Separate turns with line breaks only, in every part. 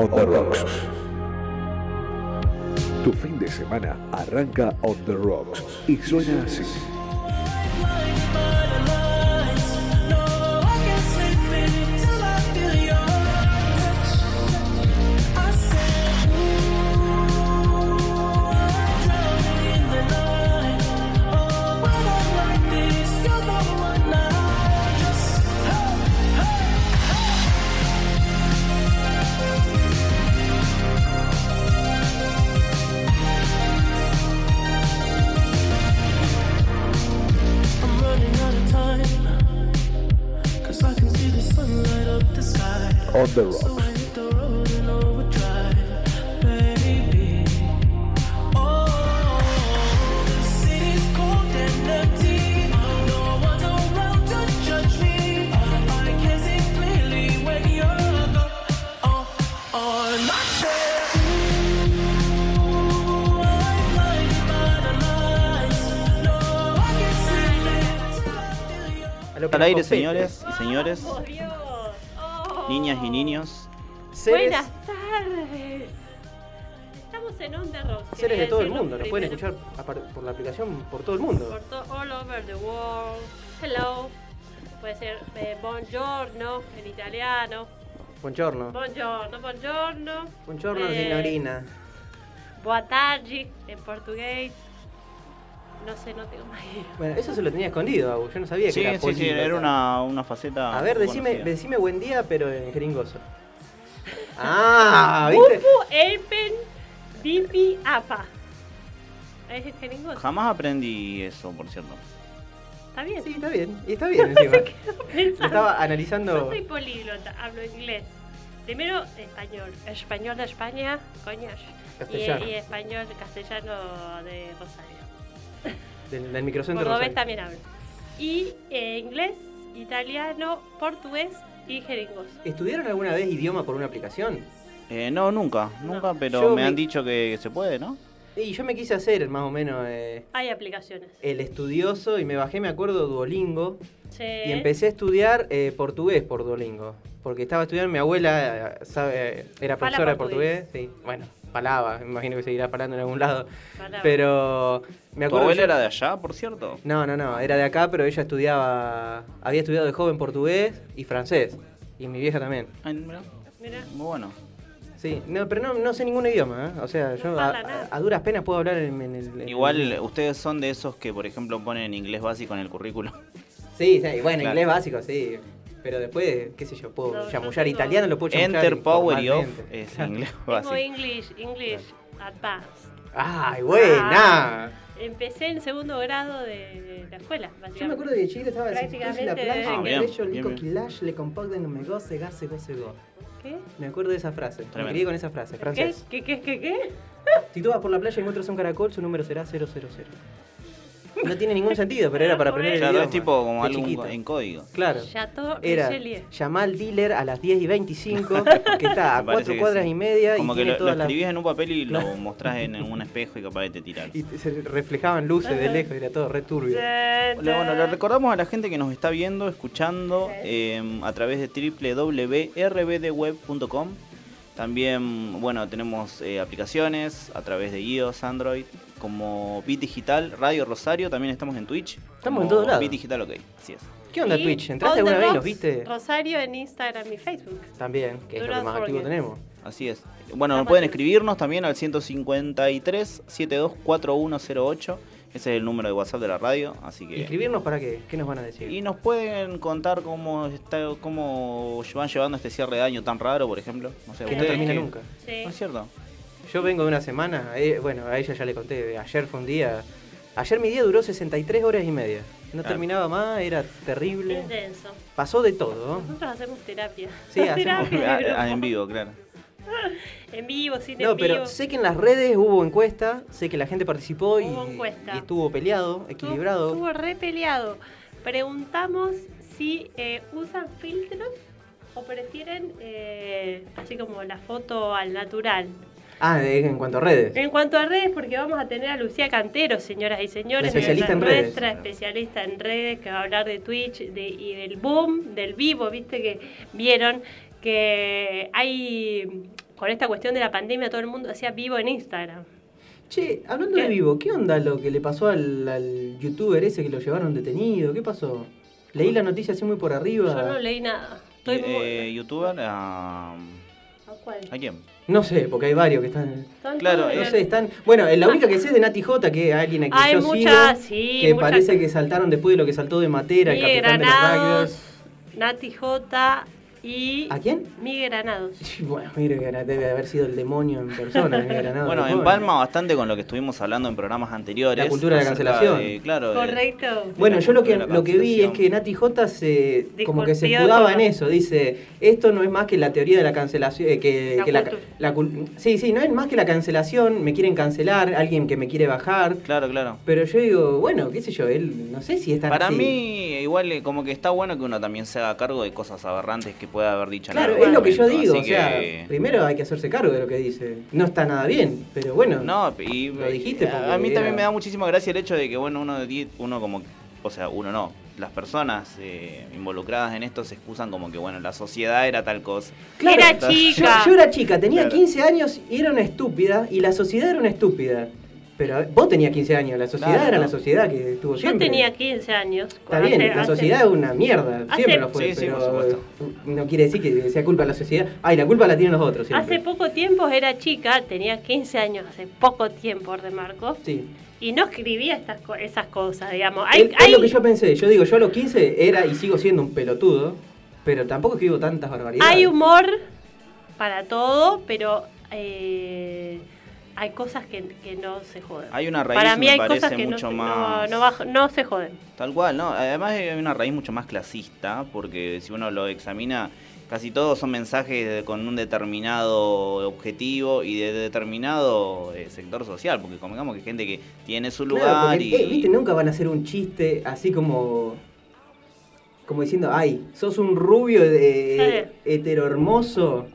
On the Rocks. Tu fin de semana arranca On the Rocks y suena así. On the Rocks.
Al aire, señores y señores, niñas y niños.
Seres,
Buenas tardes. Estamos en Onda Rock.
seres de
quería
todo el
decirlo
mundo, nos pueden
primero.
escuchar apar- por la aplicación por todo el mundo.
Por to- all over the world. Hello. Puede ser eh, buongiorno en italiano.
Buongiorno.
Buongiorno, buongiorno.
Buongiorno,
Eh,
signorina.
Boa tarde en portugués. No sé, no tengo más idea.
Bueno, eso se lo tenía escondido, Abu, yo no sabía que
Sí,
era
sí, sí,
políglota.
era una, una faceta.
A ver, decime,
conocida.
decime buen día, pero en gringoso.
Uh.
Ah, ¿viste?
Upu Elpen Bipi Apa. ¿Es en gringo?
Jamás aprendí eso, por cierto.
Está bien.
Sí, está bien, y está bien encima. Lo
Pensaba.
estaba
Yo
analizando.
soy políglota, hablo inglés. Primero español, español de España, coñas. Y,
Castellano.
y español castellano de Rosario.
Del, del microcentro
Cordobés
Rosario.
también hablo. Y eh, inglés, italiano, portugués y jeringoso.
¿Estudiaron alguna vez idioma por una aplicación?
Eh, no, nunca, nunca, pero
Yo
me
vi-
han dicho que se puede, ¿no?
Y yo me quise hacer más o menos eh,
Hay aplicaciones.
el estudioso y me bajé, me acuerdo, Duolingo.
Sí.
Y empecé a estudiar eh, portugués por Duolingo. Porque estaba estudiando, mi abuela eh, sabe, eh, era
Fala
profesora
portugués.
de portugués. Sí. Bueno, palaba, me imagino que seguirá parando en algún lado.
Palaba.
Pero
¿Tu
me acuerdo.
abuela
yo-
era de allá, por cierto?
No, no, no, era de acá, pero ella estudiaba. Había estudiado de joven portugués y francés. Y mi vieja también.
Ay, mira,
Mira,
muy bueno.
Sí, no, pero no, no sé ningún idioma, ¿eh? O sea, yo a,
fala nada.
a- a duras penas puedo hablar en, en el. en el-
Igual
Eh,
ustedes son de esos que, por ejemplo, ponen inglés básico en el currículum.
Sí, sí, bueno,
Claro.
inglés básico, sí. Pero después, qué sé yo, puedo
No, yo
chamullar
tengo-
italiano, lo puedo chamullar.
Enter, power y off
informalmente.
es inglés
tengo
básico.
English, English Advanced.
¡Ay, buena!
Ah. Empecé en segundo grado de, de la escuela, básicamente.
Yo me acuerdo de Chile estaba así, en la
Prácticamente
playa,
desde
el
que-
cabello, el
Bien,
Nico
bien.
Quilash, le compacta no me goce, gase, goce, go.
¿Qué?
Me acuerdo de esa frase, me
Tremendo.
crié con esa frase, francés.
¿Qué? ¿Qué? ¿Qué? ¿Qué? ¿Qué?
Si tú vas por la playa y encuentras un caracol, su número será 000. No tiene ningún sentido, pero era para aprender el
Claro,
idioma.
es tipo como
de
algo
chiquito.
en código.
Claro.
Chateau
Era
Richelieu.
llamar al dealer a las 10 y 25, que está a
Me parece
cuatro
que
cuadras
sí.
y media
Como
y
que
tiene
lo, lo
todas las...
escribís en un papel y lo
Claro.
mostrás en, en un espejo y capaz de te tirar.
Y se reflejaban luces de lejos, era todo re turbio.
Le- Bueno, le recordamos a la gente que nos está viendo, escuchando eh, a través de www.rbdweb.com. También, bueno, tenemos eh, aplicaciones a través de iOS, Android, como Bit Digital, Radio Rosario, también estamos en Twitch.
Estamos
como
en todos lados.
Bit Digital, ok, así es.
¿Qué onda
Y
Twitch? ¿Entraste
On the
alguna vez y
Rocks,
los viste?
Rosario en Instagram y Facebook.
También, que es lo
Do
que
not
más activo
forget.
tenemos.
Así es. Bueno,
Estamos
pueden
en-
escribirnos también al 153 724108. Ese es el número de WhatsApp de la radio, así que...
¿Inscribirnos para qué? ¿Qué nos van a decir?
Y nos pueden contar cómo está, cómo van llevando este cierre de año tan raro, por ejemplo. No sé,
que no
ustedes
termina
que-
nunca.
Sí.
¿No es cierto?
Yo vengo de una semana, eh, bueno, a ella ya le conté, ayer fue un día. Ayer mi día duró 63 horas y media. No
Claro.
terminaba más, era terrible.
Intenso.
Pasó de todo. ¿no?
Nosotros hacemos terapia.
Sí, hacemos-
terapia. de
Ah, en
grupo.
vivo, claro.
en vivo, sin
No,
en vivo.
pero sé que en las redes hubo encuesta, sé que la gente participó y,
Hubo encuesta.
y estuvo peleado,
Estuvo-
equilibrado.
Estuvo re peleado. Preguntamos si eh, usan filtros o prefieren eh, así como la foto al natural.
Ah, de- en cuanto a redes.
En cuanto a redes, porque vamos a tener a Lucía Cantero, señoras y señores,
La especialista en
nuestra,
redes.
nuestra especialista en redes, que va a hablar de Twitch de- y del boom, del vivo, viste que vieron que hay con esta cuestión de la pandemia todo el mundo hacía vivo en Instagram.
Che, hablando de
¿Qué?
vivo, ¿qué onda lo que le pasó al, al youtuber ese que lo llevaron detenido? ¿Qué pasó? Leí la noticia así muy por arriba.
Yo no leí nada. Estoy
Eh,
muy...
¿Youtuber? ¿A,
¿A cuál?
a quién?
No sé, porque hay varios que están.
Están
claro,
todos
eh,
No
en-
sé, están. Bueno, la única que sé es de Nati J, que es alguien aquí
Hay
yo
muchas,
sigo,
sí,
que
muchas-
parece que saltaron después de lo que saltó de Matera, el
Mi
capitán de los
Granados,
Riders.
Nati J y...
¿A quién?
Mi Granados.
Sí, Bueno, mire, que ahora debe haber sido el demonio en persona, mi Granados.
Bueno,
Joven.
empalma bastante con lo que estuvimos hablando en programas anteriores.
La cultura de la
acerca
cancelación.
de- claro. de-
Correcto.
Bueno, yo lo que,
de la
lo que vi es
cancelación.
que Nati J se, como que se
Discutió
escudaba
con-
en eso. Dice, esto no es más que la teoría de la cancelación. eh, que,
La
que la-
cultura.
la cul- sí, sí, no es más que la cancelación. Me quieren cancelar, alguien que me quiere bajar.
Claro, claro.
Pero yo digo, bueno, qué sé yo, él no sé si está
Para mí, igual, eh, como que está bueno que uno también se haga cargo de cosas aberrantes que pueda haber dicho en
Claro,
algún
es lo que yo
momento,
digo. O
así
sea,
que-
primero hay que hacerse cargo de lo que dice. No está nada bien, pero bueno.
No, y
Lo dijiste porque
a mí
era-
también me da muchísima gracia el hecho de que, bueno, uno, di- uno como, o sea, uno no, las personas eh, involucradas en esto se excusan como que, bueno, la sociedad era tal cosa.
Era
Yo-
Yo,
chica.
yo era chica, tenía
Claro.
15 años y era una estúpida y la sociedad era una estúpida. Pero eh, vos tenías 15 años, la sociedad
Claro,
era
no.
la sociedad que estuvo
Yo
siempre.
tenía 15 años.
Está bien, la sociedad es una mierda,
hace-
siempre lo fue,
Sí, sí, por
pero
supuesto.
no quiere decir que sea culpa de la sociedad. Ay, la culpa la tienen los otros siempre.
Hace poco tiempo era chica, tenía 15 años, hace poco tiempo, remarco,
Sí.
y no escribía estas co- esas cosas, digamos.
Es-
Hay,
es,
hay,
lo que yo pensé, yo digo, yo a los 15 era y sigo siendo un pelotudo, pero tampoco escribo tantas barbaridades.
hay humor para todo, pero eh, hay cosas que, que no se joden.
Hay una raíz,
para mí
me
hay
parece,
cosas que no
mucho
se- no,
más-
no bajo- no se joden.
Tal cual, ¿no? Además hay una raíz mucho más clasista, porque si uno lo examina, casi todos son mensajes de- con un determinado objetivo y de determinado eh, sector social, porque convengamos que hay gente que tiene su lugar
Claro, porque,
y...
eh, viste, nunca van a hacer un chiste así como. Como diciendo, ay, sos un rubio de heterohermoso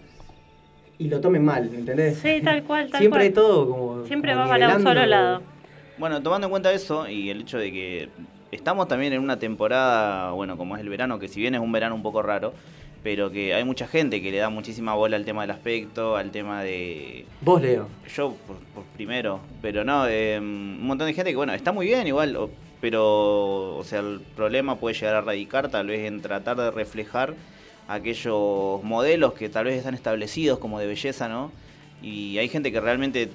y lo tomen mal, ¿entendés?
Sí, tal cual, tal
Siempre
cual.
hay todo como.
Siempre
como
va para un
nivelando.
solo lado.
Bueno, tomando en cuenta eso y el hecho de que estamos también en una temporada, bueno, como es el verano, que si bien es un verano un poco raro, pero que hay mucha gente que le da muchísima bola al tema del aspecto, al tema de...
Vos, Leo.
Yo por, por primero, pero no, eh, un montón de gente que, bueno, está muy bien igual, o- pero, o sea, el problema puede llegar a radicar tal vez en tratar de reflejar aquellos modelos que tal vez están establecidos como de belleza, ¿no? Y hay gente que realmente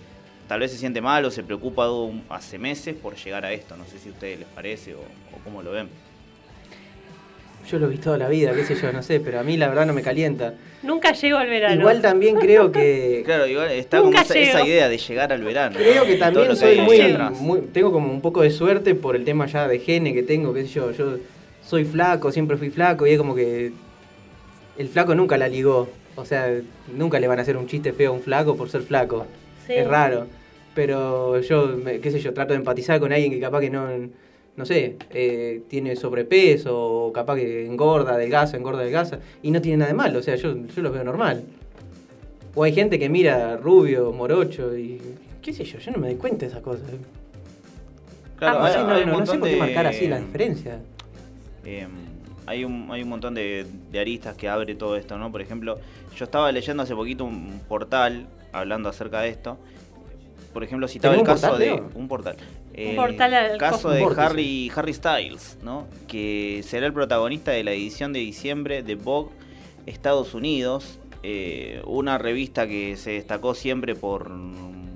tal vez se siente mal o se preocupa un- hace meses por llegar a esto. No sé si a ustedes les parece o, o cómo lo ven.
Yo lo he visto toda la vida, qué sé yo, no sé, pero a mí la verdad no me calienta.
Nunca llego al verano.
Igual también creo que.
Claro, igual está
Nunca
como esa,
llego.
esa idea de llegar al verano.
Creo
¿no?
que
Y todo lo
también
que
soy
hay
muy,
ahí atrás.
muy- Tengo como un poco de suerte por el tema ya de gene que tengo, qué sé yo. Yo soy flaco, siempre fui flaco y es como que. El flaco nunca la ligó. O sea, nunca le van a hacer un chiste feo a un flaco por ser flaco.
Sí.
Es raro. Pero yo, me- qué sé yo, trato de empatizar con alguien que capaz que no. No sé, eh, tiene sobrepeso o capaz que engorda, delgaza, engorda, delgaza. Y no tiene nada de malo. O sea, yo, yo los veo normal. O hay gente que mira rubio, morocho y. qué sé yo, yo no me doy cuenta de esas cosas.
Claro,
Ah,
hay-
sí,
hay
no,
un
no, no sé
montón
por qué
de-
marcar así la diferencia.
Eh, hay, un, hay un montón de, de aristas que abre todo esto, ¿no? Por ejemplo, yo estaba leyendo hace poquito un portal hablando acerca de esto. Por ejemplo, citaba el
¿Tenemos
caso
un portal,
de
Leo?
un portal. El
portal al
caso
cosmos.
de
Vórtice.
Harry, Harry Styles, ¿no? Que será el protagonista de la edición de diciembre de Vogue Estados Unidos. eh, una revista que se destacó siempre por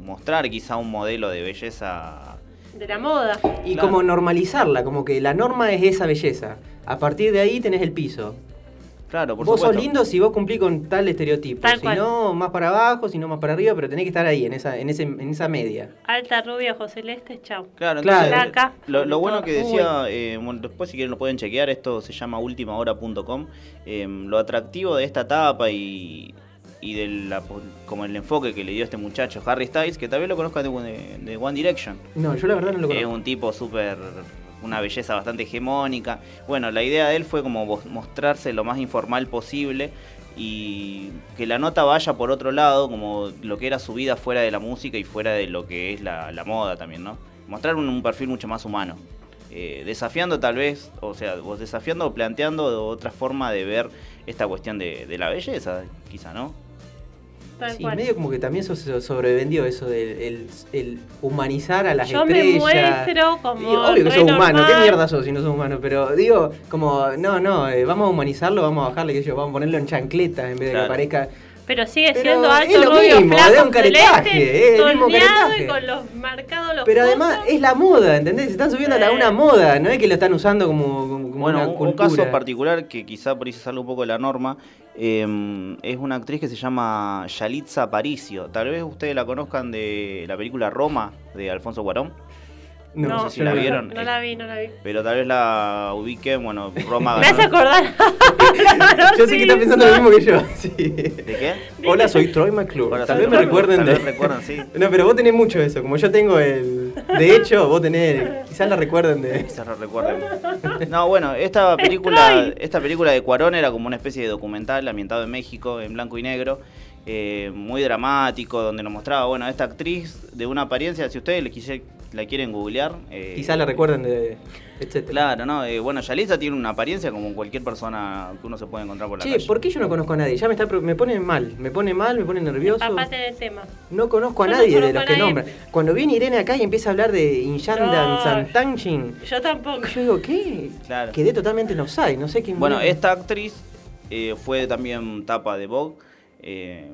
mostrar quizá un modelo de belleza
De la moda.
Y
Claro.
como normalizarla, como que la norma es esa belleza. A partir de ahí tenés el piso.
Claro, por
vos
supuesto.
sos lindo si vos cumplís con tal estereotipo.
Tal
si
cual.
no, más para abajo, si no, más para arriba, pero tenés que estar ahí, en esa, en ese, en esa media.
Alta rubia, José Leste, chau.
Claro,
Claro.
entonces,
Placa,
Lo,
sobre
lo bueno
todo.
que decía, eh, bueno, después si quieren lo pueden chequear, esto se llama ultimahora.com. eh, lo atractivo de esta etapa y, y de la, po- como el enfoque que le dio este muchacho Harry Styles, que tal vez lo conozcas de, de- de One Direction.
No, yo la verdad no lo
Es
conozco.
un tipo súper, una belleza bastante hegemónica. Bueno, la idea de él fue como vos- mostrarse lo más informal posible y que la nota vaya por otro lado, como lo que era su vida fuera de la música y fuera de lo que es la, la moda también, ¿no? Mostrar un, un perfil mucho más humano. Eh, desafiando tal vez, o sea, vos desafiando o planteando otra forma de ver esta cuestión de, de la belleza, quizá, ¿no?
Tal
Sí,
cual.
medio como que también so- so- sobrevendió eso del el, el humanizar a las
Yo me
estrellas.
muestro como
Y obvio
re
que sos humano, ¿qué
normal.
mierda sos si no sos humano? Pero digo, como, no, no, eh, vamos a humanizarlo, vamos a bajarle, qué sé yo, vamos a ponerlo en chancletas en vez de
Claro.
que aparezca.
Pero sigue
Pero
siendo
es
alto,
lo
rubio,
mismo,
flaco,
da un caretaje,
celeste,
eh, el mismo
torneado y
caretaje.
con los marcados los
Pero además
cosos.
es la moda, ¿entendés? Se están subiendo a la- una moda, no es que lo están usando como, como- como
Bueno,
una
un- un,
cultura.
caso particular que quizá por ahí se sale un poco de la norma eh, es una actriz que se llama Yalitza Aparicio. Tal vez ustedes la conozcan de la película Roma de Alfonso Cuarón,
No,
No sé si
yo
la
no-
vieron.
No la vi, no la vi.
pero tal vez la ubiquen. Bueno, Roma.
Me hace
ganó-
acordar.
Yo sé que está pensando lo mismo que yo. sí.
¿De qué?
Hola, soy Troy McClure.
Ahora
Tal
sí,
vez me
tal-
recuerden
tal
de.
vez recuerdan, sí.
No, pero vos tenés mucho eso. Como yo tengo el. De hecho, vos tenés. Quizás la recuerden de.
Quizás lo recuerden. No, bueno, esta película,
Estoy.
esta película de Cuarón era como una especie de documental ambientado en México, en blanco y negro, eh, muy dramático, donde nos mostraba, bueno, esta actriz de una apariencia, si ustedes le quise- la quieren googlear. eh,
Quizás la recuerden de. Etcétera.
Claro, ¿no? Eh, bueno, Yalitza tiene una apariencia como cualquier persona que uno se puede encontrar por la
Che,
calle.
¿por qué yo no conozco a nadie? Ya me está. pro- Me pone mal. Me pone mal, me pone nervioso.
Papate del tema.
No conozco a
Yo no
nadie de
conozco
los
a
que
nadie.
nombran. Cuando viene Irene acá y empieza a hablar de Inyandan,
No.
Santanchin.
Yo tampoco.
Yo digo, ¿qué?
Claro.
Quedé totalmente en offside. No sé quién.
Bueno, esta actriz eh, fue también tapa de Vogue, eh,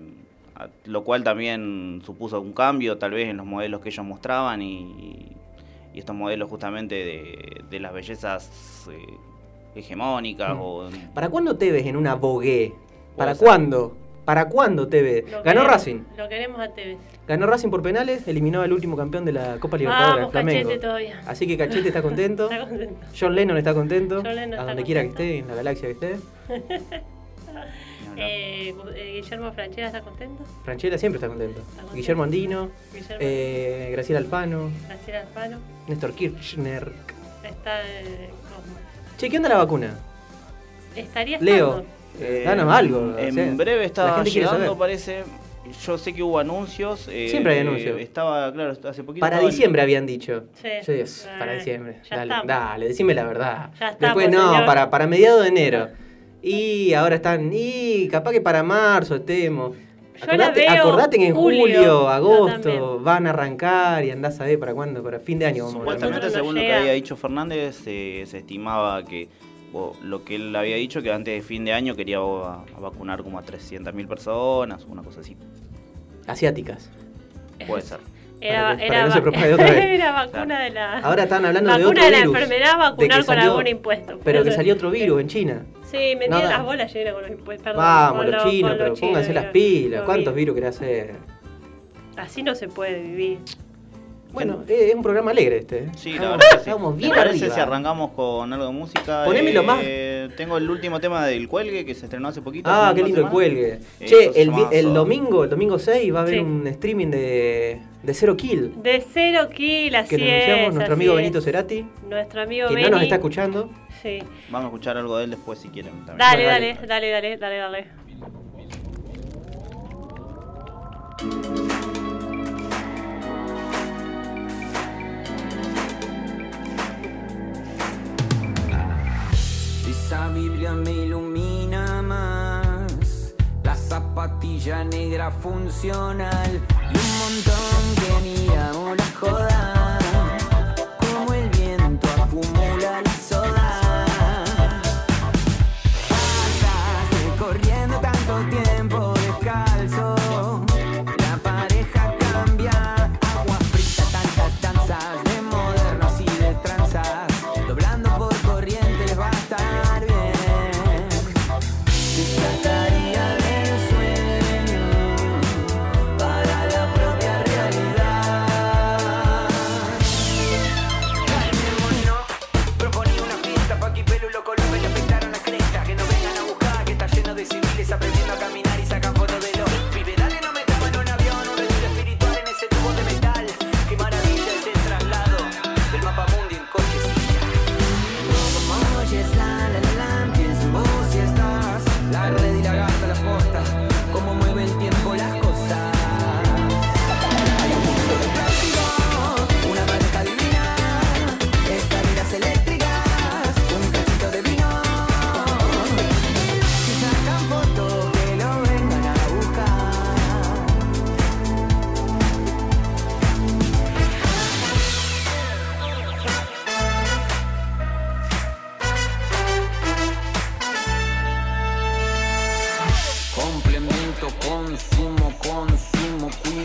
a- lo cual también supuso un cambio tal vez en los modelos que ellos mostraban y, y estos modelos justamente de, de las bellezas eh, hegemónicas.
Mm.
O,
¿Para cuándo te ves en una bogué? ¿Para
Puede ser.
cuándo? ¿Para cuándo te ves?
Lo
Ganó
queremos-
Racing.
Lo queremos a TV.
Ganó Racing por penales, eliminó al último campeón de la Copa Libertadores,
Vamos,
al Flamengo.
cachete todavía.
Así que Cachete está contento.
Está contento.
John Lennon está contento.
John Lennon
a
está
donde quiera que
contento.
esté, en la galaxia que esté.
ni hablar.
Eh, Gu- eh, Guillermo Franchera está contento.
Franchella siempre está contento.
contento.
Guillermo Andino,
Guillermo
eh, Graciela Alfano,
Franchera Alfano
Néstor Kirchner.
está eh, con-
Che, ¿qué onda la vacuna?
Estaría
Leo,
estando.
eh,
Eh,
danos algo. o
En
sea,
breve
la
estaba
gente quiere
llegando,
saber.
parece. Yo sé que hubo anuncios. eh,
Siempre hay anuncios.
Estaba, claro, hace poquito.
Para
estaba en-
diciembre habían dicho.
Sí.
Yo digo, "Ss,
Ah,
para diciembre.
ya
dale,
estamos.
dale, decime la verdad.
Ya estamos,
Después no,
señor.
para, para mediados de enero. Y ahora están, y capaz que para marzo estemos.
Yo la veo
acordate que en
julio,
julio,
yo
agosto,
también.
van a arrancar y andás a ver para cuándo, para fin de año. vamos a hablar.
Supuestamente,
Nosotros no
según lo que
llega.
había dicho Fernández, eh, se estimaba que o lo que él había dicho, que antes de fin de año quería o, a- a vacunar como a 300.000 personas, una cosa así.
Asiáticas.
Puede ser.
Era,
Para que-
era,
para que no se
va-
propague otra vez.
era vacuna de la.
Ahora están hablando de
vacuna
otro
de la
virus.
enfermedad,
de que
vacunar con
salió-
algún impuesto.
Pero que salió otro virus en China.
Sí, me
Nada.
tienen las bolas llenas con los impuestos. perdón,
Vamos,
con
los
con
chinos,
los
pero
chinos,
pónganse
digo,
las pilas.
los
¿Cuántos virus querés hacer?
Así no se puede vivir.
Bueno, eh, es un programa alegre este. eh.
Sí, la
Estamos-
verdad que sí.
Estamos
¿Te
bien
parece
arriba.
si arrancamos con algo de música? Eh,
Ponémelo más.
Tengo el último tema del cuelgue que se estrenó hace poquito.
Ah,
hace
qué
unas
lindo el
semanas.
cuelgue.
Eh,
Che,
esto se
el, vi-
llama
el
Soda.
domingo, el domingo 6 va a haber
Sí.
un streaming de, de Zero Kill
De cero kill, así
que anunciamos
es,
nuestro
así
amigo
es.
Benito Cerati,
Nuestro amigo
que
Benito.
no nos está escuchando.
Sí.
Vamos a escuchar algo de él después si quieren. También.
Dale,
Bueno,
dale,
dale.
dale, dale, dale, dale.
Esa Biblia me ilumina más. La zapatilla negra funcional. Y un montón que miramos la joda. Como el viento acumula la soda. Pasas recorriendo tanto tiempo descalzo. La pareja cambia. Agua frita, tantas danzas de modernos y de tranzas. Doblando por corrientes va a estar bien. Te sacaría del sueño para la propia realidad.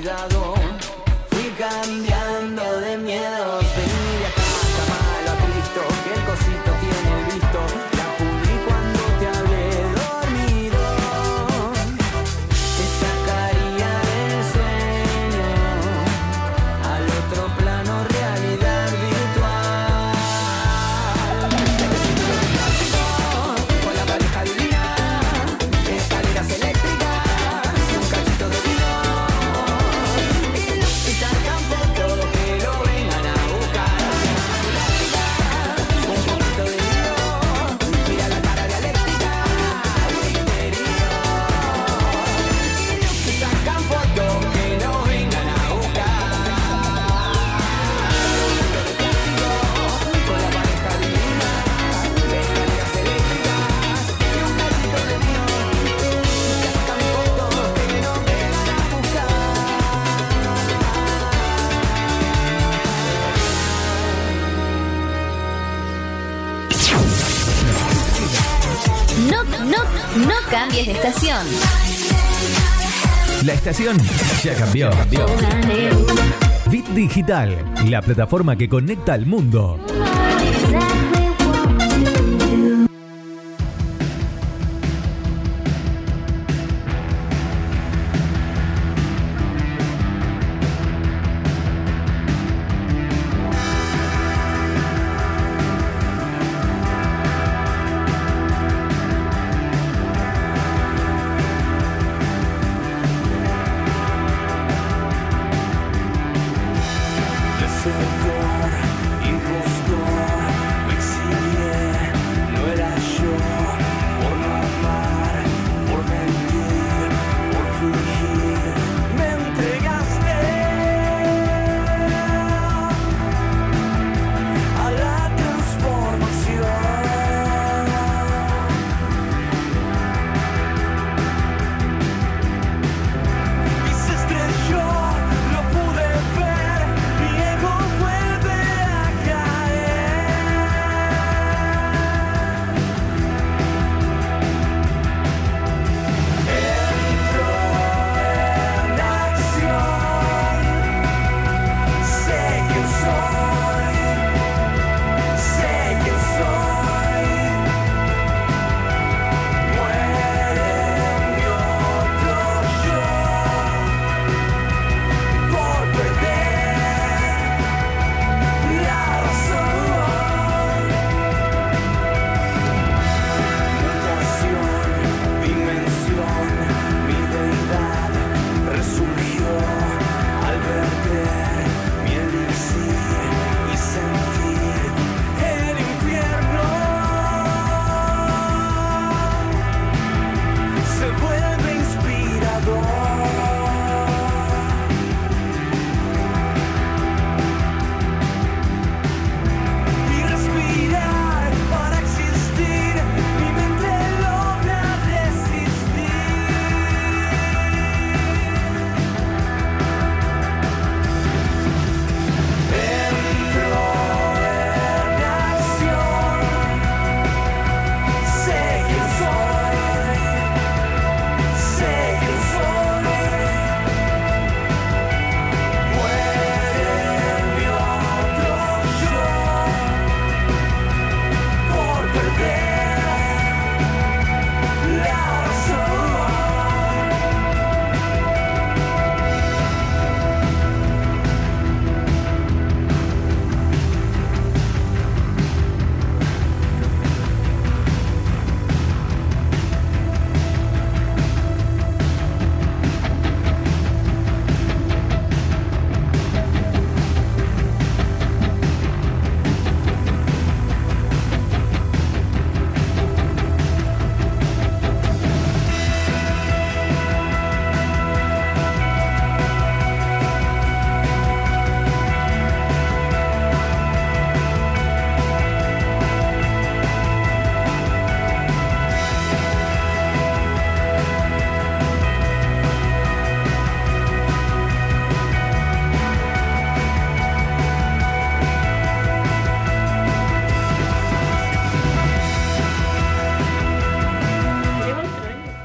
callado. Fui cambiando de miedos. Vení de acá, llamalo a Cristo, que el cosito tiene el visto. La publi cuando te hablé dormido. Te sacaría del sueño al otro plano, realidad virtual. Con la pareja divina, escaleras eléctricas, un cachito de vino Y los que sacan fotos que lo vengan a buscar Un poquito de vino, mira la cara de Eléctrica, muy querido Y los que sacan fotos que lo vengan a buscar Con la pareja divina, escaleras eléctricas y un cachito de vino Sacan fotos que no vengan a
No, no, no cambies de estación.
La estación ya cambió. Bit Digital, la plataforma que conecta al mundo.
buscar. Impostor, impostor.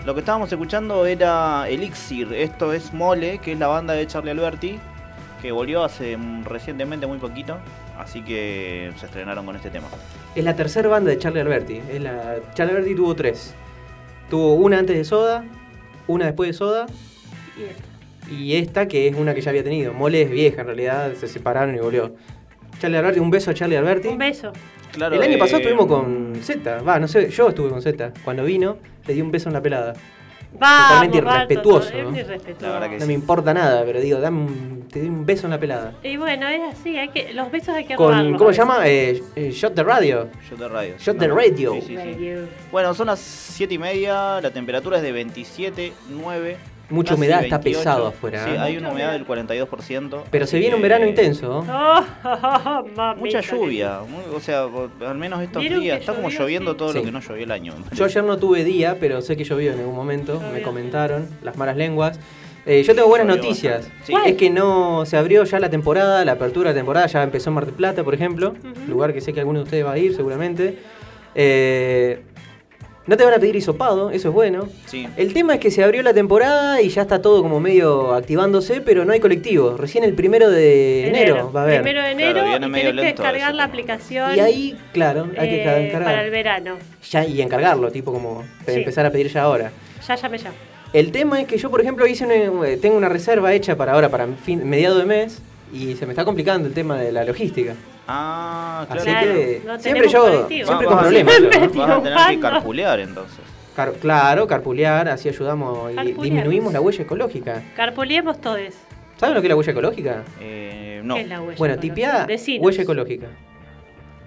Lo que estábamos escuchando era Elixir, esto es Mole, que es la banda de Charlie Alberti, que volvió hace mm, recientemente muy poquito, así que se estrenaron con este tema.
Es la tercera banda de Charlie Alberti. Es la... Charlie Alberti tuvo tres. Tuvo una antes de Soda, una después de Soda
Y esto.
y esta que es una que ya había tenido. Mole es vieja en realidad, se separaron y volvió. Charlie Alberti, un beso a Charlie Alberti.
Un beso.
Claro,
El año
eh,
pasado estuvimos con Z, va, no sé, yo estuve con Z. Cuando vino, le di un beso en la pelada.
Vamos,
Totalmente
Barto,
irrespetuoso,
Ah, todo-
¿no?
es irrespetuoso.
La verdad que
No me importa nada, pero digo, dame un- te di un beso en la pelada.
Y bueno, es así, hay que, los besos hay que
Con,
robarlos
¿Cómo
a
se llama? Eh, eh, Shot de Radio.
Shot de radio.
Shot de radio.
Sí, sí,
veces.
sí. Bueno, son las 7 y media, la temperatura es de 27, 9.
Mucha
casi
humedad, está
28.
pesado afuera,
Sí,
¿eh?
hay una humedad del 42%.
Pero se
así
viene un
que-
verano intenso. ¿no?
Oh, mami,
Mucha
con
lluvia, muy- o sea, o- al menos estos
¿Vieron que
días. Está como
llovió?
lloviendo
Sí.
todo lo
Sí.
que no llovió el año. me
Yo
parece.
ayer no tuve día, pero sé que llovió en algún momento, me
Llovió.
comentaron las malas lenguas. Eh, yo tengo buenas
Llovió
noticias.
bastante. Sí. ¿Cuál?
Es que no se abrió ya la temporada, la apertura de temporada ya empezó en Mar del Plata, por ejemplo,
Ujú.
lugar que sé que alguno de ustedes va a ir seguramente. Eh, no te van a pedir hisopado, eso es bueno.
Sí.
El tema es que se abrió la temporada y ya está todo como medio activándose, pero no hay colectivos. Recién el primero de enero, va a haber.
Primero de enero
Claro, viene
y
medio
tenés que
lento
descargar
eso,
la
¿no?
aplicación
Y ahí, claro, hay que
eh,
encargar.
para el verano.
Ya, y encargarlo, tipo como
Sí.
empezar a pedir ya ahora.
Ya llamé ya.
El tema es que yo, por ejemplo, hice una- eh, tengo una reserva hecha para ahora, para fin, mediado de mes, y se me está complicando el tema de la logística.
Ah, claro.
Así
Claro,
que
no
siempre
tenemos
yo,
colectivo.
siempre
Vas- vas
con
a-
problemas. yo, ¿no?
Siempre.
Vas a tener que
triunfando.
carpulear entonces.
Car- claro, carpulear, así ayudamos y
Carpuleamos.
disminuimos la huella ecológica.
Carpuliemos todos.
¿Saben lo que es la huella ecológica?
Eh, no.
¿Qué es la huella
bueno,
ecológica?
tipeá
Decinos.
huella ecológica.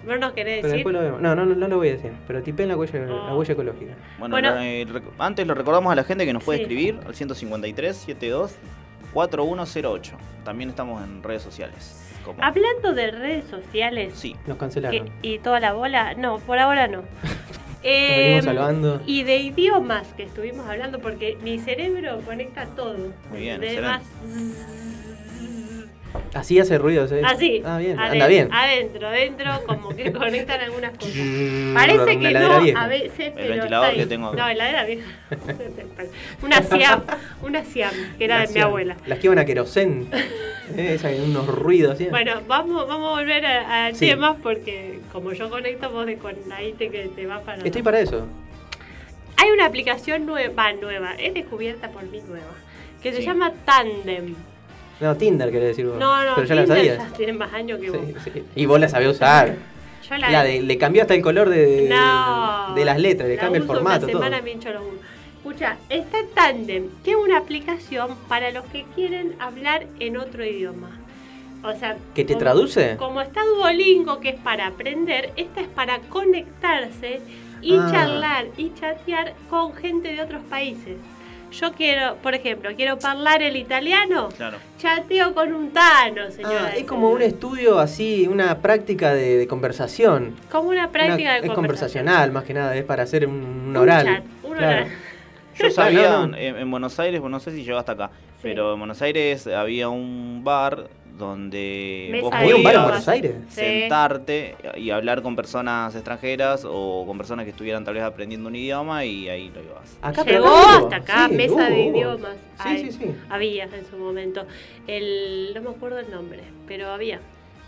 No nos querés
Pero
decir.
después lo vemos. No, no, no, no lo voy a decir, pero tipeé la huella, la
Oh.
huella ecológica.
Bueno,
Bueno.
la- eh, rec- antes lo recordamos a la gente que nos puede
Sí.
escribir al 153 72 4108. También estamos en redes sociales. Como...
Hablando de redes sociales
Sí.
Nos cancelaron.
que- y toda la bola, no, por ahora no.
Nos venimos
Em,
salvando.
y de idiomas que estuvimos hablando, porque mi cerebro conecta todo.
Muy bien,
De
excelente.
más-
Así hace ruido. ¿sí?
Así.
Ah, bien,
aden-
anda bien.
Adentro, adentro, como que conectan algunas cosas. Parece
Mm, Una
que
heladera
no,
vieja.
a veces. pero
ventilador
está
que
ahí.
tengo.
No, heladera vieja. una Siam, una Siam, que era de mi
Las-
abuela.
Las que iban a querosén. Eh, esa, unos ruidos. ¿sí?
Bueno, vamos, vamos a volver a- al
Sí.
tema porque como yo conecto, vos de con ahí te, que te va para...
Estoy para eso.
Hay una aplicación nueva, nueva, es descubierta por mí nueva, que se
Sí.
llama Tandem.
No, Tinder querés decir vos.
No, no,
Pero ya la
Tinder
sabías.
ya tiene más años que vos.
Sí, sí. Y vos la sabés usar.
Yo
La de, le cambió hasta el color de,
No.
de las letras, le
La
cambia el
uso
formato,
Una
todo.
semana me hincho los huevos. Escucha, está Tandem, que es una aplicación para los que quieren hablar en otro idioma. O sea,
¿Que te
como-
traduce?
Como está Duolingo, que es para aprender, esta es para conectarse y
Ah.
charlar y chatear con gente de otros países. Yo quiero, por ejemplo, quiero hablar el italiano,
Claro.
chateo con un tano, señora.
Ah, es como un estudio así, una práctica de, de conversación.
Como una práctica
Una-
de
es
conversación.
conversacional más que nada, es para hacer un, un
Un
oral.
chat, un
Claro.
oral.
Yo sabía,
No, no.
En, en Buenos Aires, bueno, no sé si llegó hasta acá,
Sí.
pero en Buenos Aires había un bar donde
Mesa
vos
de
¿Había un bar en
Ahí,
Buenos
sí.
Aires?
Sí.
sentarte y hablar con personas extranjeras o con personas que estuvieran tal vez aprendiendo un idioma y ahí lo ibas.
Acá, pero
Llegó
acá hubo.
hasta acá,
Sí,
mesa
hubo,
de
hubo.
idiomas.
Sí,
Ay,
sí, sí.
Había en su momento. El, no me acuerdo el nombre, pero había.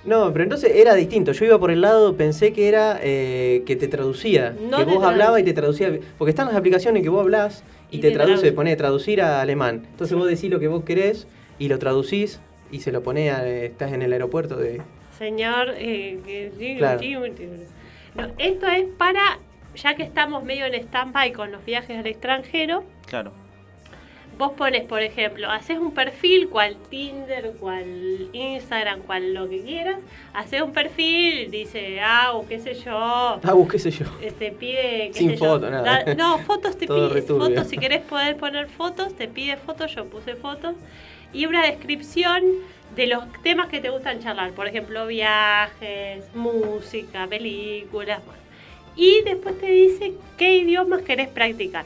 No, pero entonces era distinto. Yo iba por el lado, pensé que era eh, que te traducía.
No
que
te
vos
traduce.
hablabas y te traducía. Porque están las aplicaciones que vos hablás y,
Y
te,
te
traduce,
traduce.
pone traducir a alemán. Entonces vos decís lo que vos querés y lo traducís y se lo pone a, eh, estás en el aeropuerto de...
Señor, eh, que- sí,
Claro.
sí, sí. No, esto es para, ya que estamos medio en stand-by con los viajes al extranjero,
Claro.
vos pones, por ejemplo, haces un perfil, cual Tinder, cual Instagram, cual lo que quieras, haces un perfil, dice, ah, o qué sé yo,
Ah, vos qué sé yo.
Eh, te pide qué
Sin
sé
foto,
yo,
nada.
da- no fotos te
Todo
pide
returbio.
fotos si querés poder poner fotos te pide fotos yo puse fotos y una descripción de los temas que te gustan charlar por ejemplo viajes música películas bueno. y después te dice qué idiomas querés practicar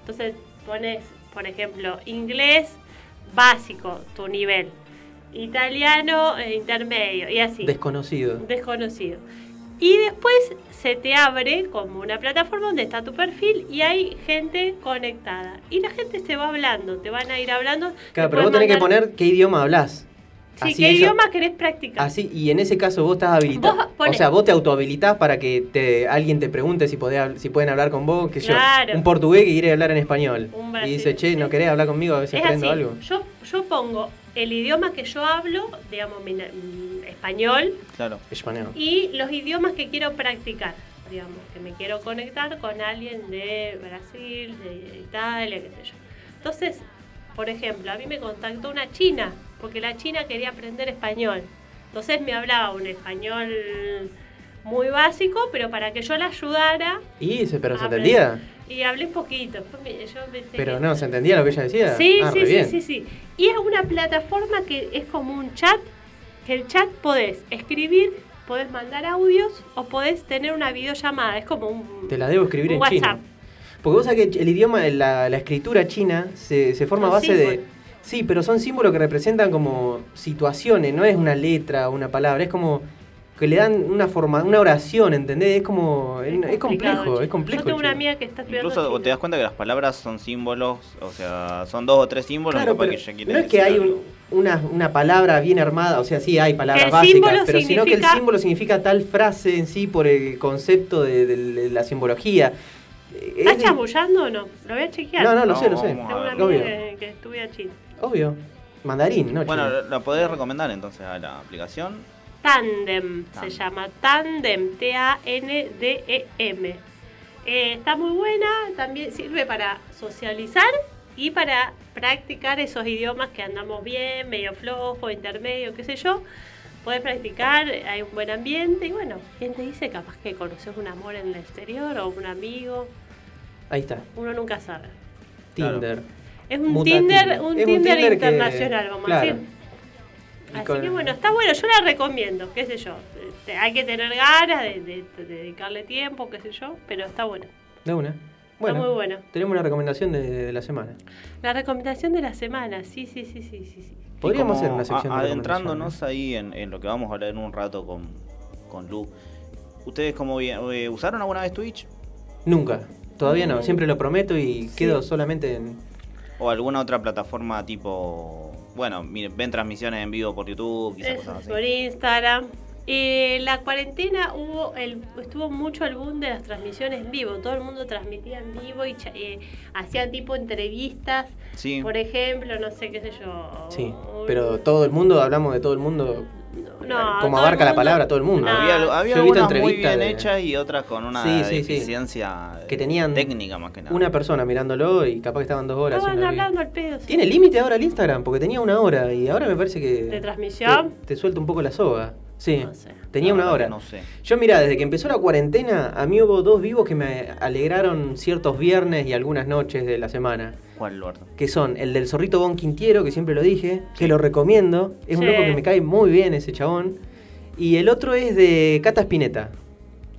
entonces pones por ejemplo inglés básico tu nivel italiano eh, intermedio y así
Desconocido.
desconocido. Y después se te abre como una plataforma donde está tu perfil y hay gente conectada. Y la gente se va hablando, te van a ir hablando.
Claro,
te
pero vos
pueden
tenés que
mandar-
poner Ah, qué idioma hablas.
Sí, ¿qué idioma querés practicar?
Así, y en ese caso vos estás habilitado.
Vos
O
ponés-
sea, vos te autohabilitás para que te, alguien te pregunte si, podés hab- si pueden hablar con vos, que
Claro.
yo. Un portugués que quiere hablar en español.
Un
y
brasileño,
dice, che, ¿no
sí.
querés hablar conmigo? A ver si
Es así.
aprendo algo.
Yo, yo pongo el idioma que yo hablo, digamos, mi na- mm, español,
Claro.
Español.
y los idiomas que quiero practicar. Digamos, que me quiero conectar con alguien de Brasil, de Italia, qué sé yo. Entonces, por ejemplo, a mí me contactó una china, porque la china quería aprender español. Entonces me hablaba un español muy básico, pero para que yo la ayudara.
Y se, pero se
hablé-
entendía.
Y hablé poquito. después me- yo me-
Pero no, ¿se entendía lo que ella decía?
Sí,
Ah, re
sí, sí,
bien.
sí, sí. Y es una plataforma que es como un chat, que el chat podés escribir, podés mandar audios o podés tener una videollamada. Es como un...
Te la debo escribir
Un
en
WhatsApp.
chino. Porque vos sabés que el idioma, la, la escritura china se, se forma a
Son
base de...
símbolos.
Sí, pero son símbolos que representan como situaciones, no es una letra o una palabra, es como que le dan una forma, una oración, ¿entendés? Es como... Es, es
complicado,
complejo,
chino.
es complejo.
Yo tengo una
chino.
amiga que está estudiando
Incluso
chino.
te das cuenta que las palabras son símbolos, o sea, son dos o tres símbolos.
Claro,
capaz
pero
ya quieren
no es que
decir
hay un-
algo.
una, una palabra bien armada, o sea, sí hay palabras
El
básicas,
símbolo
pero sino que el
significa-
símbolo significa tal frase en sí por el concepto de, de- de la simbología. Eh, es
¿Estás
di-
chamullando o no? Lo voy a chequear.
No, no, lo sé, lo
No,
sé.
vamos
Tengo una
a
amiga
obvio.
que, que estudia chino.
Obvio. Mandarín, ¿no?
Bueno,
chino?
la podés recomendar entonces a la aplicación.
Tandem, se
Tandem.
llama Tandem, T-A-N-D-E-M. E Eh, está muy buena, también sirve para socializar y para practicar esos idiomas que andamos bien, medio flojo, intermedio, qué sé yo. Puedes practicar, hay un buen ambiente y bueno, ¿quién te dice capaz que conoces un amor en el exterior o un amigo?
Ahí está.
Uno nunca sabe.
Claro.
Tinder.
Es un
Muta
Tinder,
Tinder.
un
Es un
Tinder,
Tinder que-
internacional, vamos
claro.
a decir.
Y
Así
con-
que bueno, está bueno, yo la recomiendo, qué sé yo. Te- Hay que tener ganas de, de- de dedicarle tiempo, qué sé yo, pero está bueno.
De una. Bueno,
muy bueno.
tenemos la recomendación de, de la semana.
La recomendación de la semana, sí, sí, sí, sí, sí. sí.
Y
Podríamos
como
hacer una sección
a-
de
Adentrándonos
recomendaciones.
ahí en, en lo que vamos a hablar en un rato con, con Lu. ¿Ustedes cómo vi- eh, usaron alguna vez Twitch?
Nunca. Todavía no. Siempre lo prometo y quedo solamente en...
¿O alguna otra plataforma tipo... Bueno, miren, ven transmisiones en vivo por YouTube, quizás
Eso,
cosas
por
así.
Instagram. Eh, la cuarentena hubo el, estuvo mucho el boom de las transmisiones en vivo. Todo el mundo transmitía en vivo y cha- eh, hacían tipo entrevistas.
Sí,
Por ejemplo, no sé qué sé yo.
Sí.
un-
Pero todo el mundo, hablamos de todo el mundo.
No,
como
todo el
abarca la
mundo-
palabra todo el mundo.
No.
había, había
Yo he visto
algunas muy
entrevistas
bien
de-
hechas y otras con una
Sí, sí, sí.
deficiencia
Que tenían
técnica más que nada.
Una persona mirándolo y capaz que estaban dos horas.
Estaban
haciendo algo.
hablando al pedo. sí.
Tiene límite ahora el Instagram, porque tenía una hora y ahora me parece que...
¿De transmisión?
Te, te suelta un poco la soga. Sí,
No sé.
tenía
La
una
verdad que
hora.
No sé.
Yo mira, desde que empezó la cuarentena, a mí hubo dos vivos que me alegraron ciertos viernes y algunas noches de la semana.
¿Cuál, Luardo?
Que son el del zorrito Bon Quintiero, que siempre lo dije, que lo recomiendo. Es un
Sí.
loco que me cae muy bien ese chabón. Y el otro es de Cata Spinetta.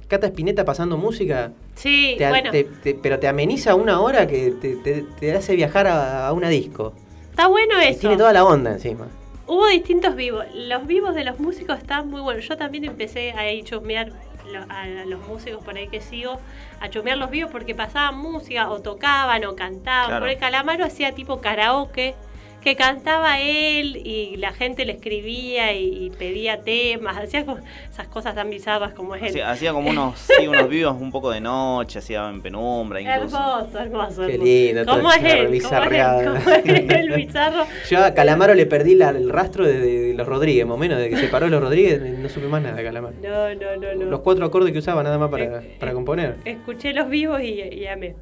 Cata Spinetta pasando música,
Sí,
te a-
bueno,
te- te- pero te ameniza una hora que te, te- te hace viajar a, a una disco.
está bueno
Y
eso.
tiene toda la onda encima.
Hubo distintos vivos. Los vivos de los músicos están muy buenos. Yo también empecé a ahí chusmear lo- a los músicos por ahí que sigo, a chusmear los vivos porque pasaban música, o tocaban, o cantaban.
Claro.
Por el Calamaro hacía tipo karaoke, que cantaba él y la gente le escribía y, y pedía temas. Hacía como esas cosas tan bizarras como es él.
Hacía, hacía como unos, sí, unos vivos un poco de noche, hacía en penumbra incluso.
Hermoso, hermoso.
Qué
hermoso.
lindo, todo
¿Cómo es
bizarro,
él? ¿Cómo es él?
bizarreado.
¿Cómo es el bizarro?
Yo a Calamaro le perdí la- el rastro desde los Rodríguez, más o menos, desde que se paró los Rodríguez, eh, no supe más nada de Calamaro.
No, no, no, no.
Los cuatro acordes que usaba nada más para,
Eh,
para
eh,
componer.
Escuché los vivos y, y amé.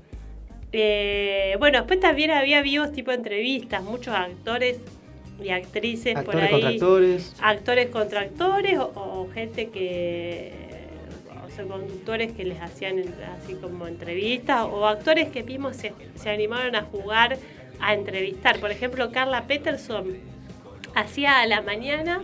Eh, bueno, después también había vivos tipo entrevistas, muchos actores y actrices por
Actores
ahí.
contra actores.
Actores contra actores o, o gente que. O sea, conductores que les hacían en- así como entrevistas o actores que mismos se, se animaron a jugar a entrevistar. Por ejemplo, Carla Peterson hacía a la mañana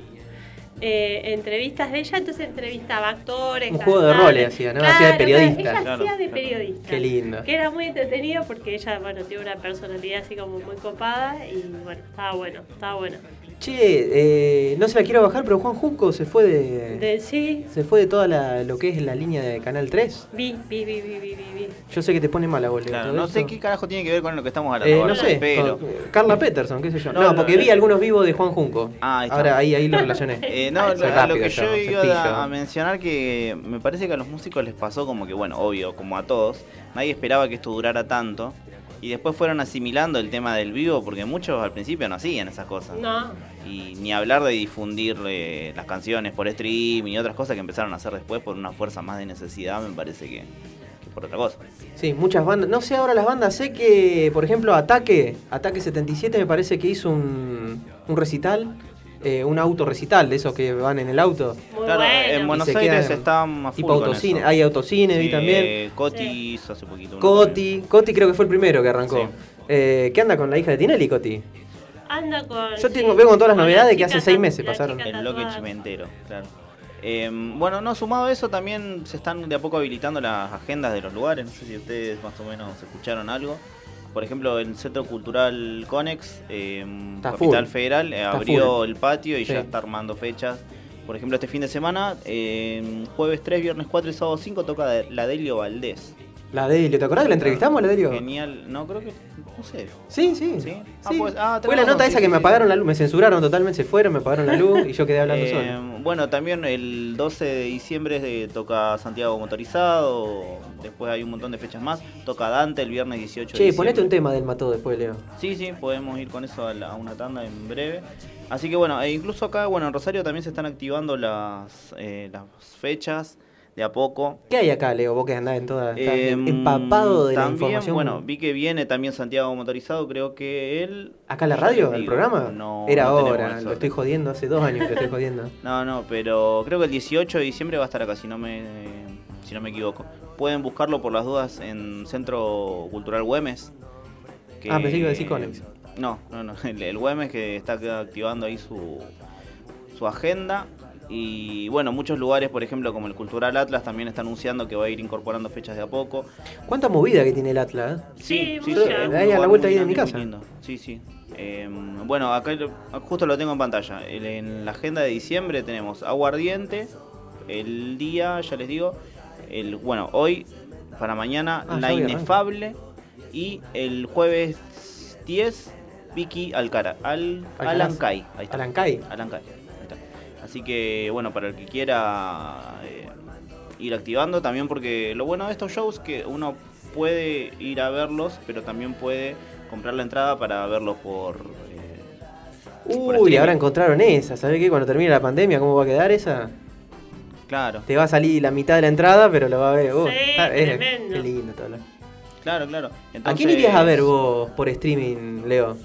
eh, entrevistas de ella, entonces entrevistaba actores.
Un juego de
cantantes.
roles hacía, ¿no? Hacía de periodista.
Ella
Claro,
hacía de
claro.
periodista.
Qué lindo.
Que era muy entretenido porque ella, bueno, tiene una personalidad así como muy copada y bueno, estaba bueno, estaba bueno.
Che, eh, no se la quiero bajar, pero Juan Junco se fue de.
De, sí,
Se fue de toda la, lo que es la línea de Canal 3.
vi, vi, vi, vi, vi, vi. vi.
Yo sé que te pone mala, boludo.
Claro,
todo
no
eso.
sé qué carajo tiene que ver con lo que estamos hablando.
Eh, no
ahora,
sé,
pero.
con- eh, Carla Peterson, qué sé yo.
No,
No,
no,
porque
no.
vi algunos vivos de Juan Junco.
Ah, ahí está.
Ahora ahí, ahí lo relacioné.
Eh, no,
Soy
lo, a lo
rápido
que yo iba a, a
cepillo.
mencionar que me parece que a los músicos les pasó como que, bueno, obvio, como a todos, nadie esperaba que esto durara tanto. Y después fueron asimilando el tema del vivo porque muchos al principio no hacían esas cosas.
No,
Y ni hablar de difundir eh, las canciones por streaming y otras cosas que empezaron a hacer después por una fuerza más de necesidad, me parece que, que por otra cosa.
Sí, muchas bandas. No sé ahora las bandas, sé que, por ejemplo, Ataque, Ataque 77 me parece que hizo un, un recital, eh, un autorrecital de esos que van en el auto.
muy
Claro,
bueno.
en Buenos
se
Aires
quedan
estaban más
Tipo autocine, hay autocine, vi también.
Eh, Coti
Sí.
hizo hace poquito. uno también.
Coti, Coti creo que fue el primero que arrancó.
Sí.
Eh, ¿Qué anda con la hija de Tinelli, Coti?
Anda con.
Yo tengo- veo con todas las
la
novedades que
chica
hace seis
tan-
meses
la
pasaron.
chica
El bloque
tatuada.
chimentero, claro. Eh, bueno, no, sumado a eso también se están de a poco habilitando las agendas de los lugares. No sé si ustedes más o menos escucharon algo. Por ejemplo, el Centro Cultural Conex, eh,
Está
Capital
full.
Federal, eh,
Está
abrió
full.
el patio y
Sí.
ya está armando fechas. Por ejemplo, este fin de semana, eh, jueves 3, viernes 4 y sábado 5 toca de- la Delio Valdés.
La Delio, ¿te acordás que la entrevistamos, la Delio?
Genial, no creo que... No sé.
Sí, sí.
Sí.
sí.
Ah, pues- ah,
Fue
tenés
la
razón,
nota
sí,
esa
sí,
que me
sí.
apagaron la luz, me censuraron totalmente, se fueron, me apagaron la luz y yo quedé hablando
Eh,
solo.
bueno, también el 12 de diciembre eh, toca Santiago Motorizado, después hay un montón de fechas más, toca Dante el viernes 18 de
Che,
diciembre.
ponete un tema del mató después, Leo.
Sí, sí, podemos ir con eso a, la- a una tanda en breve. Así que bueno, e incluso acá, bueno, en Rosario también se están activando las, eh, las fechas de a poco.
¿Qué hay acá, Leo? Vos que andás en toda. estás
Em,
empapado de la
también,
información.
Bueno, vi que viene también Santiago Motorizado, creo que él...
¿Acá en la radio?
Yo
¿El
digo,
programa?
No.
Era
no tenemos
ahora,
eso.
lo estoy jodiendo, hace dos años que lo estoy jodiendo.
No, no, pero creo que el 18 de diciembre va a estar acá, si no me, si no me equivoco. Pueden buscarlo por las dudas en Centro Cultural Güemes. que-
Ah, pensé que iba a decir Conex.
No, no, no. El, el Güemes que está acá activando ahí su, su agenda. Y bueno, muchos lugares, por ejemplo, como el Cultural Atlas, también está anunciando que va a ir incorporando fechas de a poco.
¿Cuánta movida que tiene el Atlas? eh?
Sí,
sí,
mucho.
es un
Ahí a la
lugar
vuelta
muy
ahí de
dinámico
mi
y
casa.
lindo. Sí, sí. Eh, bueno, acá lo- justo lo tengo en pantalla. El- En la agenda de diciembre tenemos aguardiente, el día, ya les digo, el bueno, hoy para mañana
Ah,
la
ya voy, arranca.
inefable y el jueves 10 Vicky Alcara, al,
Alcaraz.
Alancay. Ahí está.
Alancay.
Alancay, ahí está. Así que bueno, para el que quiera eh, ir activando también porque lo bueno de estos shows que uno puede ir a verlos, pero también puede comprar la entrada para verlos por eh, Por
Uy,
streaming.
ahora encontraron esa. ¿Sabés qué? Cuando termine la pandemia, ¿cómo va a quedar esa?
claro,
Te va a salir la mitad de la entrada, pero la va a ver vos.
Sí,
Está- eh,
tremendo.
Qué lindo todo lo-
claro, claro.
¿A quién
Entonces-
irías a ver vos por streaming, Leo?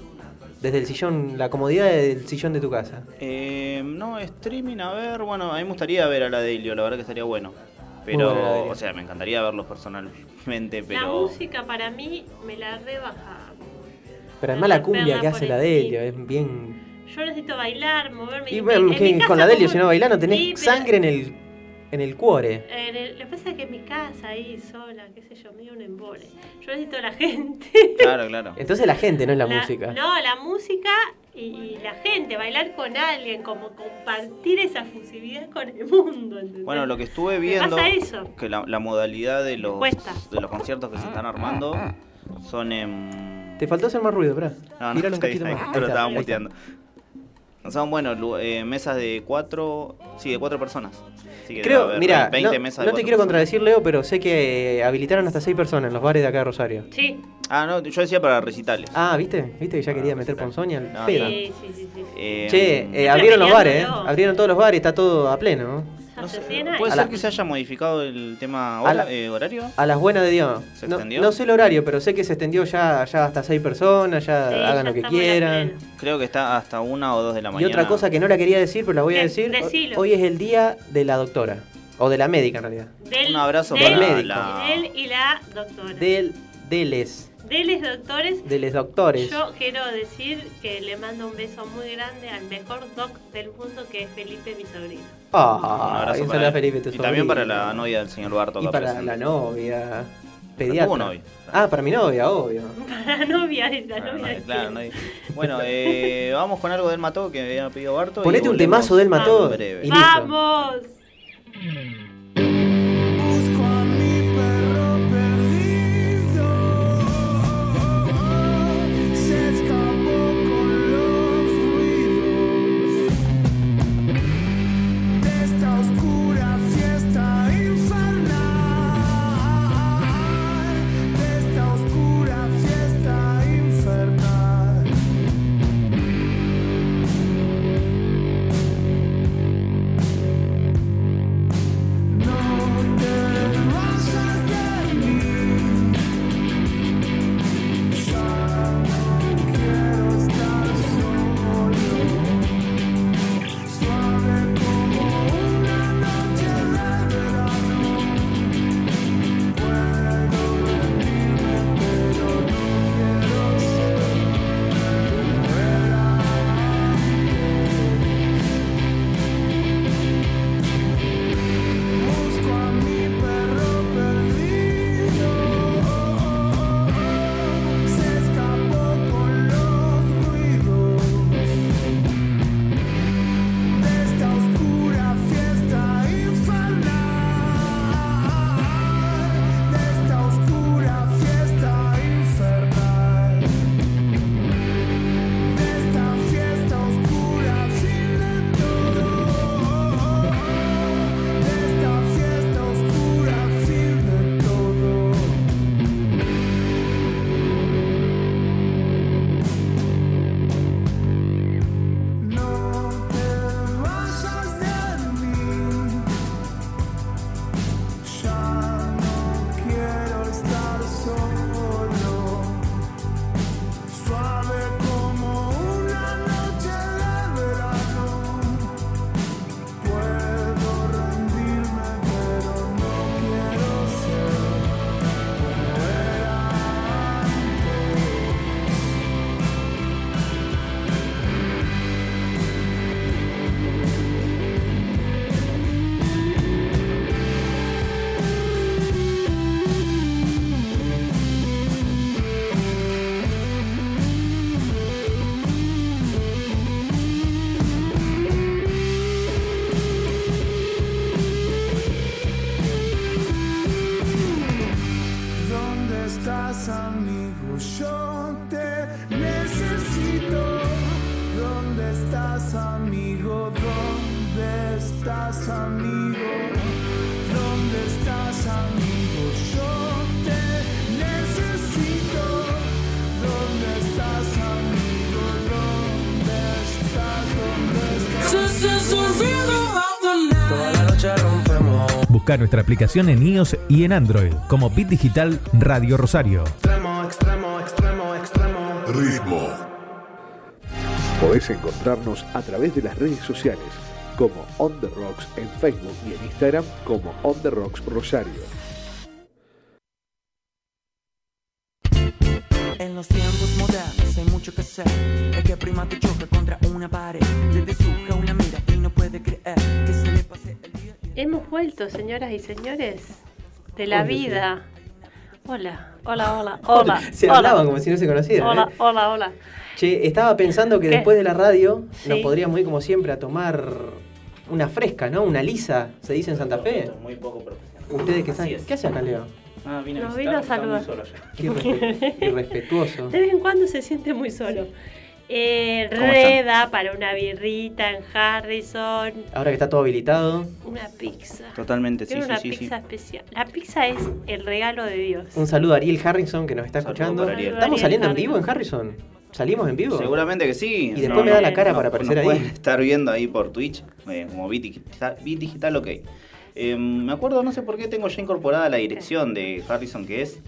Desde el sillón, la comodidad del sillón de tu casa.
Eh, no, streaming, a ver, bueno, a mí me gustaría ver a la Delio, la verdad que estaría bueno. Pero,
Muy buena la Delio.
o sea, me encantaría verlos personalmente,
La
pero...
música para mí me la rebaja.
Pero además la cumbia
Verla
que
por
hace la
streaming.
Delio es bien
Yo necesito bailar, moverme.
Y
en-
bueno,
en
que
mi casa
con la Delio,
como-
si no bailando, tenés
Sí, pero-
sangre en el, en el cuore.
en el- lo que pasa es que en mi casa ahí sola, qué sé yo, me dio un embole. Yo necesito la gente.
Claro, claro.
Entonces la gente, no es la, música.
No, la música y, y la gente, bailar con alguien, como compartir esa fusividad con el mundo. ¿entendés?
Bueno, lo que estuve
Me
viendo,
pasa eso.
que la, la modalidad de los,
cuesta.
de los conciertos que se están armando son en...
Ah. Te faltó hacer más ruido, pará.
No, no,
Tíralo un
está bien,
cachito
está bien,
más. Ah,
te lo
Ahí está,
estaba
ahí está.
muteando. Son, bueno, lu- eh, mesas de cuatro... Sí, de cuatro personas. Así que debe
Creo,
haber
mira,
20
no,
mesas de
no te
cuatro
quiero
personas.
contradecir, Leo, pero sé que eh, habilitaron hasta seis personas en los bares de acá de Rosario.
Sí,
Ah, no, yo decía para recitales.
Ah, ¿viste? ¿Viste que ya
Ah,
quería
pues
meter
está.
ponzoña al
No,
pedo?
sí, sí, sí. sí.
Eh,
Che, eh,
Está
abrieron los bares, eh.
peleándolo.
Abrieron todos los bares, está todo a pleno. ¿no?
No sé,
Hace 100 años.
¿Puede
A
ser
la-
que se haya modificado el tema
A
hora-
la-
eh, horario?
A las buenas de Dios.
¿Se
no,
extendió?
no sé el horario, pero sé que se extendió ya, ya hasta seis personas, ya
Sí,
hagan
ya
lo que
estamos en la
quieran.
plena.
Creo que está hasta una o dos de la
Y
mañana.
otra cosa que no la quería decir, pero la voy a
Bien,
decir. ho-
decilo.
Hoy es el día de la doctora. O de la médica en realidad.
Del-
Un abrazo
del-
para
médico.
la-
del y la doctora.
Del, deles.
de los doctores.
De los doctores.
Yo quiero decir que le mando un beso muy grande al mejor doc del mundo que es Felipe, mi sobrino.
Un
Ah,
abrazo
un
para él.
Felipe, tu
y también
sobrino.
para la novia del señor Barto.
Y
acá
para
presente.
la novia.
Pero
Pediatra.
tuvo novia.
Ah, para mi novia, obvio.
Para novia, y la
Ah,
novia.
no hay-
de
claro,
quién.
no hay- Bueno, eh, vamos con algo del Mató que había pedido Barto. y
Ponete un
volvemos
temazo del Mató.
en breve.
Y listo.
¡Vamos!
Busco a mi perro perdido, se escapó con los ruidos de esta oscura fiesta infernal, de esta oscura fiesta infernal. No te vayas de mí, ya no quiero estar solo, suave como una noche de verano, puedo rendirme pero no quiero ser fuera. Busco a mi perro perdido, se escapó con los ruidos de esta oscura fiesta infernal, de esta oscura fiesta infernal, de esta fiesta oscura sin retorno. De esta fiesta oscura sirve todo. No te vayas de mí, ya no quiero estar solo. Suave como una noche de verano. Puedo rendirme, pero no quiero ser como era ¿Dónde estás, amigo? Yo te necesito. ¿Dónde estás, amigo? ¿Dónde estás, amigo? ¿Dónde estás, amigo? Yo te necesito. ¿Dónde estás, amigo? ¿Dónde estás, dónde estás?
Busca nuestra aplicación en iOS y en Android como Bit Digital Radio Rosario.
Ritmo.
Podés encontrarnos a través de las redes sociales como On The Rocks en Facebook y en Instagram como On The Rocks Rosario.
En los tiempos modernos hay mucho que hacer. El que prima te choca contra una pared. Desde su jaula mira y no puede creer que se le pase el día. y el-
Hemos vuelto, señoras y señores, de la
Hola,
vida. Hola, hola, hola, hola.
Se
hola,
hablaban como si no se conocieran.
Hola,
¿eh?
hola, hola.
Che, estaba pensando que
¿Qué?
después de la radio nos
Sí.
podríamos ir como siempre a tomar una fresca, ¿no? Una lisa, se dice en Santa Fe.
Esto es Muy poco profesional.
Ustedes que están.
Así es.
¿Qué hace acá, Leo?
Ah, vine a
Nos
visitar,
vino a
está muy solo
saludar.
allá.
Qué irrespe- irrespetuoso.
De vez en cuando se siente muy solo. Eh,
¿Cómo
reda para una birrita en Harrison,
Ahora que está todo habilitado,
una pizza.
Totalmente, Ah. sí,
Quiero una
sí, sí, sí.
pizza especial. La pizza es el regalo de Dios.
un saludo a Ariel Harrison que nos está
Saludo
escuchando.
para Ariel.
¿Estamos
Ariel
saliendo en vivo en
Harrison.
Harrison? ¿Salimos en vivo?
Seguramente que sí.
Y después me da la cara para aparecer ahí.
pueden estar viendo ahí por Twitch, eh, como Bit Digital, Bit Digital OK. Eh, me acuerdo, no sé por qué, tengo ya incorporada la dirección de Harrison, que es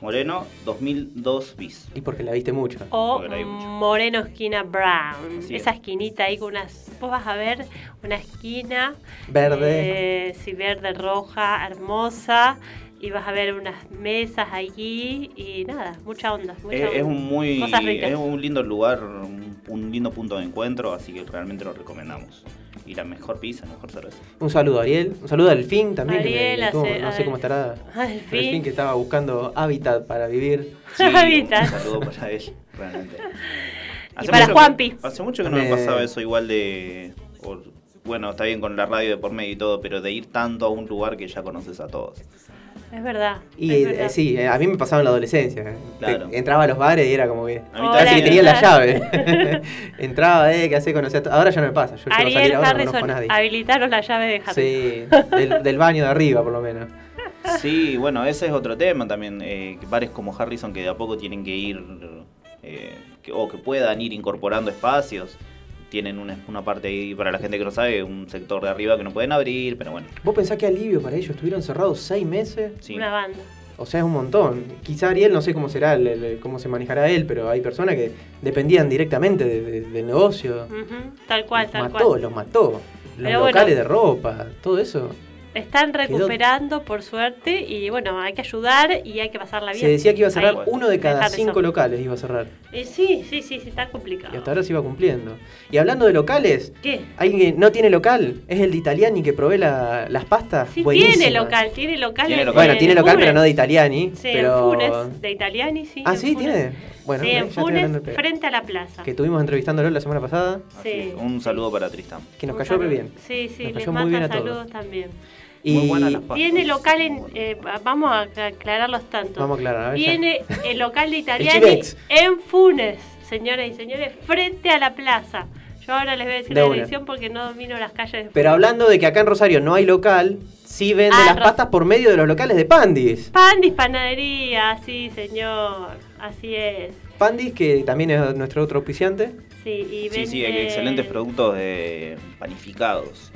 Moreno 2002 bis.
Y porque la viste mucho.
O
Porque la hay mucho.
Moreno Esquina Brown.
Así
Esa
es.
esquinita ahí con unas. Vos vas a ver una esquina.
Verde.
eh, sí, verde, roja, hermosa. y vas a ver unas mesas allí y nada, mucha onda. mucha
Es, es
onda.
un muy
Cosas ricas.
es un lindo lugar, un, un lindo punto de encuentro, así que realmente lo recomendamos. Y la mejor pizza, la mejor cerveza.
Un saludo a Ariel, un saludo al Fin también. que me-
Ariel,
que estuvo-
hace-
no sé cómo estará.
Al
pero El Fin
Fin.
que estaba buscando hábitat para vivir.
Sí,
Habita.
un saludo para él, realmente. Hace
para
mucho que-
Juanpi.
hace mucho que no me
Eh.
pasaba eso igual de... o- bueno, está bien con la radio de por medio y todo, pero de ir tanto a un lugar que ya conoces a todos.
Es verdad.
Y
es
eh,
verdad.
sí, eh, a mí me pasaba en la adolescencia. eh. Te-
Claro.
entraba a los bares y era como que.
A mí
Hola,
Casi que
Ariel.
tenía la llave. Entraba, eh, ¿qué hace? Conocer Ahora ya no me pasa. Yo quiero
Ariel
salir ahora, no conozco a
Harrison,
nadie.
habilitaron la llave de Harrison.
Sí, del, del baño de arriba, por lo menos.
Sí, bueno, ese es otro tema también. eh, que bares como Harrison que de a poco tienen que ir, eh, que- o que puedan ir incorporando espacios. Tienen una, una parte ahí, para la gente que no sabe, un sector de arriba que no pueden abrir, pero bueno,
¿Vos pensás que alivio para ellos? Estuvieron cerrados seis meses.
sí.
Una banda.
O sea, es un montón. Quizá Ariel, no sé cómo será, el- el- cómo se manejará él, pero hay personas que dependían directamente de- de- del negocio.
Ujú, Tal cual, Mm, tal
mató,
cual.
los mató. Los
Pero
locales
bueno.
de ropa, todo eso.
Están recuperando, por suerte, y bueno, hay que ayudar y hay que pasarla bien.
Se decía que iba a cerrar
Ahí.
uno de cada
Harrison.
cinco locales, iba a cerrar.
Y sí, sí, sí, sí, está
Y
complicado.
hasta ahora se iba cumpliendo. Y hablando de locales,
¿Qué?
alguien que no tiene local es el de Italiani que provee la- las pastas.
Sí,
buenísimas.
tiene local, tiene local.
Tiene
en-
local.
Bueno,
en
tiene local,
Funes.
pero no de Italiani.
Sí, en
pero...
Funes, de Italiani, sí.
Ah,
en
sí,
Funes.
tiene. Bueno,
sí,
ya
en
estoy
Funes,
hablando de-
frente a la plaza.
que estuvimos entrevistándolo la semana pasada,
Así
Sí.
es. Un saludo para Tristán.
que nos
Un
cayó re
saludo.
bien.
Sí, sí,
Nos
les
cayó muy
manda
bien a todos.
saludos también.
Y
Muy buenas las pastas.
Tiene local en.
Muy
eh,
buenas.
vamos a aclararlos tanto.
vamos a aclarar. a ver, ya.
Tiene el local de
El
Italiani
Chivex.
en Funes, señoras y señores, frente a la plaza. Yo ahora les voy a decir
De
la
una.
dirección porque no domino las calles de
Pero
Funes.
hablando de que acá en Rosario no hay local, sí vende
Ah,
las
Ros-
pastas por medio de los locales de Pandis.
Pandis Panadería, sí, señor. Así es.
Pandis, que también es nuestro otro auspiciante.
Sí, y
Sí, sí,
venden-
excelentes productos de panificados.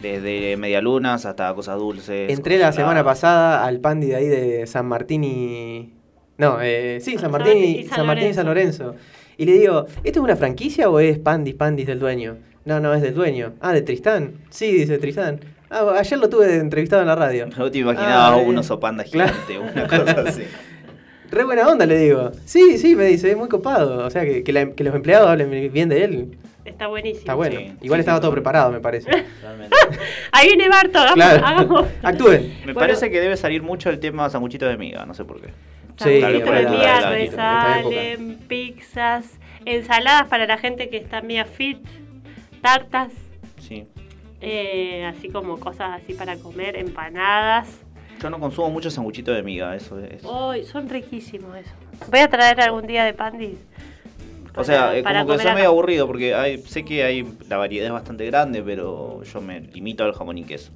Desde medialunas hasta cosas dulces.
Entré la
cosas
semana
saladas.
pasada al Pandi de ahí de San Martín y... No, eh, sí, San Martín y, San Martín y San Lorenzo. Y le digo, ¿esto es una franquicia o es Pandis, Pandis del dueño? No, no, es del dueño. Ah, de Tristán. Sí, dice Tristán. Ah, ayer lo tuve entrevistado en la radio.
Yo te imaginaba
Ah,
un
eh.
oso panda
Claro.
gigante, una cosa así.
Re buena onda, le digo. Sí, sí, me dice, es muy copado. O sea, que, que la- em, que los empleados hablen bien de él.
Está buenísimo.
Está bueno.
sí,
Igual
sí,
estaba
sí.
todo preparado, me parece.
Realmente.
Ahí viene Barto, hagamos.
Claro.
hagamos.
Actúen.
Me
Ah, Bueno.
parece que debe salir mucho el tema sanguchitos de miga, no sé por qué.
Sí,
Sanguchitos
por
de
esta-
miga,
esta-
eh.
esta época.
resalen, pizzas, ensaladas para la gente que está mía fit, tartas,
Sí.
eh, así como cosas así para comer, empanadas.
Yo no consumo mucho sanguchito de miga, eso es.
Uy, son riquísimos eso. Voy a traer algún día de pandis.
O sea,
para-
eh,
para
como que
comer
soy
acá.
medio aburrido porque hay, sé que hay la variedad es bastante grande, pero yo me limito al jamón y queso.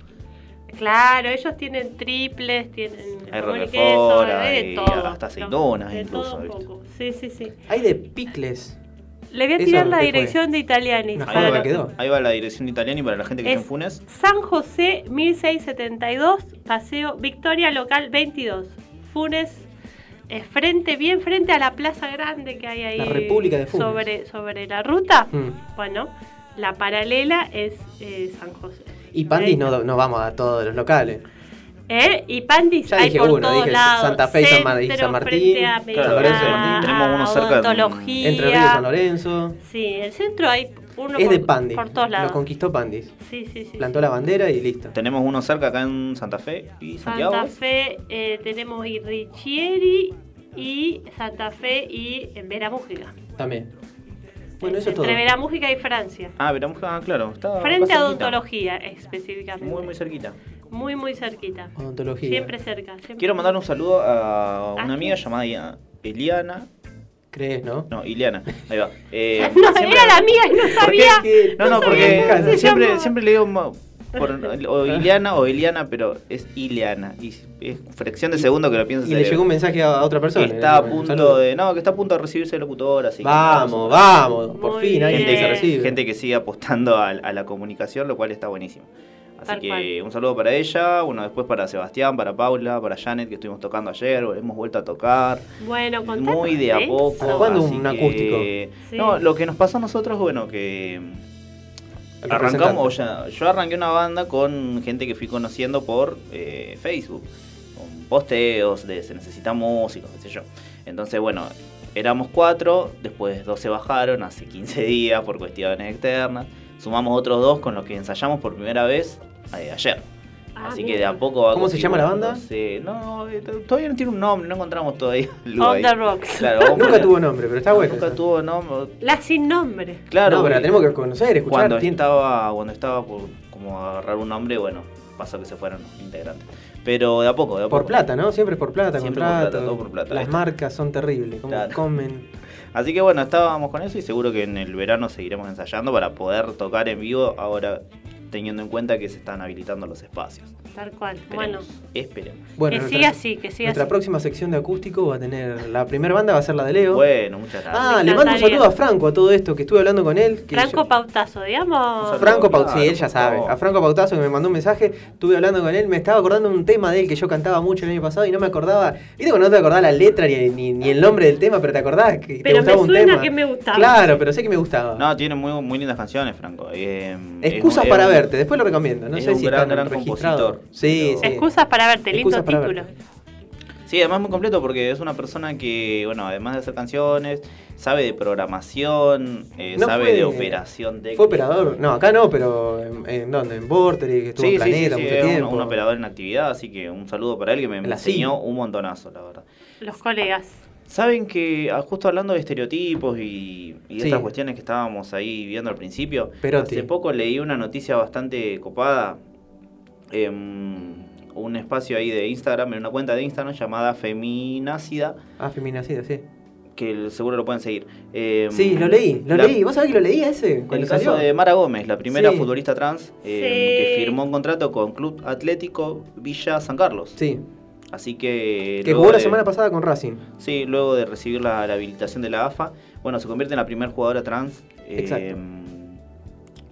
Claro, ellos tienen triples, tienen
Hay
jamón y
roquefora,
hay de
hay
todo.
hasta aceitunas
De
incluso,
todo un
¿viste?
poco. Sí, sí, sí.
Hay de picles.
Le voy a
Eso,
tirar la
¿qué fue?
dirección de Italianis.
Una
para
joda
los-
que quedó.
ahí va la dirección italiana y para la gente que
Es-
está en Funes.
San José 1672, Paseo Victoria Local 22. Funes, eh, frente, bien frente a la plaza grande que hay ahí.
La República de Funes.
Sobre, sobre la ruta.
Mm.
Bueno, la paralela es eh, San José.
Y Pandis
Ahí.
no, no vamos a todos los locales.
¿Eh? Y Pandis
Ya
hay
dije
por
uno,
todos
dije
lados.
Santa Fe y San Mar- y
Centro,
San Martín.
frente a
Claro,
Medina,
Lorenzo Martín. Tenemos uno cerca en-
odontología.
Entre Río y San Lorenzo.
Sí, el centro hay uno
Es
por,
de Pandis.
por todos
Lo
lados.
conquistó Pandis.
sí, sí, sí.
Plantó la bandera y listo.
Tenemos uno cerca acá en Santa Fe y Santiago.
Santa Fe eh, tenemos y Richieri y Santa Fe y en Vera Mújica.
También. Bueno, eso es todo.
Entre Vera Mújica y Francia.
Ah, pero ah, claro. Está
Frente
está
a
cerquita.
odontología específicamente.
Muy, muy cerquita.
Muy, muy cerquita.
Odontología.
Siempre ¿Ah, cerca. siempre
Quiero mandar un saludo a
¿A
una
quién?
amiga llamada Eliana.
¿Crees, no?
No, Iliana. Ahí va. Eh,
cerca. No,
siempre-
era la mía y no
¿Por qué?
sabía.
¿Qué?
No, no,
No sabía
porque
cómo se
siempre,
llamaba.
siempre le digo ma- por- o Iliana o Eliana, pero es Iliana. Y es fracción de segundo que lo pienso.
Y le llegó un mensaje a otra persona.
Está a
Un
punto
saludo.
de. No, que está a punto de recibirse de locutor, así que-
Vamos, vamos. Por
Muy
fin, alguien
gente,
que se
bien.
recibe.
gente que sigue apostando a, a la comunicación, lo cual está buenísimo. Así
Tal
que
cual.
un saludo para ella, bueno, después para Sebastián, para Paula, para Janet, que estuvimos tocando ayer, hemos vuelto a tocar.
Bueno, contanos
Muy de a
eso.
poco.
¿Cuándo
así
un
que-
acústico?
Sí.
No, lo que nos pasó a nosotros, bueno, que
El representante.
arrancamos, o ya, yo arranqué una banda con gente que fui conociendo por eh, Facebook, con posteos de se necesita músicos, qué sé yo. Entonces, bueno, éramos cuatro, después dos se bajaron hace 15 días por cuestiones externas. Sumamos otros dos con los que ensayamos por primera vez eh, ayer.
Ah,
Así
mira.
que de a poco va
¿Cómo se llama la banda?
No sé, no, eh, t- todavía no tiene un nombre, no encontramos todavía. el
On
ahí.
the Rocks.
Claro, vamos a
Nunca
poner-
tuvo nombre, pero está bueno.
Nunca
eso.
tuvo nombre.
La sin nombre.
Claro,
no, pero la
porque
tenemos que conocer, escuchar.
cuando
tiene-
estaba, cuando estaba por como agarrar un nombre, bueno, pasó que se fueron los integrantes. Pero de a poco, de a poco.
Por plata, ¿no? Siempre por plata,
Siempre por
contrato.
plata, todo por plata.
Las marcas son terribles, como
Claro.
comen.
Así que bueno, estábamos con eso y seguro que en el verano seguiremos ensayando para poder tocar en vivo ahora teniendo en cuenta que se están habilitando los espacios.
Tal cual. Bueno,
Esperemos, esperemos.
Bueno,
que
nuestra-
siga así, que siga
Nuestra
así.
próxima sección de acústico va a tener. La primera banda va a ser la de Leo.
Bueno, muchas gracias.
ah,
me
le mando un
encantaría.
saludo a Franco a todo esto, que estuve hablando con él. que
Franco
yo-
Pautazo,
Un
digamos.
saludo.
Franco Pautazo,
Claro,
sí, él ya
por
sabe.
favor.
A Franco Pautazo que me mandó un mensaje, estuve hablando con él, me estaba acordando un tema de él que yo cantaba mucho el año pasado y no me acordaba. Viste cuando no te acordás la letra ni, ni, ni el nombre del tema, pero te acordás que te
Pero me
gustaba un
suena
tema.
que me gustaba.
Claro, pero sé que me gustaba.
No, tiene muy, muy lindas canciones, Franco. Eh, es
Excusas
un-
para
es un-
verte, después lo recomiendo. No
es
sé
un
si
gran,
está
gran
registrado.
compositor.
Sí,
Pero-
sí.
Excusas para verte, lindo
Excusas para
título.
Sí, además muy completo porque es una persona que, bueno, además de hacer canciones, sabe de programación, eh,
No
sabe
fue-
de operación técnica.
Fue operador, no, acá no, pero en, en dónde, en Vorterix, que estuvo
Sí,
en
sí, sí,
Planeta
sí,
mucho
es un,
tiempo.
un operador en actividad, así que un saludo para él que me
La
enseñó
sí.
un montonazo, la verdad.
Los colegas.
Saben que, ah, justo hablando de estereotipos y, y
Sí.
estas cuestiones que estábamos ahí viendo al principio,
Perotti.
hace poco leí una noticia bastante copada en un espacio ahí de Instagram, en una cuenta de Instagram llamada Feminacida,
Ah, feminacida, sí.
que el- seguro lo pueden seguir. Em,
Sí, lo leí, lo
la-
leí. ¿Vos sabés que lo leí a ese? Cuando
El caso
salió.
de Mara Gómez, la primera
Sí.
futbolista trans em,
Sí.
que firmó un contrato con Club Atlético Villa San Carlos.
Sí,
Así que.
que
luego
jugó la
de-
semana pasada con Racing.
Sí, luego de recibir la, la habilitación de la AFA, bueno, se convierte en la primera jugadora trans. eh,
Exacto.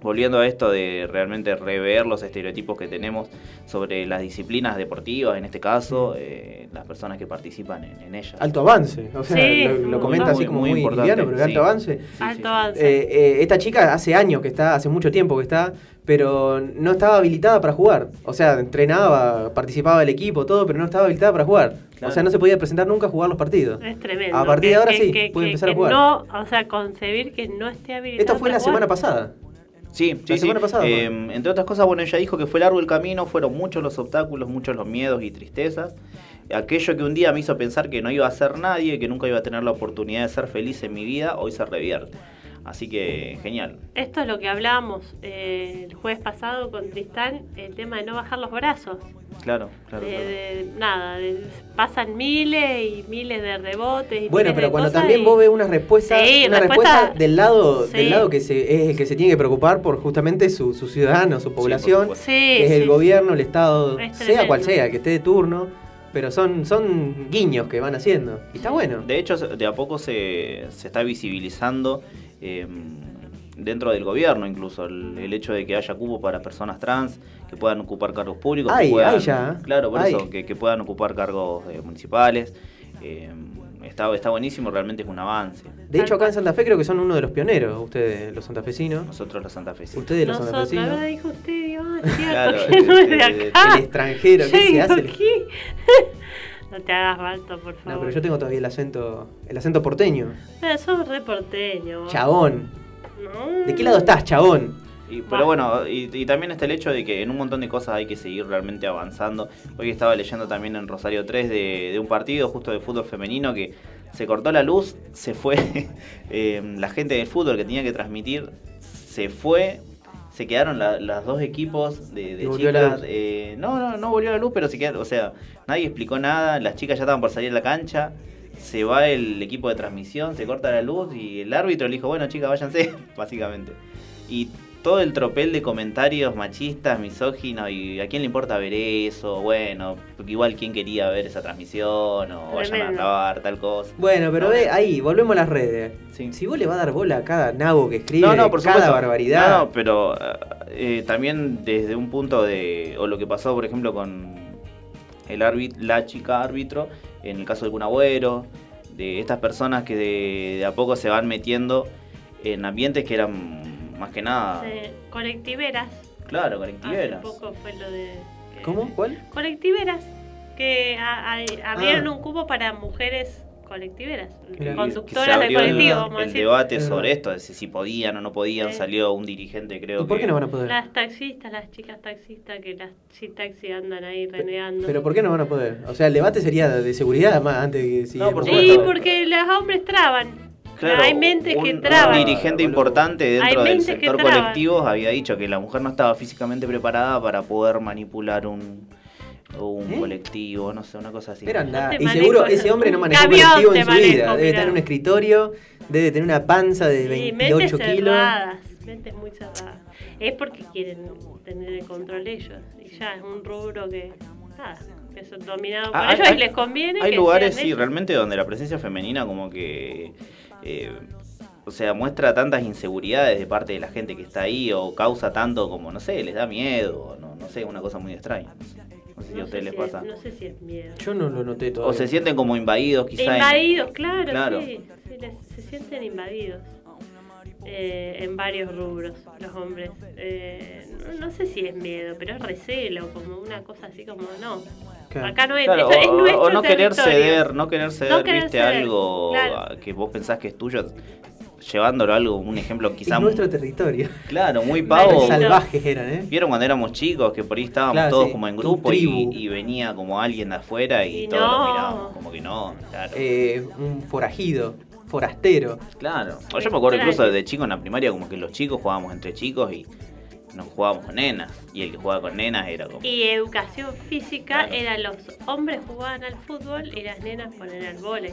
Volviendo a esto de realmente rever los estereotipos que tenemos sobre las disciplinas deportivas, en este caso, eh, las personas que participan en, en ellas.
Alto avance, o sea,
Sí,
lo, lo
muy-
comenta así
muy-
como
muy
muy,
importante,
liviano, pero que
sí.
alto avance.
Sí, sí, sí.
Alto avance.
Eh, eh, esta chica hace años que está, hace mucho tiempo que está, pero no estaba habilitada para jugar. O sea, entrenaba, participaba del equipo, todo, pero no estaba habilitada para jugar.
Claro.
O sea, no se podía presentar nunca a jugar los partidos.
Es tremendo.
A partir
Que-
de ahora
que-
sí,
que-
puede
que-
empezar a
que
jugar.
No, o sea, concebir que no esté habilitado.
Esta fue
para
la semana
jugar.
pasada.
Sí, sí,
La
sí.
semana pasada,
Eh,
bueno.
entre otras cosas, bueno, ella dijo que fue largo el camino, fueron muchos los obstáculos, muchos los miedos y tristezas. Aquello que un día me hizo pensar que no iba a ser nadie, que nunca iba a tener la oportunidad de ser feliz en mi vida, hoy se revierte. Así que, genial.
Esto es lo que hablábamos eh, el jueves pasado con Tristán, el tema de no bajar los brazos.
Claro, claro.
de,
claro.
de- nada, de- pasan miles y miles de rebotes. Y
Bueno,
miles
pero
de
cuando
cosas
también
y-
vos ves una respuesta,
Sí,
una
respuesta-
respuesta, del lado,
Sí.
del lado que se, es el que se tiene que preocupar por justamente su, su ciudadano, su población,
supuesto.
Sí,
que es
sí,
el
sí.
gobierno, el Estado,
Es
sea cual
tremendo.
sea, que esté de turno, pero son, son guiños que van haciendo. Y está bueno.
De hecho, de a poco se, se está visibilizando eh, dentro del gobierno incluso el, el hecho de que haya cupo para personas trans que puedan ocupar cargos públicos. que
Ay,
puedan-
ay, ya.
Claro, por
Ay.
eso, que, que puedan ocupar cargos eh, municipales. Eh, está, está buenísimo, realmente es un avance.
De hecho, acá en Santa Fe creo que son uno de los pioneros, ustedes, los santafesinos.
Nosotros los santafesinos.
Ustedes, los
Nosotros,
santafesinos.
ahora dijo usted, digo, ah, es cierto,
Claro,
que no es
eh,
de
eh,
acá.
El extranjero, ¿qué
Yo
se
digo,
hace?
¿qué? No te hagas balto, por favor.
No, pero yo tengo todavía el acento, el acento porteño.
Eh, sos re porteño. vos.
Chabón.
No.
¿De qué lado estás, chabón?
Y- pero bueno, y, y también está el hecho de que en un montón de cosas hay que seguir realmente avanzando. Hoy estaba leyendo también en Rosario 3 de, de un partido justo de fútbol femenino que se cortó la luz, se fue eh, la gente del fútbol que tenía que transmitir, se fue, se quedaron la- las dos equipos de, de
Y volvió la
chicas.
luz.
eh, no, no, no volvió la luz, pero se quedaron, o sea, nadie explicó nada, las chicas ya estaban por salir a la cancha. Se va el equipo de transmisión, se corta la luz y el árbitro le dijo, bueno chicas, váyanse, básicamente y todo el tropel de comentarios machistas, misóginos, y a quién le importa ver eso, bueno, porque igual quién quería ver esa transmisión, o vayan a
Tremendo.
grabar tal cosa.
Bueno, pero
No,
ve,
no.
ahí, volvemos a las redes.
Sí.
Si vos le vas a dar bola a cada nabo que escribe,
No, no, por
cada
supuesto.
barbaridad.
No, no, pero eh, también desde un punto de. O lo que pasó, por ejemplo, con el árbit- la chica árbitro, en el caso de algún agüero, de estas personas que de, de a poco se van metiendo en ambientes que eran más que nada.
Eh, colectiveras.
Claro,
Hace
colectiveras.
poco fue lo de. que-
¿Cómo? ¿Cuál?
Colectiveras. que a- a- abrieron
Ah.
un cupo para mujeres colectiveras,
Mirá.
Eh, Que se
conductoras de
abrió el,
colectivo,
la-
vamos a
el
decir.
debate
Es
sobre
verdad.
esto, de si, si podían o no podían,
Sí.
salió un dirigente, creo
¿Y por
que-
qué no van a poder?
Las taxistas, las chicas taxistas, que las sin taxi andan ahí renegando.
Pero ¿por qué no van a poder? O sea, el debate sería de seguridad más antes que si...
No, por
Sí,
supuesto.
porque los hombres traban.
Claro,
Hay mentes
un-
que traban.
Un dirigente
Claro,
importante
Hay
dentro del
mentes que
sector
traban.
colectivo había dicho que la mujer no estaba físicamente preparada para poder manipular un, un
¿Eh?
colectivo, no sé, una cosa así.
Pero anda,
Te
y
Este
seguro
manejo.
ese hombre no manejó
Camión
colectivo
te
en su
manejo,
vida. Debe
mirá.
estar en un escritorio, debe tener una panza de
Sí, mentes
28 kilos.
cerradas, mentes muy cerradas. Es porque quieren tener el control ellos. Y ya es un rubro que, nada, es dominado por
Ah,
ellos y les conviene.
Hay
que
lugares,
sean
sí,
ellos.
realmente donde la presencia femenina como que... eh, o sea, muestra tantas inseguridades de parte de la gente que está ahí o causa tanto como, no sé, les da miedo, no, no sé, una cosa muy extraña. No sé si a
No sé,
ustedes
si
les pasa.
Es, no sé si es miedo.
Yo no lo noté todo.
O se sienten como invadidos quizá. en-
Invadidos, claro,
Claro.
sí. sí, les- se sienten invadidos eh, en varios rubros los hombres. Eh, no, no sé si es miedo, pero es recelo, como una cosa así como no.
Claro.
Acá no es,
Claro,
esto es
o,
nuestro
o no querer
territorio.
ceder, no querer ceder,
querer
viste,
ceder,
algo
claro.
a- que vos pensás que es tuyo, llevándolo a algo, un ejemplo
Es
quizá muy-
nuestro territorio.
claro, muy
Claro.
pavo.
Salvajes eran, ¿eh?
Vieron cuando éramos chicos que por ahí estábamos
Claro,
todos
sí,
como en
tu
grupo y,
tribu.
y venía como alguien de afuera y,
Y
todos lo
no.
mirábamos, como que no, claro.
Eh, un forajido, forastero.
claro. O yo me acuerdo
Extraño.
incluso desde chico en la primaria como que los chicos jugábamos entre chicos y nos jugábamos con nenas. Y el que jugaba con nenas era como...
Y educación física
Claro.
eran los hombres jugaban al fútbol y las nenas ponían al vóley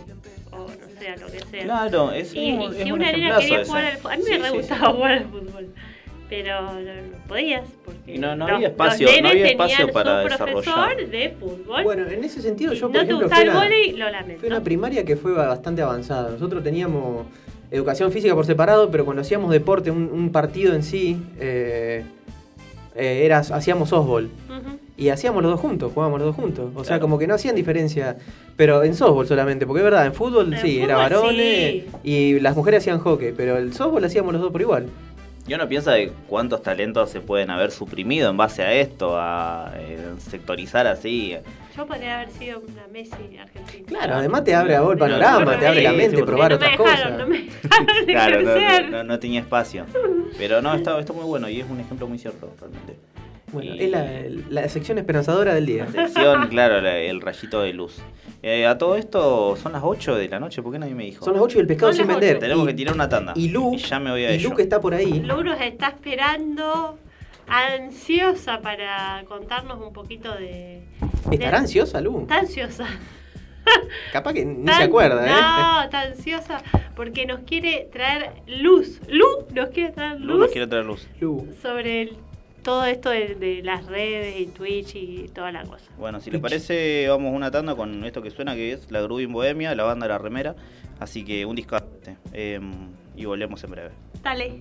o no sé, a lo que sea.
Claro, es,
y,
un-
y
es
si
un
una nena
ejemplazo
quería
ese.
jugar al fútbol, a mí
Sí,
me re
sí, sí.
gustaba jugar al fútbol, pero no, no podías. Porque
Y no- no
los-
había espacio-
los nenes
no había espacio
tenían
para
su profesor
desarrollar.
de fútbol.
Bueno, en ese sentido
y
yo, por
no te
ejemplo,
gustaba el
fui a una-
vóley, lo
Fue
lamento.
una primaria que fue bastante avanzada. Nosotros teníamos educación física por separado, pero cuando hacíamos deporte, un, un partido en sí, eh, eh, era, hacíamos softball.
Ujú.
Y hacíamos los dos juntos, jugábamos los dos juntos. O sea,
Claro.
como que no hacían diferencia. Pero en softball solamente, porque es verdad, en fútbol
En
sí, era
fútbol,
varones
sí.
y las mujeres hacían hockey, pero el softball hacíamos los dos por igual.
Y uno piensa de cuántos talentos se pueden haber suprimido en base a esto, a eh, sectorizar así.
Yo podría haber sido una Messi argentina.
Claro, además te abre a vos el
No,
panorama,
no,
te abre
sí,
la
sí,
mente,
porque
Que
probar
no me
otras
dejaron,
cosas.
no me dejaron de
Claro, no- no,
crecer.
no- no tenía espacio. Pero no, está, está muy bueno y es un ejemplo muy cierto realmente.
Bueno,
Y-
es la, la sección esperanzadora del día.
Sección, claro, la- el rayito de luz. Eh, a todo esto son las 8 de la noche, ¿por qué nadie me dijo?
Son las 8 y el pescado
Son
sin
las
vender.
ocho.
Tenemos
Y-
que tirar una tanda.
Y Lu,
ya me voy a
y
ello.
Lu que está por ahí.
Lu nos está esperando, ansiosa para contarnos un poquito de.
¿Estará
de-
ansiosa Lu?
Está ansiosa.
Capaz que ni
Tan-
se acuerda, ¿eh?
No, está ansiosa porque nos quiere traer luz. Lu nos quiere traer
Lu
luz,
nos quiere traer luz.
Lu.
sobre el- todo esto de, de las redes y Twitch y toda la cosa.
Bueno, si le parece, vamos a una tanda con esto que suena, que es la Grubin Bohemia, la banda La Remera. Así que un disco em, y volvemos en breve.
Dale.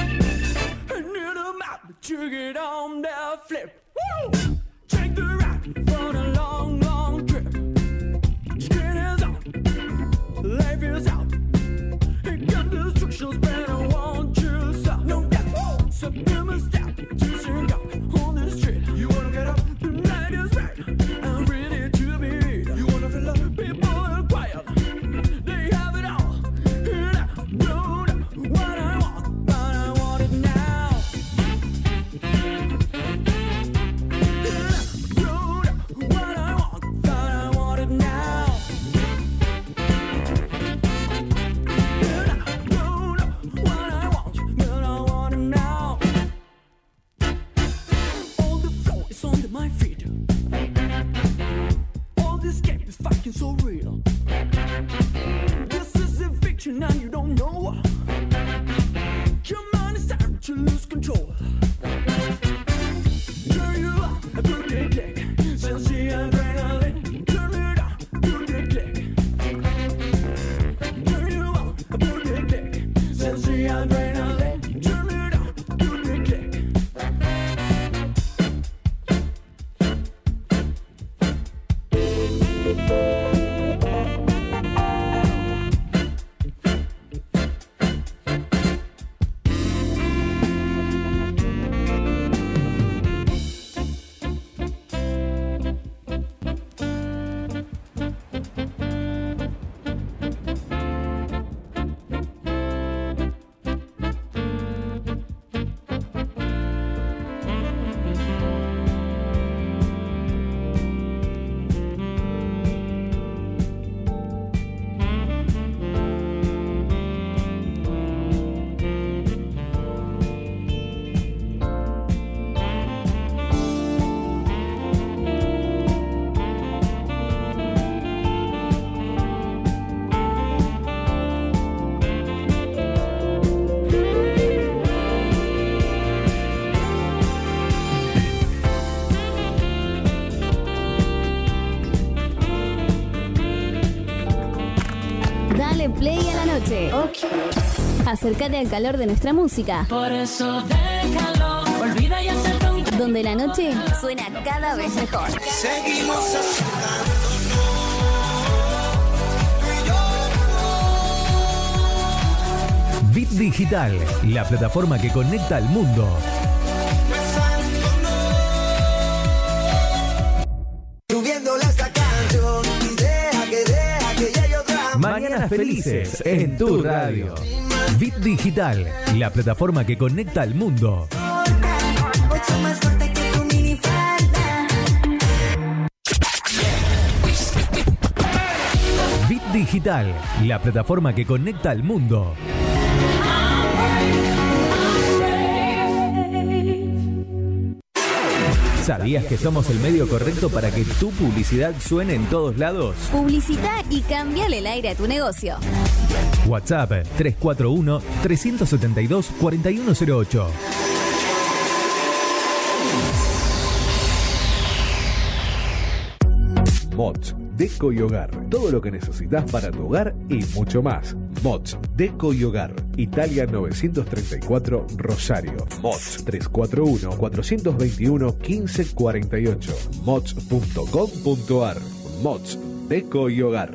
Hit 'em up, jig it on the flip. Woo! Take the ride for the long, long trip. Skin is out, life is out. It got destructions, better want you some. No doubt, Woo! so give me step to sing out on the street. You wanna get up? The night is right, I'm ready to be. it. You wanna feel love? People are quiet, they have it all. And I don't know what I want, but I want it now. What
Dale play a la noche. Acércate al calor de nuestra música,
Por eso déjalo, olvida y acepta un
donde la noche suena cada vez mejor.
Bit Digital, la plataforma que conecta al mundo.
Subiéndole esta canción y deja que deja que ya hay otra.
Mañanas felices en tu radio. Bit Digital, la plataforma que conecta al mundo.
Mucho más fuerte que tu minifalda.
Bit Digital, la plataforma que conecta al mundo. ¿Sabías que somos el medio correcto para que tu publicidad suene en todos lados?
Publicita y cambiale el aire a tu negocio.
WhatsApp 341-372-4108.
Mods, Deco y Hogar. Todo lo que necesitas para tu hogar y mucho más. Mods, Deco y Hogar. Italia 934 Rosario. Mods 341-421-1548. Mods.com.ar. Mods, Deco y Hogar.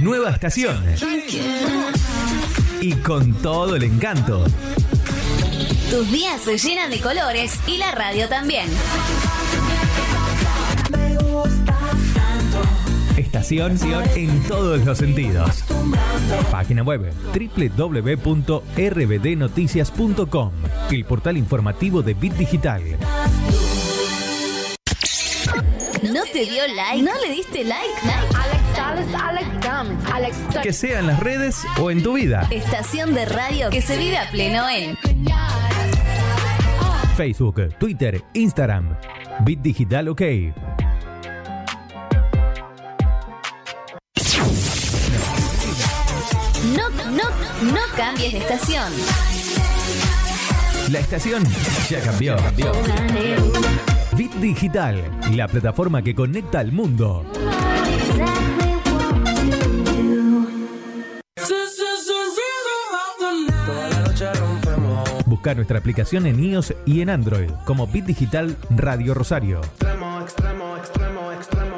Nueva estación. Y con todo el encanto.
Tus días se llenan de colores y la radio también.
Estación en todos los sentidos. Página web www.rbdnoticias.com, el portal informativo de Bit Digital.
¿No te dio like? ¿No le diste like?
Que sea en las redes o en tu vida.
Estación de radio que se vive a pleno en.
Facebook, Twitter, Instagram. Bit Digital OK.
No, no, no cambies de estación.
La estación ya cambió. Bit Digital, la plataforma que conecta al mundo.
Toda la noche rompemos,
Busca nuestra aplicación en iOS y en Android como Bit Digital Radio Rosario.
extremo, extremo, extremo, extremo.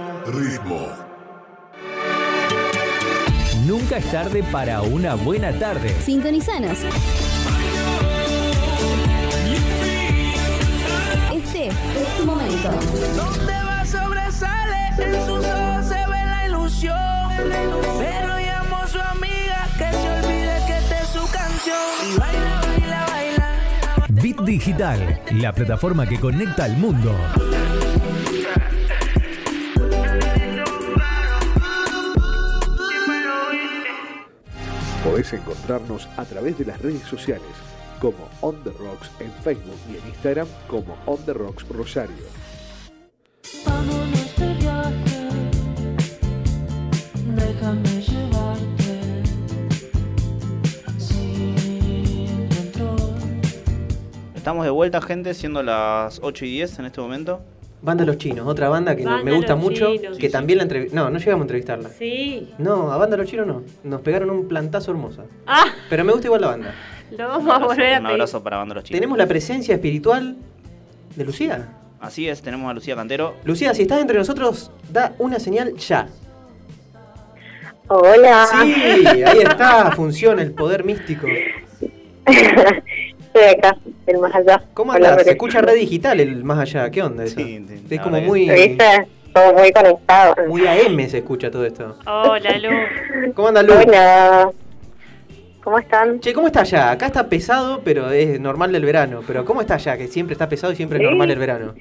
Nunca es tarde para una buena tarde.
Sintonizanos. Este es tu momento.
Donde va sobresale, en sus ojos se ve la ilusión. Pero llamo a su amiga que se olvide que esta es su canción. Y baila, baila, baila.
Bit Digital, la plataforma que conecta al mundo.
Podés encontrarnos a través de las redes sociales como On The Rocks en Facebook y en Instagram como On The Rocks Rosario.
Vámonos de viaje, déjame llevarte
Estamos de vuelta, gente, siendo las 8 y 10 en este momento.
Banda Los Chinos, otra banda que no-
Banda
me gusta
Los
mucho,
Chinos.
que
Sí,
también la entrevistamos. No, no llegamos a entrevistarla.
Sí.
No, a Banda Los Chinos no. Nos pegaron un plantazo hermoso.
Ah,
Pero me gusta igual la banda.
lo vamos a volver a
un
pedir.
abrazo para Banda Los Chicos.
Tenemos la presencia espiritual de Lucía.
Así es, tenemos a Lucía Cantero.
Lucía, si estás entre nosotros, da una señal ya.
Ah.
Hola.
Sí, ahí está, funciona el poder místico.
Estoy acá, del más allá.
¿Cómo
Hola,
andás? Se
Lore.
escucha red digital el más allá, ¿qué onda eso?
Sí, sí,
es
la
como
verdad
muy,
¿Viste? Como muy conectado.
muy AM se escucha todo esto.
Hola, Luz.
¿Cómo anda Lu?
Hola. ¿Cómo están?
Che, ¿cómo está allá? Acá está pesado, pero es normal del verano. Pero ¿cómo está allá? Que siempre está pesado y siempre es
Sí.
normal el verano.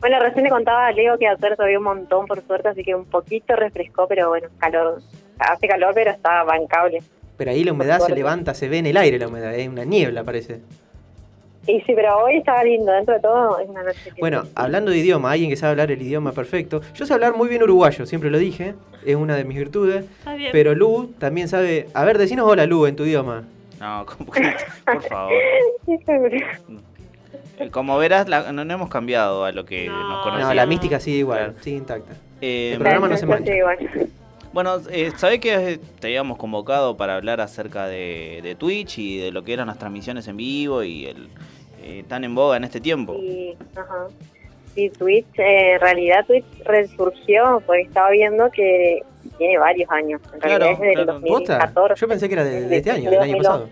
Bueno, recién le contaba a Leo que ayer todavía un montón, por suerte, así que un poquito refrescó, pero bueno, calor. Hace calor, pero está bancable.
Pero ahí la humedad se
suerte.
levanta, se ve en el aire la humedad, es una niebla parece.
Y sí, pero hoy estaba lindo, dentro de todo es una noche. que-
Bueno, hablando de idioma, alguien que sabe hablar el idioma perfecto. Yo sé hablar muy bien uruguayo, siempre lo dije, es una de mis virtudes.
Está bien.
Pero Lu también sabe... A ver, decinos hola Lu en tu idioma.
No, ¿cómo que- por favor. Eh, Como verás, la- no, no hemos cambiado a lo que
No.
nos
No,
conocíamos.
No,
sí.
la mística sigue igual,
Claro.
sigue intacta.
Eh,
El programa no se mancha.
Sí, bueno.
Bueno, eh, sabés que eh, te habíamos convocado para hablar acerca de, de Twitch y de lo que eran las transmisiones en vivo y el eh, tan en boga en este tiempo.
Sí, ajá. Sí, Twitch, eh, en realidad Twitch resurgió porque estaba viendo que tiene varios años. En
Claro,
realidad es desde el
claro.
2014.
¿Posta? Yo pensé que era de, de este año, del año
2011.
pasado.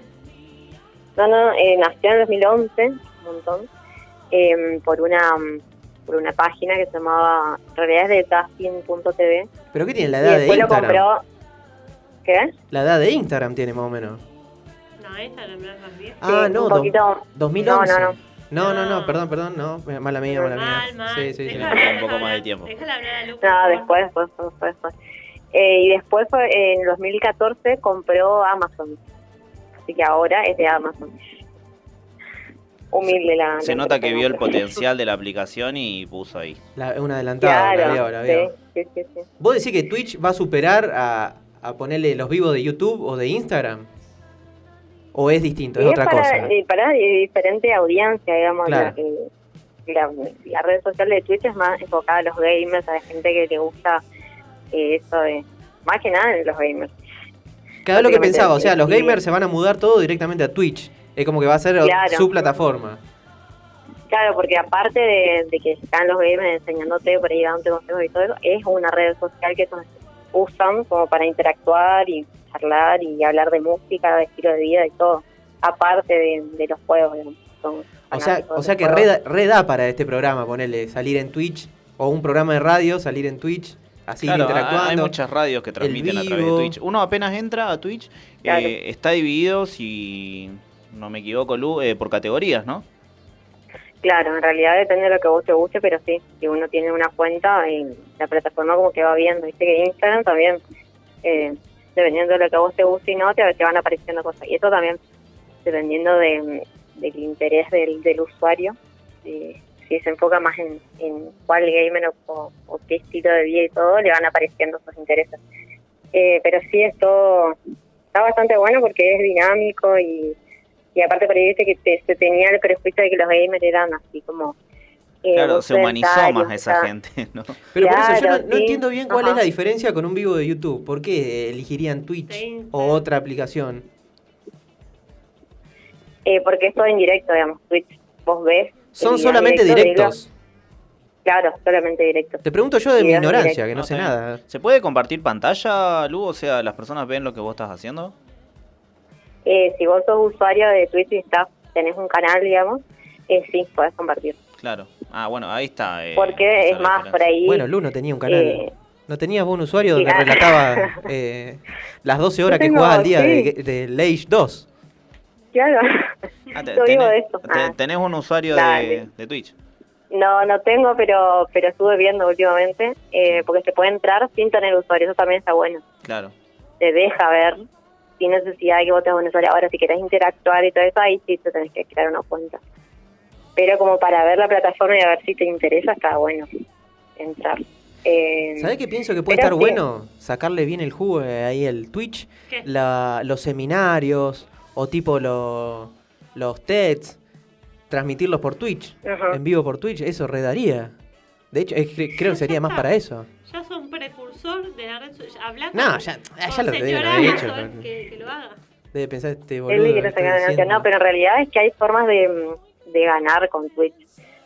No, no, eh, nació en el 2011, un montón, eh, por una por una página que se llamaba, en realidad es de Tasking.tv.
¿Pero qué tiene? La
Y
edad de
después lo
Instagram.
compró. ¿Qué?
La edad de Instagram tiene más o menos.
No, esta no es más vieja.
Ah,
Sí,
no,
un
do-
poquito.
2011.
No, no,
no. No, no,
Ah.
perdón, perdón, no, mala mía, mala mía.
Mal, mal.
Sí, sí, sí.
Déjala
Tenemos
hablar,
un poco
déjala
más de
hablar.
tiempo.
Déjala hablar a Lu. por
No,
favor.
después, después, después, después. Eh, y después fue, eh, en el 2014 compró Amazon. Así que ahora es de Amazon. Humilde la...
Se
la
nota que
empresa,
vio el
¿no?
potencial de la aplicación y puso ahí.
La- una adelantada, la veo,
Claro,
la
sí,
veo.
sí, sí, sí.
¿Vos decís que Twitch va a superar a, a ponerle los vivos de YouTube o de Instagram? ¿O es distinto? Es
Y
otra
para,
cosa.
eh, para eh, diferente audiencia, digamos.
Claro.
La, la- la red social de Twitch es más enfocada a los gamers, a la gente que le gusta eh, eso de... Más que nada los gamers.
Cada vez lo que
prácticamente
pensaba, o sea, los
sí.
gamers se van a mudar todo directamente a Twitch. Es como que va a ser
Claro.
su plataforma.
Claro, porque aparte de, de que están los gamers enseñándote por ahí dándote consejos y todo eso, es una red social que ellos usan como para interactuar y charlar y hablar de música, de estilo de vida y todo, aparte de, de los juegos. digamos, son
O sea,
fanáticos
o
de
sea
los
que
juegos.
reda, reda para este programa, ponerle salir en Twitch o un programa de radio, salir en Twitch, así
Claro,
interactuando.
hay muchas radios que transmiten a través de
vivo.
Twitch. Uno apenas entra a Twitch, eh,
Claro.
está dividido, si no me equivoco, Lu, eh, por categorías, ¿no?
Claro, en realidad depende de lo que vos te guste, pero sí, si uno tiene una cuenta y la plataforma como que va viendo, viste que Instagram también, eh, dependiendo de lo que a vos te guste y no, te, te van apareciendo cosas. Y esto también, dependiendo de, del interés del, del usuario, eh, si se enfoca más en, en cuál gamer o, o- o qué estilo de vida y todo, le van apareciendo sus intereses. Eh, pero sí, esto está bastante bueno porque es dinámico y y aparte por ahí viste que te- se tenía el prejuicio de que los gamers eran así como... eh,
Claro,
muy
se humanizó
sedentarios,
más
o
esa
sea,
gente, ¿no?
Pero por eso yo no,
Claro,
no
sí,
entiendo bien cuál
ajá.
es la diferencia con un vivo de YouTube. ¿Por qué elegirían Twitch
Sí.
o otra aplicación?
eh, porque es todo en directo, digamos, Twitch, vos ves...
Son
el
solamente
directo de
directos.
los- claro, solamente directos.
Te pregunto yo de
Sí,
mi
es
ignorancia,
directo.
que no,
No,
sé
está bien.
nada.
¿Se puede compartir pantalla, Lu? O sea, las personas ven lo que vos estás haciendo.
Eh, si vos sos usuario de Twitch y estás, tenés un canal, digamos, eh, sí, podés compartir.
Claro. Ah, bueno, ahí está. eh, esa
porque es
la
más por
diferencia.
ahí...
Bueno, Lu no tenía un canal.
eh,
¿No tenías vos un usuario donde
mirá.
relataba eh, las 12 horas
Yo
que
tengo,
jugaba al día de,
sí.
de Age 2?
Claro.
Ah, te-
yo vivo de
tenés,
esto.
te-
Ah.
tenés un usuario de,
Dale.
de Twitch.
No, no tengo, pero pero estuve viendo últimamente, eh, porque se puede entrar sin tener usuario, eso también está bueno.
Claro.
te deja ver sin necesidad de que votes un usuario. Ahora, si querés interactuar y todo eso, ahí sí te tenés que crear una cuenta. Pero como para ver la plataforma y a ver si te interesa, está bueno entrar. Eh,
¿Sabés qué pienso que puede
Pero
estar
sí.
bueno? Sacarle bien el jugo eh, ahí el Twitch,
¿Qué?
la- los seminarios o tipo lo- los TEDs. transmitirlos por Twitch,
Ajá.
en vivo por Twitch, eso redaría. De hecho, es que creo que sería más para eso.
Ya son precursor de la red social. Habla
No,
con-
ya-
con
ya lo deben
señora
haber hecho,
Amazon
pero-
Que, que lo haga.
Debe pensar este boludo.
Él le
que
quiere
está
sacar ganancia.
diciendo.
No, pero en realidad es que hay formas de, mm, de ganar con Twitch.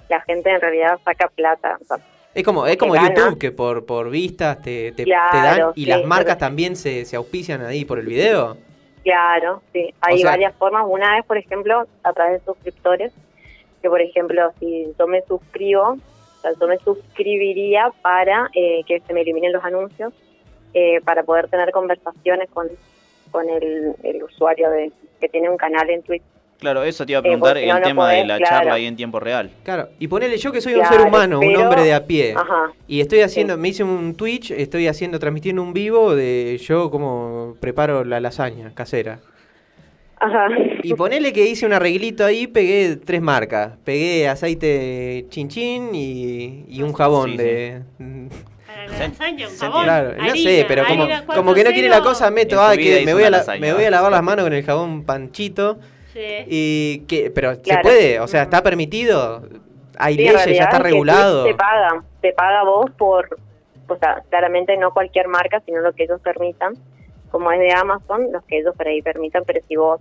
La gente en realidad saca plata. O sea,
Es como, es como
Te
YouTube,
gana.
que por, por vistas te, te- te dan
Claro,
y
sí,
las
pero-
marcas también se, se auspician ahí por el video.
Claro, sí. Hay
O sea-
varias formas. Una es, por ejemplo, a través de suscriptores. Que, por ejemplo, si yo me suscribo, o sea, yo me suscribiría para eh, que se me eliminen los anuncios, eh, para poder tener conversaciones con, con el, el usuario de, que tiene un canal en Twitch.
Claro, eso te iba a
Eh, porque
preguntar
no,
el
no
tema de
podés,
la
claro.
charla ahí en tiempo real.
Claro, y ponele yo que soy un
Claro,
ser humano, un
pero- Ah.
hombre de a pie.
Ajá.
Y estoy haciendo,
Sí.
me hice un Twitch, estoy haciendo, transmitiendo un vivo de yo como preparo la lasaña casera.
Ajá.
Y ponele que hice un arreglito ahí, pegué tres marcas. Pegué aceite chinchín y, y un jabón
Sí,
de...
Para
Se-
la lasaña, un
se
jabón.
Claro, no sé,
harina,
pero como,
harina
como que no quiere la
4.0.
cosa, meto,
En su
ah,
vida
que
hizo
me voy, a
una
la-
lasaña. Eh.
me voy a lavar las manos con el jabón panchito.
Sí.
Y que, pero
Claro.
se puede, o sea,
Ujú.
está permitido, hay
Sí, en
leyes, ya
realidad
está
es que
regulado.
Twitch Te paga, te paga vos por, o sea, claramente no cualquier marca, sino lo que ellos permitan, como es de Amazon, los que ellos por ahí permitan, pero si vos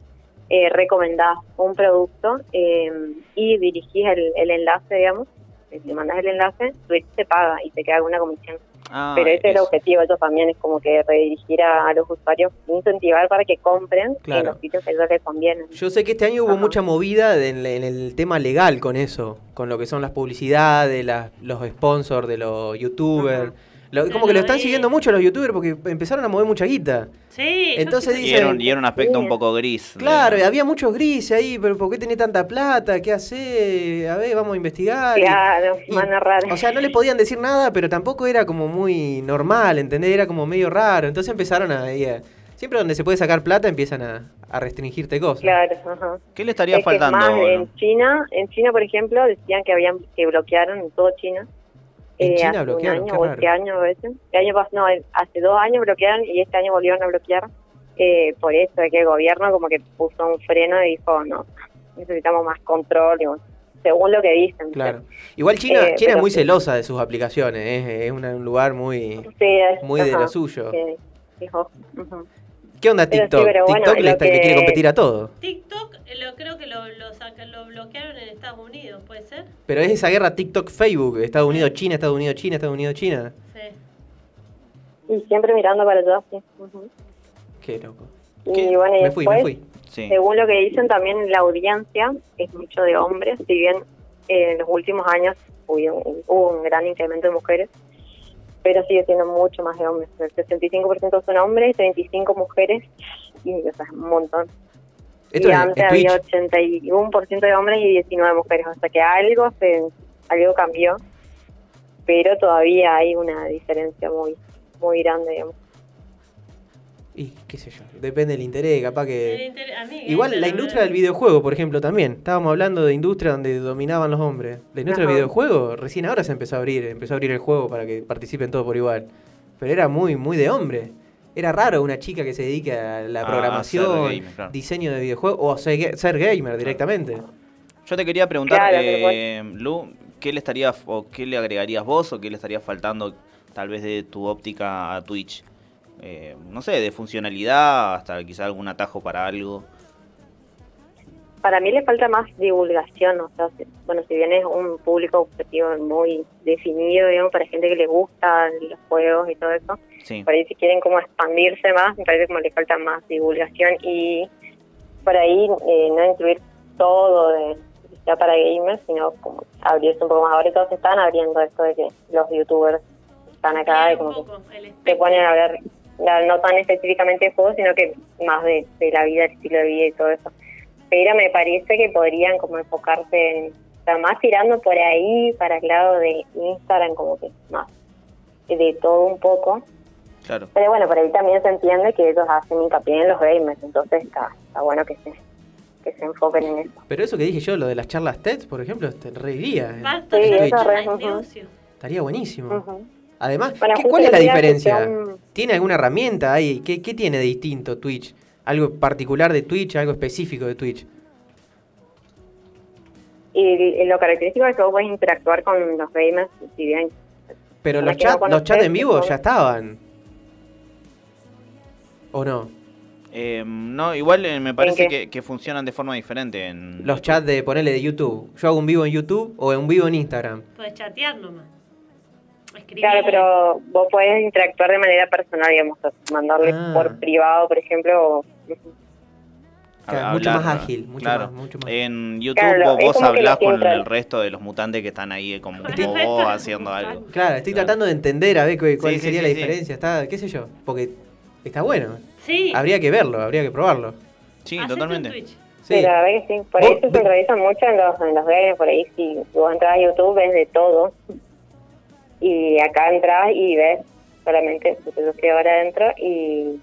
eh, recomendás un producto eh, y dirigís el, el enlace, digamos, eh, si le mandás el enlace, Twitch te paga y te queda alguna comisión.
Ah,
pero ese es el
eso.
objetivo, ellos también es como que redirigir a, a los usuarios, incentivar para que compren
Claro.
en los sitios que a ellos les convienen.
Yo sé que este año hubo
Ajá.
mucha movida de- en, en el tema legal con eso, con lo que son las publicidades, las, los sponsors de los youtubers.
Ajá.
Lo-
Yo
como que
lo
lo están
vi.
siguiendo mucho los youtubers porque empezaron a mover mucha guita.
Sí, yo
Entonces
sí-
Y era, un,
dicen-
y era un aspecto un
Sí.
poco gris. de-
Claro, y había muchos grises ahí, pero ¿por qué tenés tanta plata? ¿Qué hace? A ver, vamos a investigar. Y-
Claro,
y-
van a narrar.
O sea, no le podían decir nada, pero tampoco era como muy normal, ¿entendés? Era como medio raro. Entonces empezaron a... ahí a- siempre donde se puede sacar plata empiezan a, a restringirte cosas.
Claro, ajá.
¿Qué le estaría
Es que es
faltando?
más,
bueno?
en China, en China, por ejemplo, decían que habían que bloquearon en todo China. eh,
En China
hace un
bloquearon,
año
qué
o
raro.
este año, a veces. El año pas- no, el- hace dos años bloquearon y este año volvieron a bloquear eh, por eso, de que el gobierno como que puso un freno y dijo, no, necesitamos más control, digo, según lo que dicen.
Claro. Igual China,
Eh,
China es
pero
muy
sí.
celosa de sus aplicaciones, ¿eh? es una- un lugar muy,
Sí, es-
muy de
ajá,
lo suyo.
sí, dijo, ujú.
¿Qué onda
Pero sí,
TikTok?
pero bueno,
TikTok le,
lo
está- le quiere
que-
competir a todo.
TikTok eh, lo, creo que lo, lo, saca- lo bloquearon en Estados Unidos, ¿puede ser?
Pero es esa guerra TikTok-Facebook, Estados Unidos-China, Estados Unidos-China, Estados Unidos-China.
Sí.
Y siempre mirando para allá, sí. ujú.
Qué loco.
Y
¿Qué?
bueno, y
me fui, me
después-
fui.
Sí.
Eh, pues, Según lo que dicen también la audiencia, es mucho de hombres, si bien eh, en los últimos años hubo un, hubo un gran incremento de mujeres, pero sigue siendo mucho más de hombres. El 65% son hombres, 35 mujeres, y o sea, es un montón.
Esto
y
es en-
antes
en Twitch.
había 81% de hombres y 19 mujeres, o sea que algo, se, algo cambió, pero todavía hay una diferencia muy, muy grande, digamos.
Y qué sé yo, depende del interés, capaz
El
que...
inter- a mí,
Igual
eh,
la
pero-
industria del videojuego, por ejemplo, también. Estábamos hablando de industria donde dominaban los hombres. La industria del
Ajá.
videojuego recién ahora se empezó a abrir, empezó a abrir el juego para que participen todos por igual. Pero era muy, muy de hombre. Era raro una chica que se dedique a
Ah,
la
a
programación,
ser gamer, claro.
diseño de videojuegos o ser, ser gamer directamente.
Yo te quería preguntar,
Claro,
eh,
pero
Lu, ¿qué le estaría o qué le agregarías vos o qué le estaría faltando tal vez de tu óptica a Twitch? Eh, no sé, de funcionalidad hasta quizá algún atajo para algo.
para mí le falta más divulgación, o sea, si- bueno, si bien es un público objetivo muy definido, digamos, para gente que le gusta los juegos y todo eso,
Sí.
por ahí si quieren como expandirse más, me parece como le falta más divulgación y por ahí eh, no incluir todo de, ya para gamers, sino como abrirse un poco más. Ahora todos están abriendo esto de que los youtubers están acá y
Claro, un
como que
poco, el
se
espectro.
ponen a hablar, la- no tan específicamente de juegos, sino que más de, de la vida, el estilo de vida y todo eso. Pero me parece que podrían como enfocarse en, o sea, más tirando por ahí, para el lado de Instagram, como que más de todo un poco.
Claro.
Pero bueno, por ahí también se entiende que ellos hacen hincapié en los gamers, entonces está, está bueno que se, que se enfoquen en eso.
Pero eso que dije yo, lo de las charlas TED, por ejemplo, te reiría. eh.
Basta
Sí,
ya
eso
es un
re- ujú.
negocio.
Estaría buenísimo.
Ujú.
Además,
Bueno,
¿qué-
justo
¿cuál es la
el día que
diferencia?
sea un-
¿Tiene alguna herramienta ahí? ¿Qué, qué tiene de distinto Twitch? ¿Algo particular de Twitch? ¿Algo específico de Twitch?
Y, y lo característico es que vos podés interactuar con los gamers, si bien
Pero
Me
los
quedo
chats
con
los
los
chats en
tres,
vivo
por
ya
favor.
estaban. ¿O no?
Eh, no, igual eh, me parece
qué?
que, que funcionan de forma diferente. En...
Los chats de ponerle de YouTube. Yo hago un vivo en YouTube o un vivo en Instagram.
Puedes chatear nomás. Escribir.
Claro, pero vos podés interactuar de manera personal, digamos, mandarle
Ah.
por privado, por ejemplo. o-
a-
Claro,
a
mucho
hablar,
más ágil, mucho
claro.
más, mucho más.
En YouTube
Claro,
vos,
es
vos
como que
hablás
lo
con
sientan.
el resto de los mutantes que están ahí como,
Con el
como
resto
vos
de los
haciendo algo.
mutantes.
Claro, estoy
Claro.
tratando de entender a ver cu- cuál
Sí, sí,
sería
sí,
la
sí.
diferencia. Está, qué sé yo, porque está bueno.
Sí.
Habría que verlo, habría que probarlo.
Sí,
hacete un
totalmente.
Twitch.
Sí.
Sí, la verdad que sí. Por
Vos-
eso
ve-
se realizan mucho en los, en los games, por ahí si vos entras a YouTube ves de todo. Y acá entras y ves solamente, porque yo estoy ahora adentro y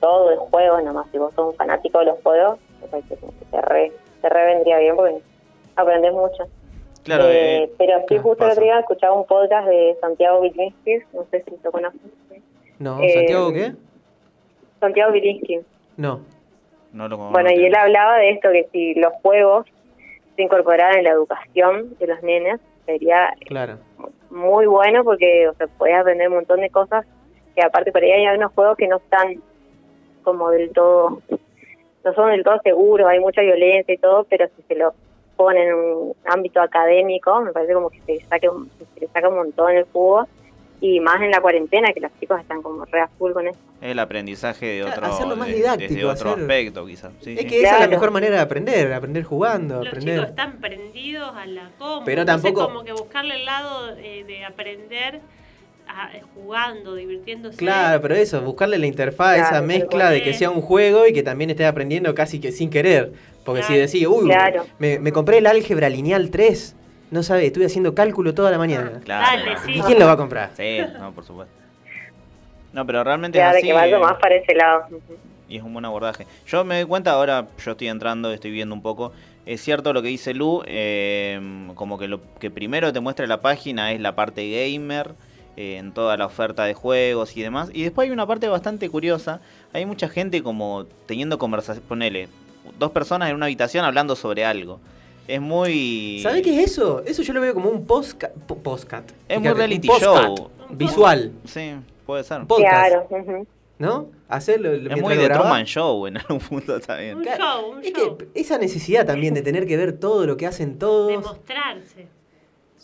todo de juegos nomás. Si vos sos un fanático de los juegos, me parece como que te, re, te re vendría bien porque aprendes mucho.
Claro,
Eh,
eh,
pero sí,
claro,
justo el
pasa.
otro día escuchaba un podcast de Santiago Bilinsky, no sé si lo conoces.
No,
Eh,
¿Santiago qué?
Santiago Bilinsky.
No.
no lo
Bueno,
no
y
te-
él hablaba de esto, que si los juegos se incorporaran en la educación de los nenes, sería
Claro.
muy bueno porque o sea, podés aprender un montón de cosas que aparte por ahí hay unos juegos que no están como del todo, no son del todo seguros, hay mucha violencia y todo, pero si se lo ponen en un ámbito académico, me parece como que se, saque, un- se le saca un montón el jugo y más en la cuarentena que los chicos están como re a full con eso.
El aprendizaje de
Claro,
otro,
hacerlo más
de-
didáctico,
desde otro
hacer-
aspecto, quizás. Sí,
es
sí.
que esa es la
Claro.
mejor manera de aprender, aprender jugando,
Los chicos
aprender.
están prendidos a la compu.
Pero
entonces
tampoco-
como que buscarle el lado eh, de aprender a- eh, jugando, divirtiéndose.
Claro, pero eso, buscarle la interfaz,
Claro,
esa
tal
mezcla
cual.
de que sea un juego y que también estés aprendiendo casi que sin querer. Porque si
Claro.
decís, uy,
Claro.
me, me compré el álgebra lineal 3, no sabes, estuve haciendo cálculo toda la mañana.
Ah, Claro.
Dale, sí.
¿Y quién lo va a comprar?
Sí, no, por supuesto. No, pero realmente
Claro,
es así.
que vaya
eh,
más para ese lado. Ujú.
y es un buen abordaje. Yo me doy cuenta, ahora yo estoy entrando, estoy viendo un poco. Es cierto lo que dice Lu, eh, como que lo que primero te muestra la página es la parte gamer, eh, en toda la oferta de juegos y demás. Y después hay una parte bastante curiosa. Hay mucha gente como teniendo conversaciones, ponele, dos personas en una habitación hablando sobre algo. Es muy...
¿Sabés qué es eso? Eso yo lo veo como un postcat. postcat.
Es muy
Fíjate,
reality
un postcat
show.
Visual,
Sí, puede ser.
Un podcast,
Claro. ujú.
¿no? Hacerlo
Es muy de Truman Show en algún punto también.
Un
Claro,
show, un
Es
show.
que esa necesidad también de tener que ver todo lo que hacen todos.
Demostrarse.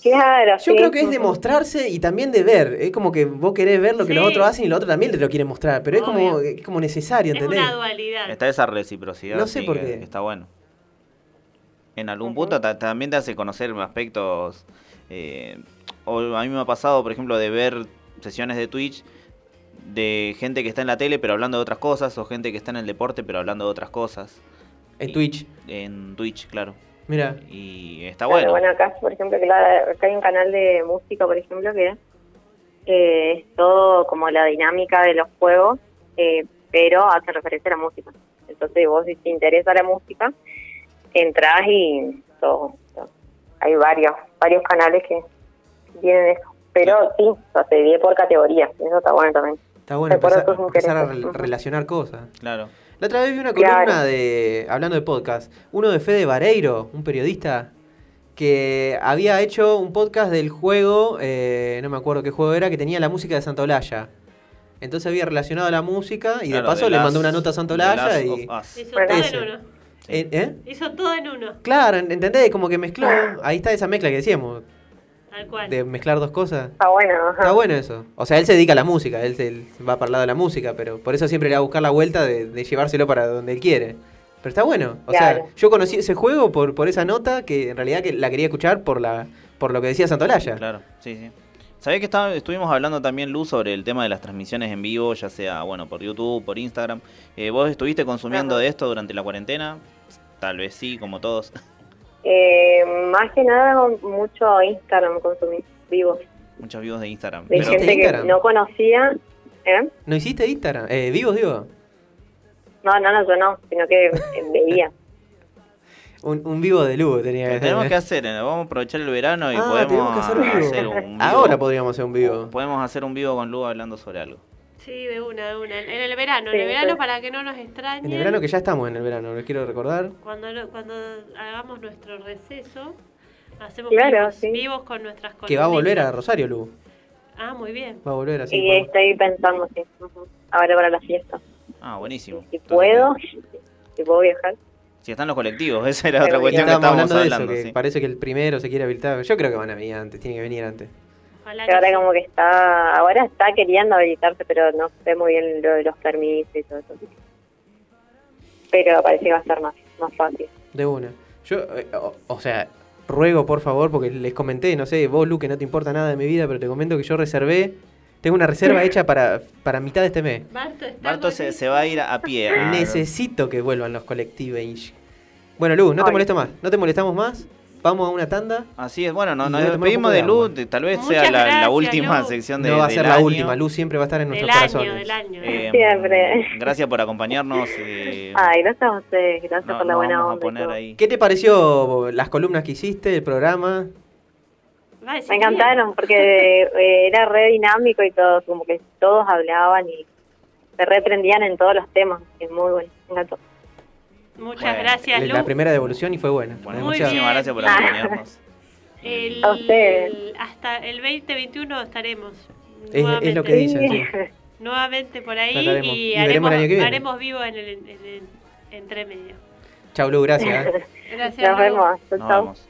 Claro,
Yo
sí.
creo que es de
Ujú.
mostrarse y también de ver. Es como que vos querés ver lo que
Sí.
los otros hacen y los otros también te lo quieren mostrar. Pero es como,
Obvio.
es como necesario,
Es
¿entendés?
una dualidad.
Está esa reciprocidad.
No sé
sí,
por
que-
qué.
que está bueno. En algún
Ujú.
punto ta- también te hace conocer aspectos. eh, o a mí me ha pasado, por ejemplo, de ver sesiones de Twitch de gente que está en la tele pero hablando de otras cosas, o gente que está en el deporte pero hablando de otras cosas.
En Twitch.
En Twitch, claro.
Mira,
Y está bueno.
Claro, bueno, acá, por ejemplo, claro, acá hay un canal de música, por ejemplo, que eh, es todo como la dinámica de los juegos, eh, pero hace referencia a la música. Entonces, vos si te interesa la música, entras y todo. todo. Hay varios varios canales que tienen eso. Pero sí, o se divide por categoría, eso está bueno también.
está bueno
Recuerdo
empezar,
tus
empezar a
intereses.
rel- relacionar cosas.
Claro.
La otra vez vi una
Claro.
columna de, hablando de podcast, uno de Fede Vareiro, un periodista, que había hecho un podcast del juego, eh, no me acuerdo qué juego era, que tenía la música de Santa Olalla. Entonces había relacionado la música y de
Claro,
paso
The
le
Last-
mandó una nota a Santa
The
Olalla
Last
y...
of Us.
Hizo
Bueno,
todo
ese.
en uno.
Eh, ¿eh?
Hizo todo en uno.
Claro, ent- ¿entendés? Como que mezcló, ahí está esa mezcla que decíamos,
Tal cual.
de mezclar dos cosas.
Está bueno, ajá.
Está bueno eso. O sea, él se dedica a la música, él, se- él va para el lado de la música, pero por eso siempre le va a buscar la vuelta de, de llevárselo para donde él quiere. Pero está bueno. O
Claro.
sea, yo conocí ese juego por, por esa nota que en realidad que la quería escuchar por la por lo que decía Santolaya.
Claro, sí, sí. Sabés que está- estuvimos hablando también, Luz, sobre el tema de las transmisiones en vivo, ya sea, bueno, por YouTube, por Instagram. Eh, ¿Vos estuviste consumiendo
Ajá.
de esto durante la cuarentena? Tal vez sí, como todos.
Eh, más que nada, mucho Instagram consumí vivo.
Muchos vivos de Instagram.
De
Pero,
¿Viste
gente que
Instagram?
no conocía. ¿eh?
¿No hiciste Instagram? Eh, ¿Vivos, digo?
No, no, no, yo no, sino que eh, veía.
Un, un vivo de Lugo tenía que
tenemos
ser,
que
¿eh?
hacer, eh, vamos a aprovechar el verano y
Ah,
podemos
tenemos que hacer un vivo.
hacer un vivo.
Ahora podríamos hacer un vivo.
Podemos hacer un vivo con Lu hablando sobre algo.
Sí, de una, de una. En el verano, en
Sí,
el verano
sí.
para que no nos extrañen.
En el verano, que ya estamos en el verano, les quiero recordar.
Cuando, lo- cuando hagamos nuestro receso, hacemos
Claro,
vivos,
sí.
vivos con nuestras cosas.
Que va a volver a Rosario, Lu.
Ah, muy bien.
Va a volver así.
y estoy pensando, sí, ujú, ahora para la fiesta.
Ah, buenísimo.
Si puedo, si puedo viajar.
Si están los colectivos, esa era otra
Pero ya
cuestión que
estábamos hablando de eso,
hablando.
que
sí.
parece que el primero se quiere habilitar. Yo creo que van a venir antes, tienen que venir antes.
Ojalá
Que ahora
sí.
como que está, ahora está queriendo habilitarse, pero no sé muy bien lo de los permisos y todo eso. Pero parece que va a ser más, más fácil.
De una. Yo, eh, o, o sea, ruego por favor, porque les comenté, no sé, vos, Lu, que no te importa nada de mi vida, pero te comento que yo reservé. Tengo una reserva hecha para, para mitad de este mes.
Barto, está
Barto se,
con-
se va a ir a pie. a-
Necesito que vuelvan los colectivos. Bueno, Lu, no te
Ay.
molesto más. No te molestamos más. Vamos a una tanda.
Así es, bueno, no,
Y
nos
voy a tomar un
despedimos
poco
de
de agua.
Luz, de- tal vez
Muchas
sea la, la
gracias,
última
Luz.
sección de,
No va a
del
ser la
año.
última. Lu siempre va a estar en
del
nuestros
año,
corazones.
del año.
Eh,
Siempre.
Gracias por acompañarnos. eh,
Ay, gracias a ustedes, gracias
no-
Ah, por la
no
buena
vamos
onda.
a
y
poner
todo.
ahí.
¿Qué te pareció las columnas que hiciste, el programa?
Va a decir
Me encantaron porque eh, era re dinámico y todo, como que todos hablaban y se reprendían en todos los temas. Es muy bueno, me encantó.
bien. Muchas
Bueno,
gracias, Lu.
La primera devolución y fue buena.
Bueno,
Muy
muchísimas
bien.
gracias por
Ah.
acompañarnos.
El-
A ustedes.
hasta el 2021 estaremos.
Es, es lo que
nuevamente-
dicen, sí.
Nuevamente por ahí
Trataremos.
y,
Y veremos
haremos,
el año que viene.
haremos vivo en el, en el entremedio.
Chau, Lu, gracias. ¿eh?
Gracias.
Nos
Lu.
vemos. Chau,
Nos
chau.
vamos.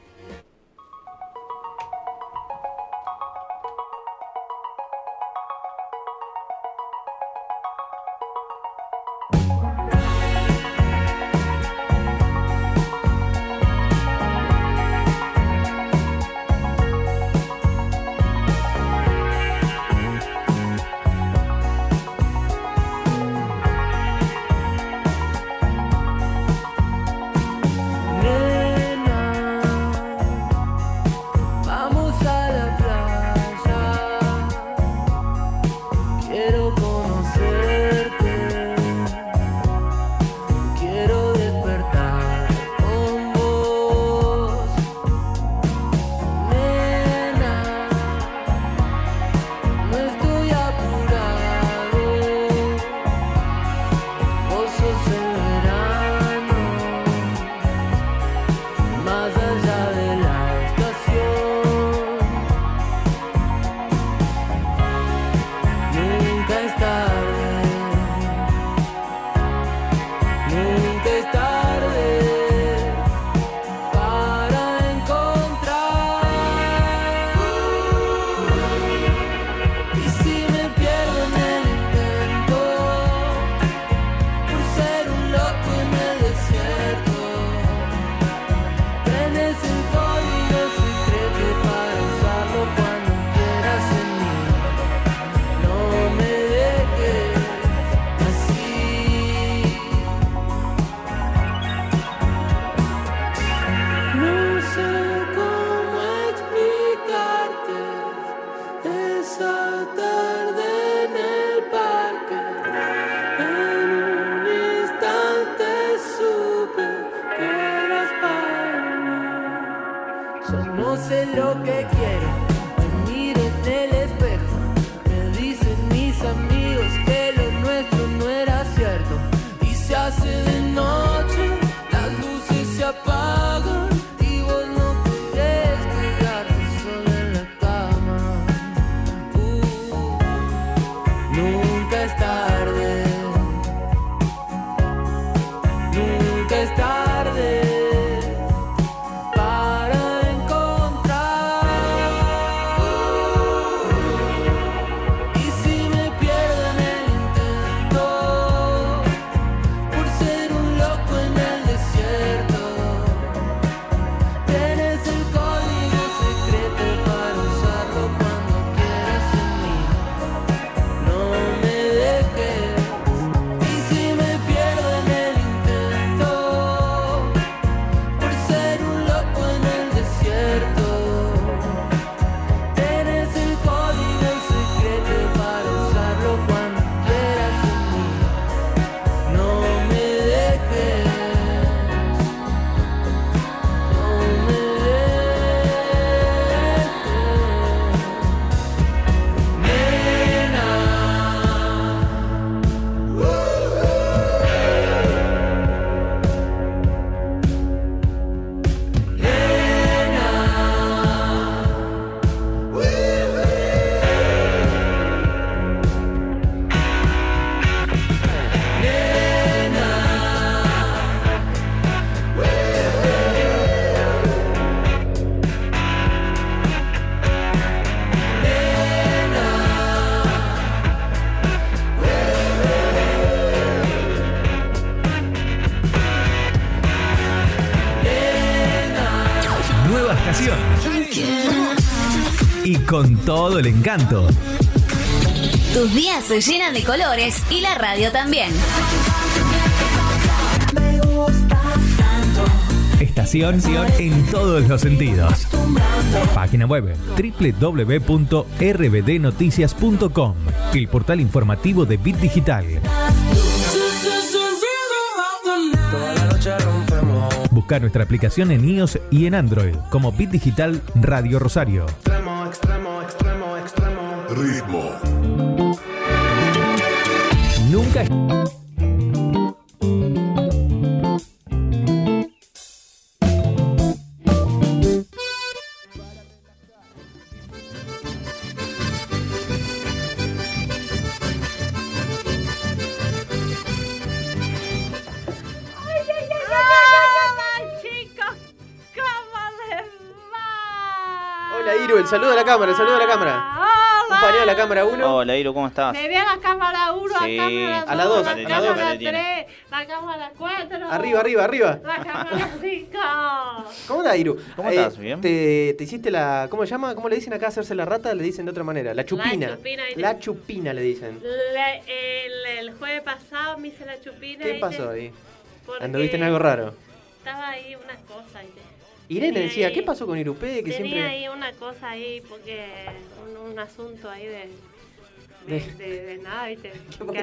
Nena, vamos a la playa. Quiero conocerte. Quiero despertar con vos. Nena, no estoy apurado. Vos sos el verano. Más allá de la estación, nunca es tarde, nunca es tarde para encontrar. Y si me pierdo en el intento, por ser un loco en el desierto. Prendes el código secreto para usarlo cuando quieras en mí. No me dejes así. No sé cómo explicarte esa tarde en el parque. En un instante supe que eras para mí. Yo no sé lo que quiero. Me miro en el espejo. Me dicen mis amigos que lo nuestro no era cierto. Y se hace de noche, las luces se apagan. Y vos no querés quedarte solo en la cama. Uh. Nunca es tarde. Nunca es tarde para encontrar.
estación. Y con todo el encanto.
Tus días se llenan de colores y la radio también.
Estación en todos los sentidos. Página web www.rbdnoticias.com, el portal informativo de Bit Digital. Busca nuestra aplicación en iOS y en Android como Bit Digital Radio Rosario.
Ritmo.
Nunca
¡Hola, chicos! ¿Cómo les va?
Hola, Iru, el saludo a la cámara, el saludo a la cámara. Un paneo a la cámara 1.
Hola, Iro, ¿cómo estás?
Me ve a la cámara 1,
Sí.
a
A
cámara
la
2,
dos,
a
a la
la
dos.
cámara 3, la cámara 4.
Arriba, arriba, arriba.
La cámara 5.
¿Cómo andás, Iru? Eh,
¿Cómo estás? ¿Bien?
Te, te hiciste la. ¿Cómo se llama? ¿Cómo le dicen acá hacerse la rata? Le dicen de otra manera. La chupina.
chupina, Iru.
La chupina le dicen.
Le- el, el jueves pasado me hice la chupina.
¿Qué
¿viste?
pasó ahí?
Porque
Anduviste en algo raro.
Estaba ahí una cosa. ¿viste?
Irene
Tenía
decía,
ahí-
¿qué pasó con Irupe? Que
Tenía
siempre.
ahí una cosa ahí, porque un, un asunto ahí de. De,
De-
de- de nada, ¿viste? Que-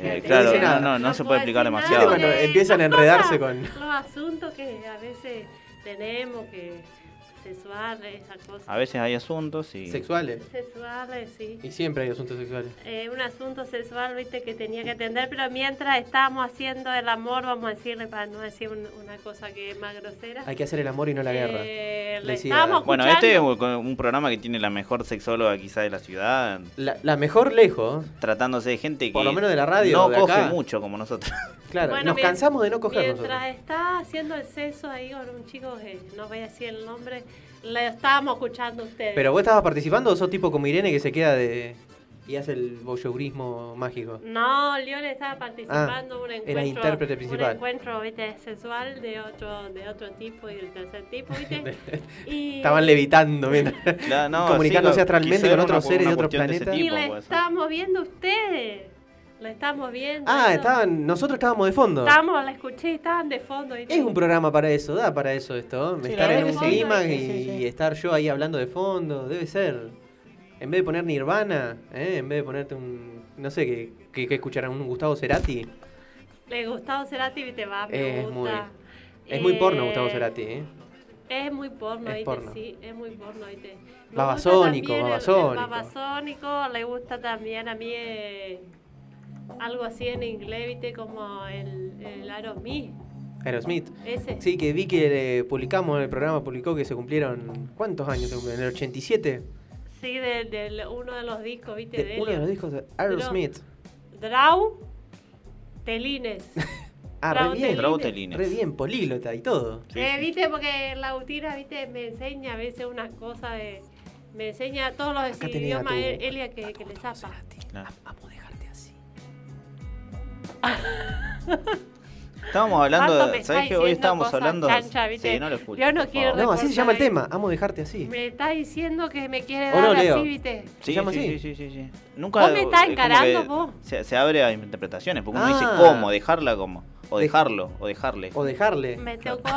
Eh,
No
claro,
dice
no,
nada.
no, no se
puedo
puede explicar
decir nada
demasiado.
Bueno,
porque
empiezan a
esas
enredarse
cosas,
con-
Los asuntos que a veces tenemos que sexuales, esas cosas.
A veces hay asuntos y...
Sexuales.
Sexuales, eh, sí.
Y siempre hay asuntos sexuales.
Eh, un asunto sexual, viste, que tenía que atender, pero mientras estábamos haciendo el amor, vamos a decirle, para no decir un- una cosa que es más grosera.
Hay que hacer el amor y no la guerra.
eh, le
Decía-
estábamos
Bueno, este es
escuchando.
un un programa que tiene la mejor sexóloga quizá de la ciudad,
La, la mejor lejos.
tratándose de gente que...
Por lo menos de la radio,
No
de
coge
acá.
mucho como nosotros.
Claro,
Bueno,
nos
mien-
cansamos de no coger
Mientras
nosotros.
estaba haciendo el sexo ahí con un chico que no voy a decir el nombre, le estábamos escuchando a ustedes.
Pero vos estabas participando o sos tipo como Irene que se queda de. y hace el boyourismo mágico.
No, León estaba participando en un
Ah, era
encuentro.
intérprete principal.
Un encuentro, viste, sexual de otro, de otro tipo y del tercer tipo, viste. y,
Estaban levitando mientras.
Claro, no,
Comunicándose
sí,
astralmente
quizá
con
era
otros
una-
seres
una
de otro
cuestión ese
planeta.
y
tipo,
le
puede ser.
estamos viendo a ustedes. Le estamos viendo.
Ah,
eso.
estaban. Nosotros estábamos de fondo.
Estábamos, la escuché, estaban de fondo. ¿viste?
Es un programa para eso, da para eso esto.
Sí, la
estar
verdad
en
que
un
sí.
clima
Sí,
y,
sí, sí.
y estar yo ahí hablando de fondo, debe ser. En vez de poner Nirvana, ¿eh? en vez de ponerte un. No sé, que, que, que escucharan un Gustavo Cerati.
Le Gustavo Cerati, viste, va, me
Es
gusta.
Es muy porno
Eh,
Gustavo Cerati, ¿eh?
Es muy porno,
Es
¿viste?
porno.
Sí, es muy porno, ¿viste? Me
Babasónico,
gusta también el- el
babasónico.
babasónico, le gusta también a mí eh, algo así en inglés, ¿viste? Como el, el Aerosmith,
Aerosmith.
ese.
Sí, que vi que eh, publicamos en el programa, publicó que se cumplieron. ¿Cuántos años se cumplieron? ¿En el 87?
Sí, de, de uno de los discos, ¿viste?
De
de
uno de
Elio.
los discos de Aerosmith.
Draw Telines.
Ah,
Drago
re bien.
Drago Telines.
Re bien, políglota y todo.
Sí,
Eh,
sí.
¿Viste? Porque Lautina, ¿viste? Me enseña a veces unas cosas de... Me enseña todos los
Acá tenía
idiomas,
tu-
eh, Elia, que, que le zapa.
Claro.
Vamos a dejarte así.
Estábamos hablando
Tanto me
de.
está
¿Sabés que hoy
diciendo
estábamos
cosas
hablando
chancha,
de.?
¿viste?
Sí, no lo escucho.
Yo no
por
quiero
favor.
No, así se llama el
Recortar.
tema. Amo dejarte así.
Me está diciendo que me quiere
¿O
dar
no, Leo?
así, ¿viste?
Sí,
¿Se llama
sí,
así?
sí, sí, sí, sí. Nunca.
Vos me
es
estás
como
encarando,
que
vos.
Se, se abre a interpretaciones, porque uno dice
Ah.
cómo, dejarla como. O
De-
dejarlo, o dejarle.
O dejarle.
Me tocó.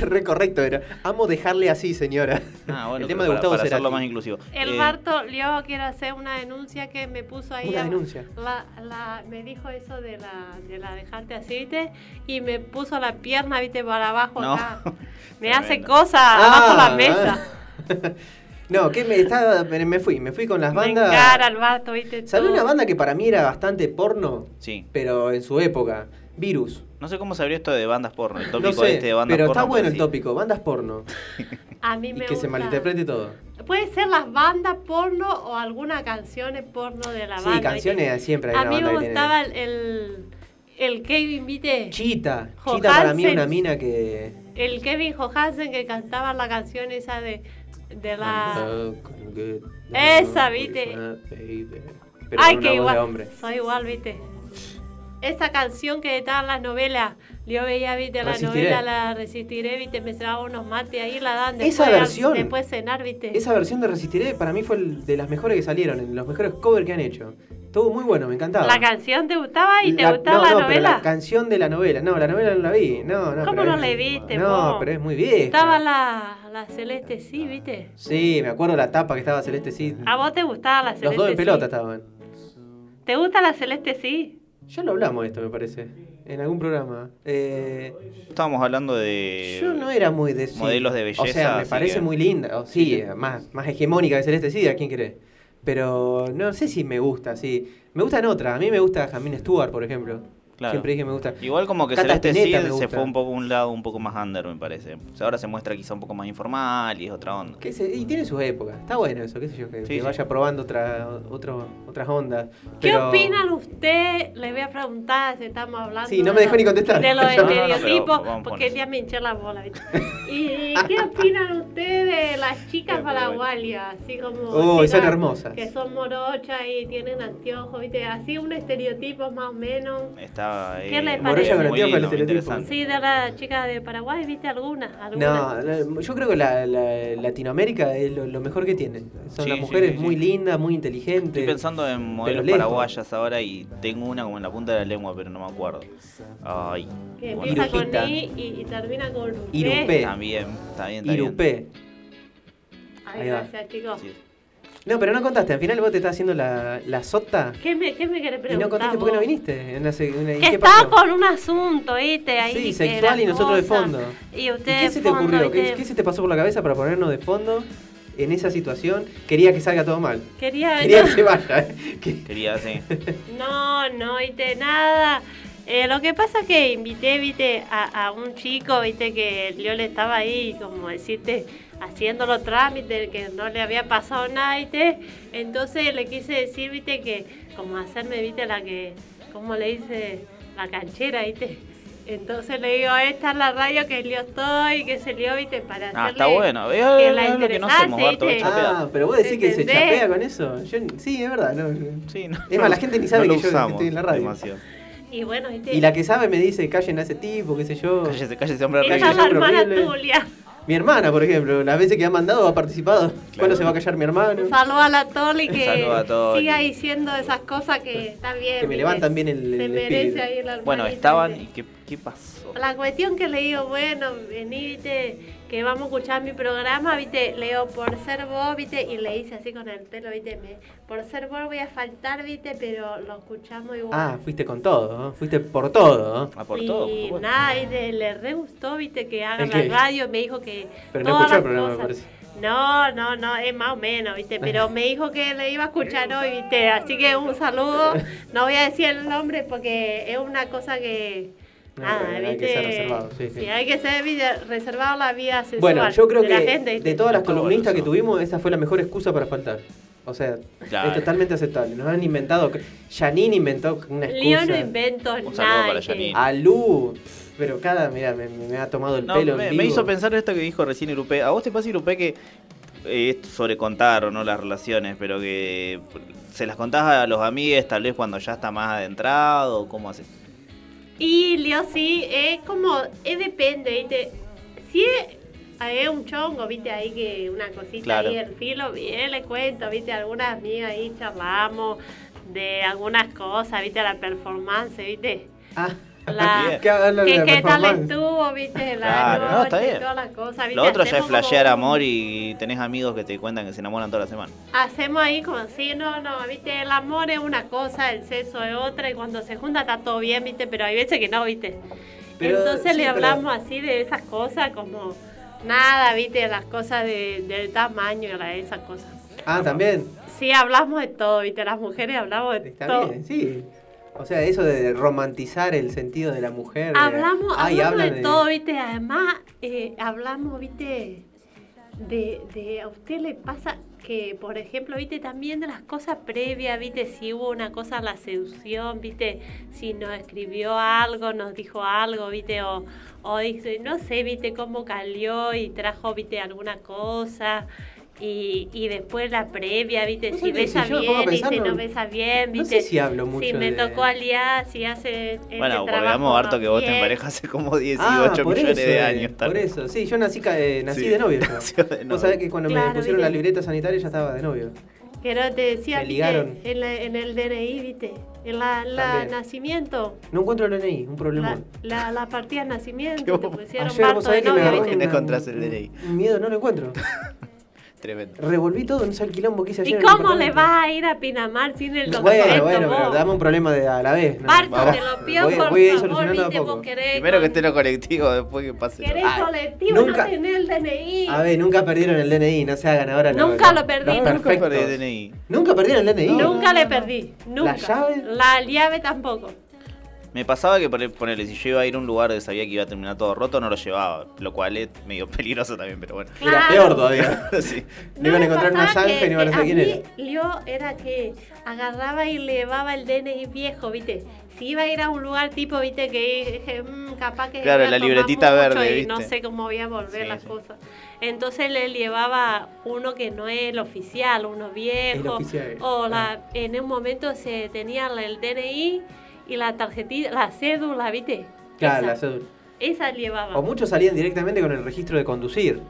Re correcto era. Amo dejarle así, señora.
Ah, bueno,
el tema de
pero para,
Gustavo
para hacerlo
Cerati.
más inclusivo.
El
Eh,
Barto, yo quiero hacer una denuncia que me puso ahí.
Una
a-
denuncia.
La, la- me dijo eso de la, de la dejarte así, ¿viste? Y me puso la pierna, ¿viste? Para abajo
No.
acá. Me
Tremendo.
hace cosas abajo
Ah,
la mesa.
No, que me, estaba, me me fui, me fui con las
Me
bandas.
encara el Barto, ¿viste?
¿Sabés
Todo.
una banda que para mí era bastante porno?
Sí.
Pero en su época. Virus.
No sé cómo se abrió esto de bandas porno. El tópico
no sé,
este de bandas
pero
porno.
está bueno el
sí.
tópico, bandas porno.
A mí
Y
me
que se
gusta.
malinterprete todo.
Puede ser las bandas porno o algunas canciones porno de la
sí,
banda. ¿viste?
canciones siempre hay
A
una
mí
banda
me
que tiene-
gustaba el, el, el Kevin, ¿viste?
Chita.
Jo
Chita para mí
Hansen.
una mina que.
El Kevin Johansen que cantaba la canción esa de, de la...
Ah,
Esa, viste.
Pero con una voz
igual,
de hombre.
soy igual, ¿viste? Esa canción que estaba en las novelas, Yo veía, viste, la
Resistiré.
novela, la resistiré, viste, me daba unos mates ahí, la dan después,
Esa versión.
después cenar, viste.
Esa versión de Resistiré para mí fue el de las mejores que salieron, en los mejores covers que han hecho. Todo muy bueno, me encantaba.
¿La canción te gustaba y te
La-
gustaba
no,
la
no, pero
novela?
la canción de la novela. No, la novela no la vi. No, no,
¿Cómo
pero
no
es-
la viste,
No,
vos?
pero es muy vieja.
Estaba la, la celeste, sí, viste.
Sí, me acuerdo la tapa que estaba Celeste Cid.
¿A vos te gustaba la celeste?
Los dos en
sí?
pelota estaban.
¿Te gusta la celeste, sí?
Ya lo hablamos esto, me parece. En algún programa. Eh,
Estábamos hablando de.
yo no era muy de Cid.
eh, modelos de belleza,
O sea, me
así
parece
que-
muy linda. O, sí, eh, más, más hegemónica que Celeste Cid, ¿a quién querés? Pero no sé si me gusta, sí. Me gustan otras. A mí me gusta Jamín Stewart, por ejemplo.
Claro.
Siempre dije me gusta.
Igual como que
Cata
Celeste
Spinetta
Cid
me
se
gusta.
fue un poco a un lado un poco más under, me parece. O sea, ahora se muestra quizá un poco más informal y es otra onda.
Que se- y tiene sus épocas, está bueno eso, qué sé yo, que,
Sí, sí.
que vaya probando otra, otro- otras ondas.
¿Qué
pero-
opinan usted? Les voy a preguntar si estamos hablando.
Sí,
de
no me dejó
los-
ni contestar.
De los
No, no, no, pero
estereotipos,
vamos por
porque
eso.
ya me hinché la bola, ¿viste? ¿Y qué opinan ustedes de las
Bien,
chicas
pero bueno.
paraguayas? Así como.
Uy,
chicas
son hermosas.
Que son morochas y tienen anteojos, ¿viste? Así un estereotipo más o menos.
Está eh,
¿Qué les
muy
parece?
lindo,
Morolla con el
muy
estereotipo.
interesante.
Sí, de las chicas de Paraguay, ¿viste? Algunas. algunas.
No, no, yo creo que la, la- Latinoamérica es lo, lo mejor que tiene. Son
Sí,
las
sí,
mujeres
sí, sí.
muy lindas, muy inteligentes.
Estoy pensando en modelos
lejos.
paraguayas ahora y tengo una como en la punta de la lengua, pero no me acuerdo. Ay,
Que
bueno,
empieza
Irupita.
con I E. y, y termina con Rupé.
Irupé. Ah,
está bien, está bien, está bien.
Irupé.
Ay,
Ahí va.
gracias, chicos.
Sí.
No, pero no contaste, al final vos te estás haciendo la, la sota
¿Qué me, qué me querés
y
preguntar?
no contaste por qué no
vos?
viniste. En la se- en la- ¿y
Que
qué
estaba
pasó?
con un asunto, ¿viste? Ahí
Sí,
que
sexual
la
y nosotros de
cosa.
fondo.
Y
¿Y
usted
¿Qué
de
se te
fondo,
ocurrió? ¿Qué,
¿viste?
qué se te pasó por la cabeza para ponernos de fondo en esa situación? Quería que salga todo mal.
Quería
Quería que se vaya. ¿eh? Que-
Quería, sí.
No, no viste nada. Eh, lo que pasa es que invité, viste, a, a un chico, viste, que yo le estaba ahí, como decirte, haciendo los trámites, que no le había pasado nada, viste. Entonces le quise decir, viste, que como hacerme, viste, la que, como le dice, la canchera, viste. Entonces le digo, esta es la radio que yo estoy, que se lió, viste, para hacerle...
Ah, está bueno. Es,
que la
es lo que no
interesase,
hacemos, Barto,
¿viste?
chapea.
Ah, pero vos decís que se
¿Entendés?
chapea con eso. Yo- sí, es verdad. no, no.
Sí, no,
Es más, la gente ni sabe
lo
que yo
usamos
estoy en la radio.
demasiado.
Y bueno, viste,
Y la que sabe me dice, callen a ese tipo, qué sé yo.
Cállese, cállese, hombre.
esa
radio
es la
siempre
hermana
horrible.
Tulia.
Mi hermana, por ejemplo, las veces que ha mandado ha participado. ¿Cuándo se va a callar mi hermano?
Saludos a la Toli
Saludos a
que
Toli.
siga diciendo esas cosas que están bien.
Que
¿viste?
me levantan bien el-
Se
el espíritu.
merece ahí la
Bueno,
hermanita,
estaban. ¿Y
¿viste?
qué, qué pasó?
La cuestión que le digo, bueno, venite, que vamos a escuchar mi programa, viste, leo por ser vos, viste, y le hice así con el pelo, viste, me- por ser vos voy a faltar, viste, pero lo escuchamos igual.
Ah, fuiste con todo, ¿no? fuiste por todo. ¿eh? ¿no?
Aportó.
y
Ah, por supuesto.
nada, y de- le re gustó, viste, que haga
¿El
la
qué?
radio, me dijo que
Pero no
todas
escuchó
las
el programa, me
cosas-
parece.
No, no, no, es más o menos, viste, pero me dijo que le iba a escuchar hoy, viste, así que un saludo, no voy a decir el nombre porque es una cosa que...
No,
nada,
hay que
viste,
ser reservado, sí, sí.
hay que ser viste, reservado la vida sexual
Bueno, yo creo
de la
que
gente,
de
viste.
todas las
Está bueno
columnistas que
eso.
tuvimos, esa fue la mejor excusa para faltar. O sea,
Claro.
es totalmente aceptable. Nos han inventado. Janine inventó una
Lío
excusa.
no invento
Un saludo
nada,
para
viste.
Janine.
Alú. Pero cada, mira, me, me ha tomado el
No,
pelo. en
me, me
vivo.
hizo pensar esto que dijo recién Irupé. ¿A vos te pasa, Irupé, que eh, es sobre contar o no las relaciones, pero que se las contás a los amigues tal vez cuando ya está más adentrado? ¿Cómo haces?
Y Leo sí, es como, es depende, ¿viste? Si es, ah, es un chongo, ¿viste? Ahí que una cosita
Claro.
ahí el filo, bien le cuento, ¿viste? Algunas amigas ahí charlamos de algunas cosas, ¿viste? La performance, ¿viste?
Ah,
La,
Bien.
¿qué, habla de
¿Qué,
la
qué tal
performance?
estuvo, viste? La
Claro, no,
noche,
está bien.
todas las cosas, ¿viste?
Lo otro ya es
Hacemos como
flashear
un-
amor y tenés amigos que te cuentan que se enamoran toda la semana.
Hacemos ahí como así, no, no, viste, el amor es una cosa, el sexo es otra, y cuando se junta está todo bien, viste, pero hay veces que no, viste.
Pero,
Entonces
sí,
le
pero-
hablamos así de esas cosas, como nada, viste, las cosas de, del tamaño, la- esas cosas.
Ah, también.
Sí, hablamos de todo, viste, las mujeres hablamos de
Está
todo.
bien, sí. O sea, eso de romantizar el sentido de la mujer. de-
Hablamos,
Ay,
hablamos de,
hablan
todo, viste, además eh, hablamos, viste, de, de a usted le pasa que, por ejemplo, viste, también de las cosas previas, viste, si hubo una cosa, en la seducción, viste, si nos escribió algo, nos dijo algo, viste, o, o dice, no sé, viste, cómo calió y trajo, viste, alguna cosa Y, y después la previa, viste,
Vos
si
sabés que
besa
si yo me pongo
bien,
a
viste,
pensarlo,
no besa bien,
no
viste.
sé si hablo
Si
mucho
me
de-
tocó aliar, si hace. este
Bueno, porque
trabajo
veamos, harto que vos te
bien.
emparejas hace como 18
Ah, por
millones
eso,
de
eh,
años. tal.
Por eso, sí, yo nací, ca- eh, nací
Sí,
de novio. yo.
nació de novio.
Vos sabés que cuando
Claro,
me pusieron
viste.
la libreta sanitaria ya estaba de novio.
Que no te decía,
Me
viste,
ligaron.
en, la- en el DNI, viste. En la, la
También.
nacimiento.
No encuentro el DNI, un problema.
La, la, la partida de
Qué
nacimiento, te
bobo.
pusieron
Ayer vos
parto de
sabés que me
novio,
agarró
¿viste?
No
una-
encontrás el
un-
DNI.
un miedo, no lo encuentro.
Tremendo.
Revolví todo, no sé el quilombo que hice
¿Y
ayer. en el
cómo le
departamento.
vas a ir a Pinamar sin el documento?
Bueno, bueno, pero
vos?
dame un problema de a la vez. ¿no?
Parto,
Pará,
te lo pido,
voy,
por
voy a ir
favor,
solucionando de
viste,
a
vos
poco.
querés.
Primero que
con-
esté lo colectivo, después que pase.
Querés
Ah,
colectivo,
nunca-
no tenés el DNI.
A ver, nunca perdieron el DNI, no se hagan ahora. los-
Nunca lo
los
perdí.
No, nunca
perfectos.
perdí el DNI.
Nunca perdieron el DNI.
nunca le perdí, nunca.
¿La llave?
La llave tampoco.
Me pasaba que, por- ponele, si yo iba a ir a un lugar que sabía que iba a terminar todo roto, no lo llevaba. Lo cual es medio peligroso también, pero bueno.
Era peor todavía.
sí.
No iban a
me
encontrar una
pasaba
zanja y no iban a
que
saber quién
mí, Yo era que agarraba y llevaba el DNI viejo, viste. Si iba a ir a un lugar tipo, viste, que dije, "Mm, capaz que.
Claro,
iba a
la
tomar
libretita
mucho
verde,
y
viste.
No sé cómo voy a volver
Sí,
las
sí.
cosas. Entonces le llevaba uno que no es el oficial, uno viejo.
El oficial. ah.
O la, en un momento se tenía el DNI y la tarjetita, la cédula, viste.
Claro,
esa,
la cédula.
esa llevaba.
O muchos salían directamente con el registro de conducir.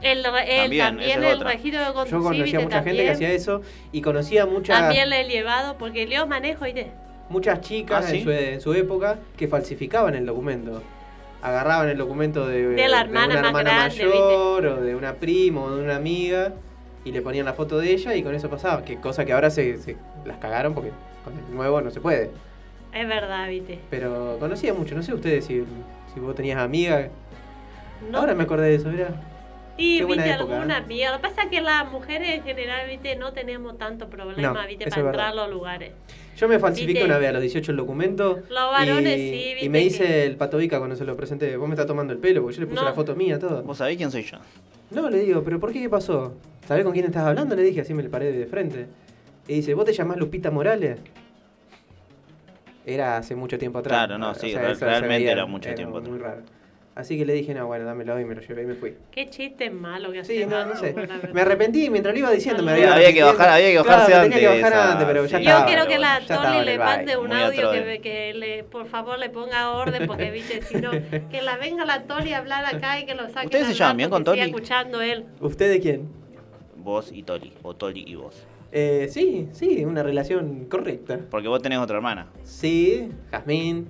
El, re- el
También,
también,
esa es
el
otra.
registro de conducir.
Yo conocía
viste,
a mucha gente que
también.
hacía eso y conocía muchas,
También le he llevado porque Leo manejo, ¿viste?
muchas chicas
Ah, ¿sí?
en, su, en su época que falsificaban el documento. Agarraban el documento de,
De la hermana
una
más
hermana
grande,
mayor o de una prima o de una amiga y le ponían la foto de ella y con eso pasaba. Que cosa que ahora se, se las cagaron porque con el nuevo no se puede.
Es verdad, ¿viste?
Pero conocía mucho, no sé ustedes si, si vos tenías amigas.
No.
Ahora me acordé de eso, mira.
y
qué buena
viste
época,
alguna
¿eh?
amiga. Lo que pasa es que las mujeres en general, ¿viste? No tenemos tanto problema,
No,
¿viste?
eso
Para
es
entrar
verdad.
a los lugares.
Yo me falsifiqué
Viste.
una vez a los 18 el documento.
Los varones,
y,
sí, viste
Y me hice
que-
el patobica cuando se lo presenté. Vos me estás tomando el pelo porque yo le puse
No.
la foto mía, todo.
¿Vos sabés quién soy yo?
No, le digo, pero ¿por qué qué pasó? ¿Sabés con quién estás hablando? Le dije, así me le paré de frente. Y dice, ¿vos te llamás Lupita Morales? Era hace mucho tiempo atrás.
Claro, no, Ah, sí, real-
eso se
realmente era mucho tiempo
muy raro. Así que le dije, no, bueno, dámelo y me lo llevé y me fui.
Qué chiste malo que
Sí,
hacía.
no, no sé.
la verdad.
Me arrepentí mientras lo iba diciendo. Me
Sí,
iba
había que
arrepintiendo.
bajar- había que
Claro,
bajarse
me Tenía que
antes,
bajar
ah,
antes, pero ya
sí.
Yo
estaba.
quiero
pero
que la
ya estaba en
Tony
el
le
baile.
mande un
Muy
audio que,
atrás.
me- que le, por favor le ponga orden, porque viste, si no, que la venga la Tony a hablar acá y que lo saque.
¿Ustedes se llevan bien con Tony?
escuchando él.
¿Usted de quién?
Vos y Toli. O Toli y vos.
Eh, sí, sí, una relación correcta.
Porque vos tenés otra hermana.
Sí, Jazmín.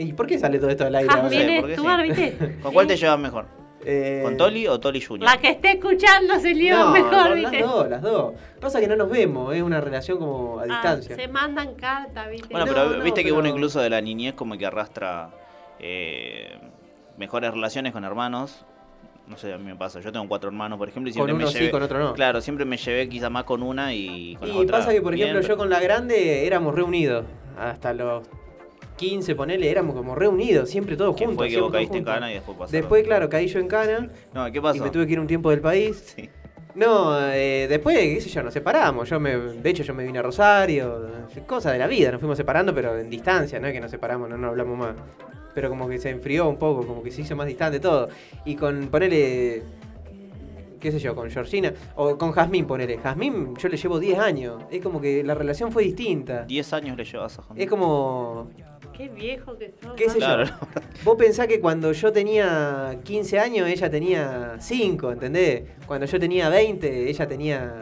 ¿Y por qué sale todo esto al aire? ahora?
sé,
Jasmine
porque sí.
Stuart, ¿viste?
¿Con cuál te
Sí.
llevas mejor?
Eh,
¿Con Toli o Toli Junior?
La que esté escuchando se lleva
no,
mejor,
no,
¿viste?
las dos, las dos. Pasa que no nos vemos, es una relación como a
Ah,
distancia.
se mandan cartas, ¿viste?
Bueno,
No,
pero
no,
viste que
pero-
uno incluso de la niñez como que arrastra eh, mejores relaciones con hermanos. No sé, a mí me pasa. Yo tengo cuatro hermanos, por ejemplo, y
Con
siempre
uno
me
sí,
llevé...
con otro no.
Claro, siempre me llevé quizá más con una y con la
y
otra
pasa que, por ejemplo,
bien,
yo con la grande éramos reunidos. Hasta los 15, ponele, éramos como reunidos, siempre todos
que
juntos.
fue que
siempre
vos
todos
caíste en
juntos.
cana y después pasaron.
Después, claro, caí yo en cana
No, ¿qué
y
pasó?
me tuve que ir un tiempo del país.
Sí.
No, eh, después, qué sé yo, nos separamos. Yo me, de hecho, yo me vine a Rosario, cosas de la vida, nos fuimos separando, pero en distancia, no es que nos separamos, no nos hablamos más. Pero como que se enfrió un poco, como que se hizo más distante todo. Y con ponele, qué sé yo, con Georgina, o con Jazmín, ponele. Jazmín, yo le llevo 10 años. Es como que la relación fue distinta.
Diez años le llevas a Honda.
Es como,
Qué viejo que sos.
qué sé
Claro,
mamá.
yo. Vos pensás que cuando yo tenía 15 años, ella tenía 5, ¿entendés? Cuando yo tenía 20, ella tenía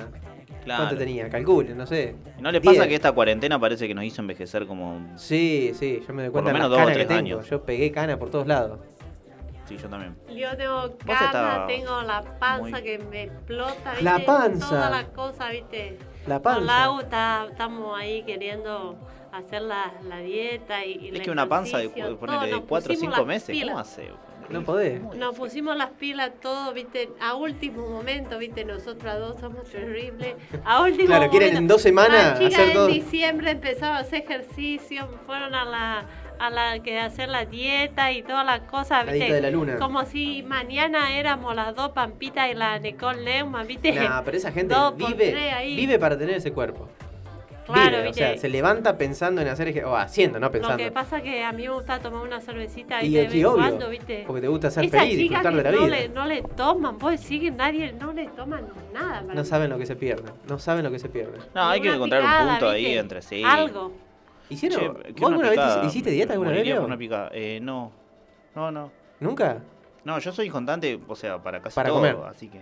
Claro.
¿Cuánto tenía? Calculo, no sé.
¿No le pasa
Diez.
que esta cuarentena parece que nos hizo envejecer como...
Sí, sí, yo me doy
Por
cuenta
lo menos dos
de
o
las canas que
tres
tengo.
años.
Yo pegué cana por todos lados.
Sí, yo también.
Yo tengo
estabas
cara, tengo la panza
muy-
que me explota, ¿viste?
La panza.
Todas las cosas, ¿viste?
La
Con
panza.
Lau está- estamos ahí queriendo hacer la, la dieta y, y el
es que una panza de,
ejercicio,
ponele,
todo.
de
Nos
4 o
pusimos
5
las
meses, ¿cómo
pilas.
hace?
No podés.
Muy
Nos pusimos las pilas todo, viste, a último momento, viste, nosotras dos somos terribles. A último
Claro, quieren
momento.
en dos
Las
semanas
chicas
hacer todo.
en diciembre empezaron a hacer ejercicio, fueron a la a la que hacer la dieta y todas las cosas,
La
viste.
dieta de la luna.
Como si mañana éramos las dos Pampita y la Nicole Neumann, viste.
Nah, pero esa gente
Dos por tres
vive,
ahí.
vive para tener ese cuerpo.
Claro,
vive, o
viste.
sea, se levanta pensando en hacer eje- o haciendo, no
Lo
pensando.
que pasa que a mí me gusta tomar una cervecita
Y
y de
aquí,
vez en
obvio,
cuando, ¿viste?
porque te gusta ser
Esas
feliz,
chicas
disfrutar de
que
la
no
vida.
Le, no le toman, vos decís que nadie, no le toman nada. para
No
mí.
saben lo que se pierden, no saben lo que se pierden.
No, hay que
Una
encontrar un
picada,
punto ahí
¿viste?
entre sí.
Algo.
¿Hicieron?
Che,
¿Vos
quiero una
alguna vez
picada.
hiciste dieta alguna vez?
Moriría por
Leo?
una picada. Eh, no. No, no.
¿Nunca?
No, yo soy inconstante, o sea, para casi
Para
todo,
comer.
así que.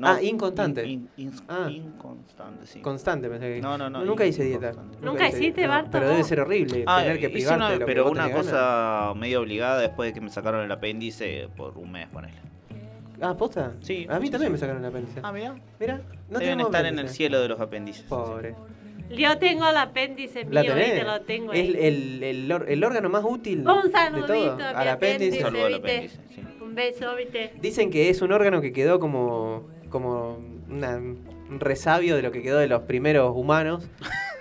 Ah, inconstante.
In- in-
Ah.
Inconstante, sí.
Constante, pensé que.
No, no, no,
Nunca hice dieta.
inconstante.
¿Nunca
hice
hiciste,
dieta.
Barto,
Pero debe
vos?
ser horrible
Ah,
tener que
hice
privarte
una-
de lo que
pero
vos
una
tenés ganas.
cosa medio obligada después de que me sacaron el apéndice por un mes, ponele.
Ah, posta.
Sí,
A mí
sí,
también me sacaron la apéndice.
Ah, mira.
Mira,
Deben
no tenemos
estar en el
apéndice.
cielo de los apéndices.
Pobre.
Yo tengo el apéndice
¿La
mío,
tenés?
¿viste? Lo tengo
es
ahí.
el, el, or- el órgano más útil
Un
de
saludito
todo.
a mi
Al
Sí.
apéndice.
apéndice.
Salvo el
¿viste?
apéndice, sí.
Un beso, ¿viste?
Dicen que es un órgano que quedó como, como una- un resabio de lo que quedó de los primeros humanos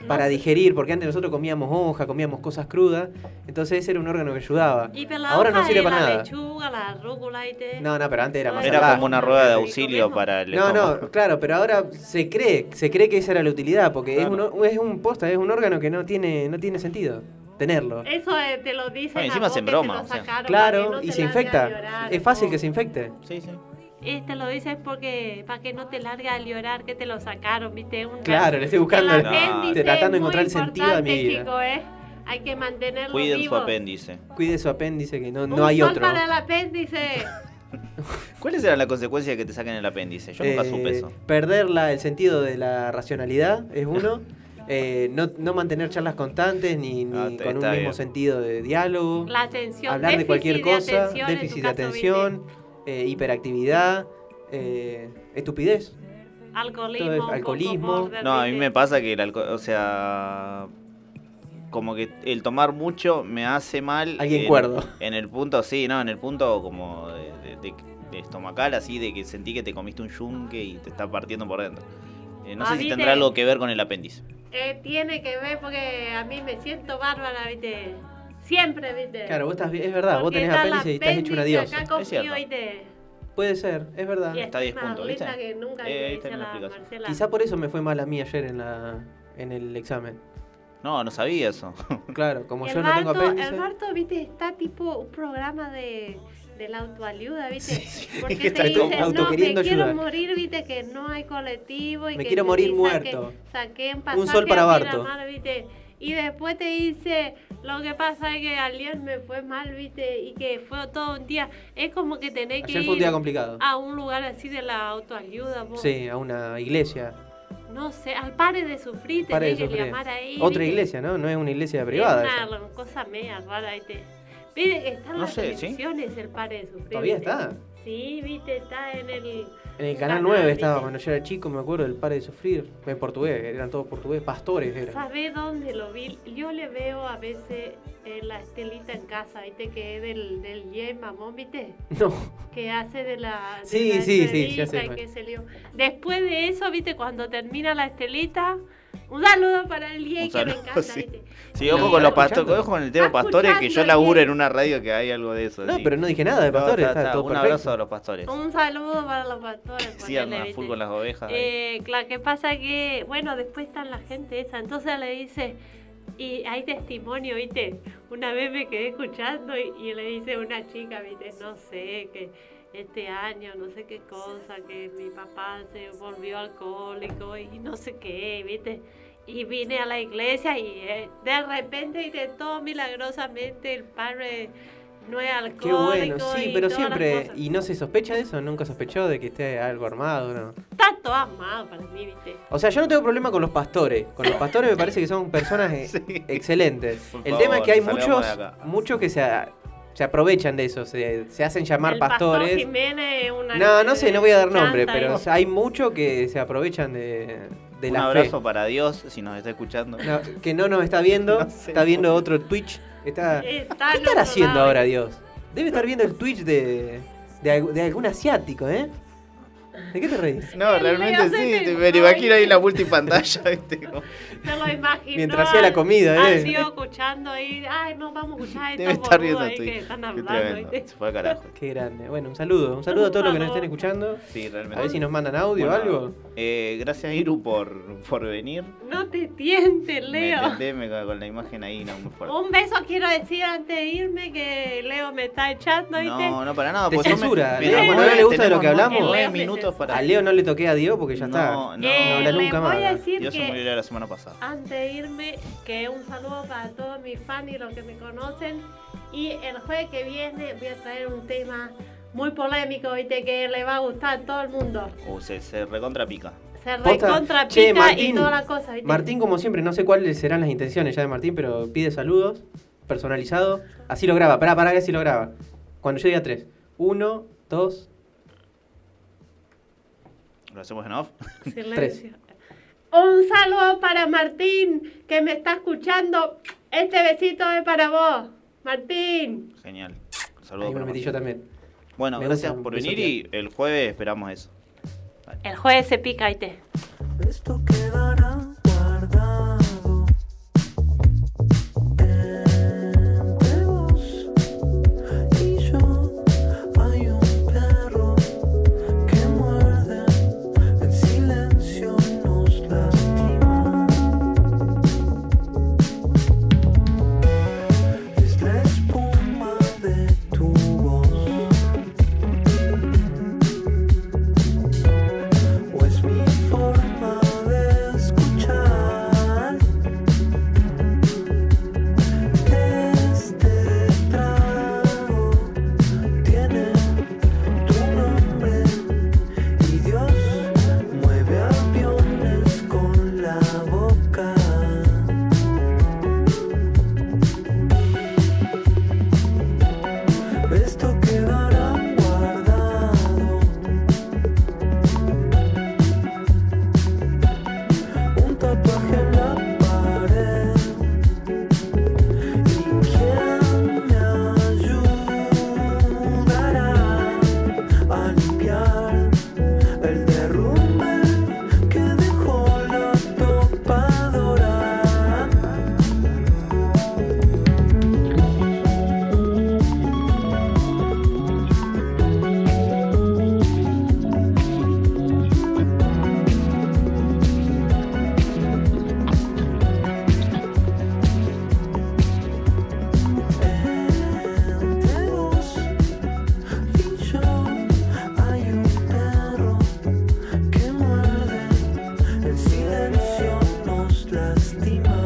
para digerir, porque antes nosotros comíamos hoja, comíamos cosas crudas, entonces ese era un órgano que ayudaba.
Y pero la
Ahora no
hoja
sirve
de
para
la
nada.
lechuga, la rúcula, ¿viste?
No, no, pero antes era más
Bueno,
Era
salvaje.
como una rueda de
Rico
auxilio
mismo.
para el
No,
estómago.
no, claro, pero ahora se cree, se cree que esa era la utilidad, porque es, un,
Claro.
or- es un posta, es un órgano que no tiene, no tiene sentido tenerlo.
Eso eh, te lo dicen
No,
a
Ah, encima
vos
es en
que te
broma,
lo
o sea.
sacaron para
Claro,
que no
y
te
se
largue a
infecta.
llorar,
Es fácil
vos.
que se infecte.
Sí, sí.
Eh, te lo dices porque para que no te largue a llorar que te lo sacaron, ¿viste? Un
Claro, le estoy buscando,
el-
apéndice
tratando de
es muy
encontrar el sentido de mi
importante,
vida.
chico, ¿eh? Hay que mantenerlo
Cuiden su
vivo.
apéndice.
Cuide su apéndice, que no,
Un
no hay
sol
otro.
para el apéndice.
¿Cuáles eran las consecuencias de que te saquen el apéndice? Yo nunca
Eh,
supe eso.
Perder la- el sentido de la racionalidad es uno. Eh, no, no mantener charlas constantes ni, ni
Ah, está-
con un
está
mismo
bien.
sentido de diálogo.
La atención.
hablar de
déficit
cualquier cosa,
atención en tu
déficit de
caso, ¿viste?
atención, eh, hiperactividad, eh, estupidez.
Alcoholismo.
Todo es
un poco
alcoholismo.
border,
No, a mí
¿viste?
me pasa que el alcohol, o sea, como que el tomar mucho me hace mal.
Alguien
en-
cuerdo.
En el punto, sí, no, en el punto como de, de- de- de estomacal, así, de que sentí que te comiste un yunque y te está partiendo por dentro. Eh, no
Ah,
sé si
¿viste?
tendrá algo que ver con el apéndice.
Eh, tiene que ver porque a mí me siento bárbara, ¿viste? Siempre, ¿viste?
Claro, vos estás, bien- es verdad, vos
Porque
tenés
está el
apéndice y estás hecho una
apéndice
diosa.
Acá conmigo,
Es cierto.
¿viste?
Puede ser, es verdad.
Y
Está
estoy
10
más
puntos,
linda
¿viste?
que nunca,
Eh, ahí
dice
tenés
la
la aplicación.
Marcela.
Quizá por eso me fue mal a mí ayer en, la, en el examen.
No, no sabía eso.
Claro, como
el
yo no
Barto,
tengo
El
apéndice.
Barto, viste, está tipo un programa de, de la autoayuda, viste. Porque
que está
te
todo
dicen,
auto
no, me
queriendo ayudar".
quiero morir, viste, que no hay colectivo. Y
Me
que
quiero
te
morir
dicen
muerto.
que saquen
Un sol
pasaje
para
a
Barto.
Miramar, ¿viste? Y después te dice, lo que pasa es que ayer me fue mal, viste, y que fue todo un día. Es como que tenés que
Ayer
ir
fue un día complicado.
a un lugar así de la autoayuda, vos.
Sí, a una iglesia.
No sé, al pare de sufrir,
Para
tenés
eso,
que
creo.
llamar ahí.
Otra
¿viste?
iglesia, ¿no? No es una iglesia privada.
Es
esa.
una cosa media rara, viste. Viste, están
No
las
sé, ¿sí?
televisiones el par de sufrir.
Todavía
viste.
está.
Sí, viste, está en el.
En el
un
canal
canal,
9
¿viste?
estaba cuando yo era chico, me acuerdo del Pare de Sufrir. En portugués, eran todos portugués, pastores eran.
¿Sabés dónde lo vi? Yo le veo a veces en la estelita en casa, viste, que es del, del Ye Mamón, viste,
No,
que hace de la. de
Sí,
la
sí, sí,
estelita
ya sé
y
cuál.
que se lió. Después de eso, viste, cuando termina la estelita, un saludo para el Ye
Un
que me
saludo,
encanta,
sí.
viste.
Sí,
No,
ojo con los
¿está escuchando?
pastores, ojo con el tema
Está
pastores, que yo
escuchando,
laburo
¿eh?
en una radio que hay algo de eso.
no,
sí.
pero no dije nada de
No,
pastores,
está-
está,
está,
todo
Un
perfecto.
abrazo a los pastores.
Un saludo para los pastores.
Sí,
ponele,
andan full
viste.
con las ovejas. ahí.
Eh, claro, que pasa que, bueno, después está la gente esa, entonces le dice, y hay testimonio, ¿viste? Una vez me quedé escuchando y, y le dice una chica, ¿viste? No sé, que este año, no sé qué cosa, que mi papá se volvió alcohólico y no sé qué, ¿viste? Y vine a la iglesia y eh, de repente y de todo milagrosamente el padre no es alcohólico.
Qué bueno, sí,
y
pero
todas las
siempre.
cosas.
¿Y no se sospecha de eso? ¿Nunca sospechó de que esté algo armado? ¿no?
Está todo amado para mí, ¿viste?
O sea, yo no tengo problema con los pastores. Con los pastores me parece que son personas eh,
Sí.
excelentes.
Por
El
favor,
tema es que hay
salgamos
muchos,
de acá.
muchos que se, a- se aprovechan de eso, se, se hacen llamar
El
pastores.
Pastor Jiménez, una
No, no sé, no voy a dar
canta
nombre,
y-
pero o sea, hay muchos que se aprovechan de, de
un
la
abrazo para Dios si nos está escuchando.
fe. No, que no nos está viendo,
No sé.
está viendo otro Twitch. Está... ¿Qué
Está al
estará
otro
haciendo
lado.
ahora Dios? Debe estar viendo el Twitch de, de, alg- de algún asiático, ¿eh? ¿De qué te reís?
No,
El
realmente
medio
sí,
centro.
te- pero imagino ahí la multipantalla, ¿viste? Como-
Se lo imaginó.
Mientras hacía la comida,
Ah,
¿eh?
sigo escuchando ahí. Ay, no, vamos a escuchar
Debe
estos
estar
boludos
riendo
ahí
tú.
que están
Qué
hablando.
tremendo.
¿viste?
Se fue al carajo.
Qué grande. Bueno, un saludo. Un saludo a todos los que nos estén escuchando.
Sí, realmente.
A ver si nos mandan audio o
Bueno,
algo.
eh, gracias, Iru, por, por venir.
No te tientes,
Me
Leo. Oh,
tenté, me ca- con la imagen ahí, no muy fuerte.
Un beso quiero decir antes de irme que Leo me está echando, ¿viste?
No, no para nada.
Te
porque yo me-
censura,
mira,
Leo,
bueno,
¿no le
gusta de lo
tenemos
que hablamos?
nueve
El Leo se
minutos para.
A Leo no le toqué a Diego porque ya está.
No, no.
Eh,
habla
le
nunca
voy
más.
a decir
Yo se
que
murió la semana pasada.
antes de irme, que un saludo para todos mis fans y los que me conocen. Y el jueves que viene voy a traer un tema muy polémico, ¿viste? Que le va a gustar a todo el mundo.
O Uh, se, se recontra pica.
Se
Posta.
recontra pica
Che,
y
Martín.
toda la cosa, ¿viste?
Martín, como siempre, no sé cuáles serán las intenciones ya de Martín, pero pide saludos, personalizado. Así lo graba, pará, pará, que así lo graba. Cuando yo diga tres. Uno, dos,
¿Lo hacemos en off?
Silencio. Un saludo para Martín, que me está escuchando. Este besito es para vos, Martín.
Genial.
ahí
Saludos.
me lo
para
metí yo también.
Bueno,
Me
gracias
gusta
por
beso
venir y el jueves esperamos eso.
El jueves se pica, ¿viste?
Esto quedará guardado entre vos y yo. Hay un perro que muerde en silencio y nos lastima. Es la espuma de tu voz. O es mi forma de escuchar Este trago tiene tu nombre Y Dios mueve aviones con la boca Esto quedará guardado un tatuaje en la pared. ¿Y quién me ayudará a limpiar el derrumbe que dejó la topadora? Entre vos y yo hay un perro que muerde, el silencio nos lastima.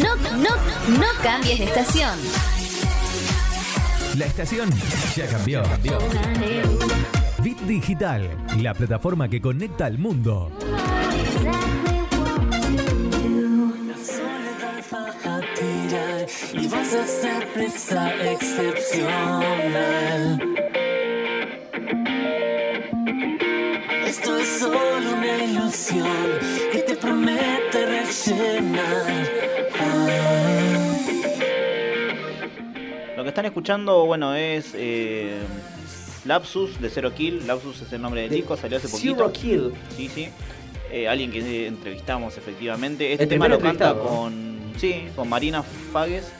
No, no, no cambies de estación.
La estación ya cambió. Bit Digital, la plataforma que conecta al mundo.
La soledad va a tirar y vas a ser presa excepcional. Esto es solo una ilusión que te promete rellenar.
Lo que están escuchando, bueno, es eh, Lapsus de Zero Kill. Lapsus es el nombre del disco, salió hace poquito.
Zero Kill.
Sí, sí. Eh, alguien que eh, entrevistamos efectivamente. Este
El
tema lo
primero
canta
entrevistado,
con. Sí, con Marina Fagues.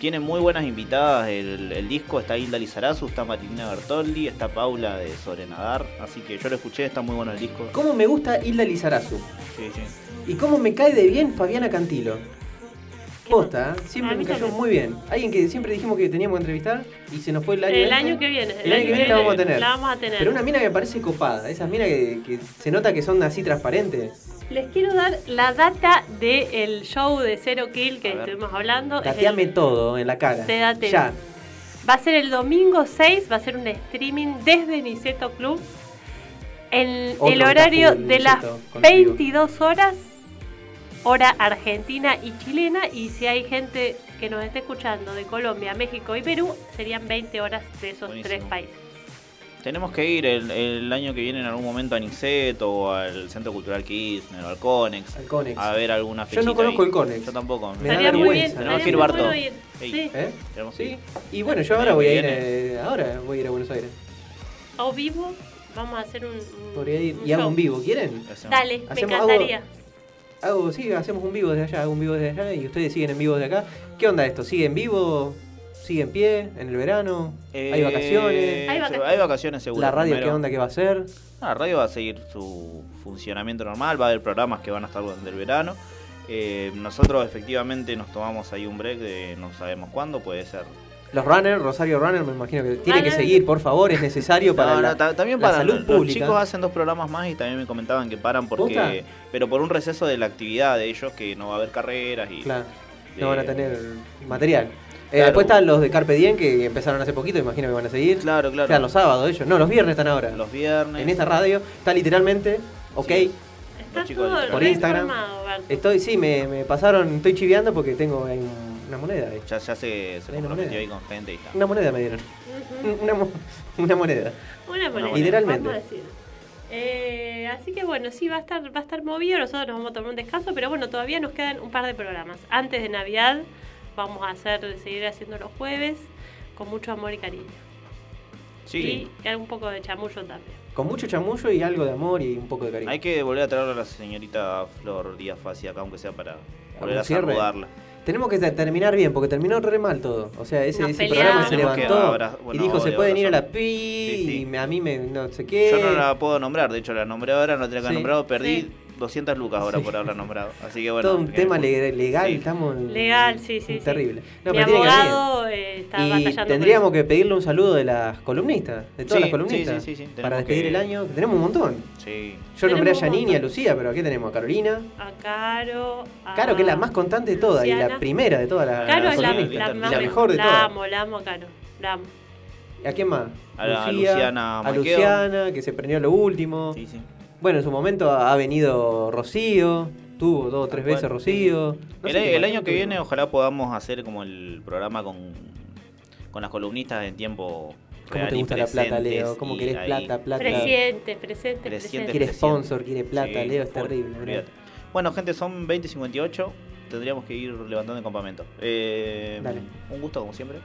Tiene muy buenas invitadas el, el disco. Está Hilda Lizarazu, está Marina Bertoldi, está Paula de Sobrenadar. Así que yo lo escuché, está muy bueno el disco.
¿Cómo me gusta Hilda Lizarazu?
Sí, sí.
¿Y cómo me cae de bien Fabiana Cantilo? Posta, ¿eh?
A
siempre
mí
me cayó
también.
muy bien. Alguien que siempre dijimos que teníamos que entrevistar y se nos fue el año.
El
este.
año que viene.
El año que viene la vamos a tener.
La vamos a tener.
Pero una mina que parece copada, esas minas que, que se nota que son así transparentes.
Les quiero dar la data del show de Zero Kill que
A ver.
estuvimos hablando. Es
Tateame
el-
todo en la cara.
eh, Te date.
Ya.
Va a ser el domingo 6, va a ser un streaming desde Niceto Club. En
Otro
el
que está
horario
full,
de las
Niceto, con el vivo.
22 horas, hora argentina y chilena. Y si hay gente que nos esté escuchando de Colombia, México y Perú, serían 20 horas de esos
Buenísimo.
tres países.
Tenemos que ir el, el año que viene en algún momento a Nixet o al Centro Cultural Kirchner o al Conex.
Al Conex.
A ver alguna
Yo
fechita.
no conozco
ahí.
el Conex.
Yo tampoco.
Me da
Estaría muy bien,
vergüenza.
Tenemos
estaría
que ir,
muy
Barto.
bueno ir.
Ey,
Sí,
¿Eh?
tenemos que
Sí.
ir.
Y bueno, yo
El
ahora
año
voy
que
a ir
viene.
eh, ahora voy a ir a Buenos Aires.
o vivo, vamos a hacer un, un-
Podría ir
un
y hago
show.
un vivo, ¿quieren?
Hacemos.
Dale, me
Hacemos algo-
encantaría.
Hago, sí, hacemos un vivo desde allá, hago un vivo desde allá y ustedes siguen en vivo desde acá. ¿Qué onda esto? ¿Sigue en vivo? ¿Sigue en pie? ¿En el verano? ¿Hay
Eh,
vacaciones?
Hay vacaciones.
Hay vacaciones seguro.
¿La radio
primero.
qué onda que va a ser?
No, La radio va a seguir su funcionamiento normal, va a haber programas que van a estar durante el verano. Eh, nosotros efectivamente nos tomamos ahí un break de no sabemos cuándo, puede ser.
Los runners, Rosario Runner, me imagino que tiene que
Runner.
seguir, por favor, es necesario para
No, no,
la,
ta- también
la
paran.
salud
los
pública.
chicos hacen dos programas más y también me comentaban que paran
¿Posta?
porque pero por un receso de la actividad de ellos que no va a haber carreras y
Claro,
de-
no van a tener material. Eh,
Claro.
después están los de Carpe Diem que empezaron hace poquito, imagino que van a seguir.
Claro, claro.
Están los sábados ellos, no, los viernes están ahora.
Los viernes.
En esta radio está literalmente, ok,
Sí.
Está
los chicos del-
todo
Por Instagram.
reformado, Barto.
estoy, sí, me, me pasaron, estoy chiviando porque tengo ahí un- una moneda. eh.
Ya, ya se, se
Hay una
comprometió
moneda.
ahí con gente y está.
Una moneda me dieron,
Ujú.
una, mo- una moneda.
Una por
Una
ahí,
por ahí.
Literalmente.
vamos a decir. Eh, así que bueno, sí, va a estar va a estar movido, nosotros nos vamos a tomar un descanso, pero bueno, todavía nos quedan un par de programas. Antes de Navidad vamos a hacer seguir haciendo los jueves con mucho amor y cariño.
Sí.
Y un poco de chamullo también.
Con mucho chamullo y algo de amor y un poco de cariño.
Hay que volver a traer a la señorita Flor Díaz Fácil acá, aunque sea para volver a
cierre?
saludarla.
Tenemos que te- terminar bien, porque terminó re mal todo. O sea, ese,
Nos
ese
peleamos.
programa se
Tenemos que
levantó
abra- bueno,
y dijo, se
odio
pueden ir a la
abrazar".
pi
Sí, sí.
y me- a mí me no sé qué.
Yo no la puedo nombrar, de hecho la nombré ahora, no tenía que haber
Sí.
nombrado, perdí
Sí.
200 lucas ahora por haberla nombrado. Así que bueno.
todo un
pequeño
tema
disculpa.
le- legal,
Sí.
estamos...
Legal, sí, sí, sí.
Terrible. No,
Mi
pero tiene que haber bien.
abogado eh, está
Y
batallando.
tendríamos que pedirle un saludo de las columnistas, de todas
Sí,
las columnistas,
sí, sí, sí, sí, tenemos
para despedir
que-
el año. que Tenemos un montón.
Sí.
Yo nombré a
Tenemos un
Janine y a
montón.
Lucía, pero aquí tenemos a Carolina.
A Caro. A
Caro, que es la más constante de todas y la
Luciana.
primera de todas las
Caro es la,
Sí,
columnistas.
la
la
más-
Y la mejor de
la
todas.
amo, la amo, a Caro. La amo.
¿A quién más?
A la Luciana
A
Maqueo.
Luciana, que se prendió lo último.
Sí, sí.
Bueno, en su momento ha ha venido Rocío, tuvo dos o tres
Tal
veces
cual.
Rocío. No
el
sé qué
el
más
año que
tuvo.
viene ojalá podamos hacer como el programa con, con las columnistas en tiempo
¿Cómo
real
te
y
gusta la plata,
presentes
Leo? ¿Cómo
y
querés
ahí-
plata, plata?
Presente, presente,
Presente,
presente.
Quiere sponsor, quiere plata,
Sí,
Leo, es
full,
terrible.
olvídate.
bro.
Bueno, gente, son 20.58. Tendríamos que ir levantando el campamento. Eh,
Dale.
Un gusto, como siempre.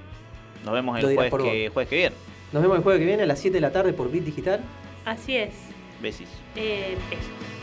Nos vemos
Lo
el
dirás
jueves
por
que, jueves que viene.
Nos vemos el jueves que viene a las 7 de la tarde por Bit Digital.
Así es.
Besis.
Eh, besos.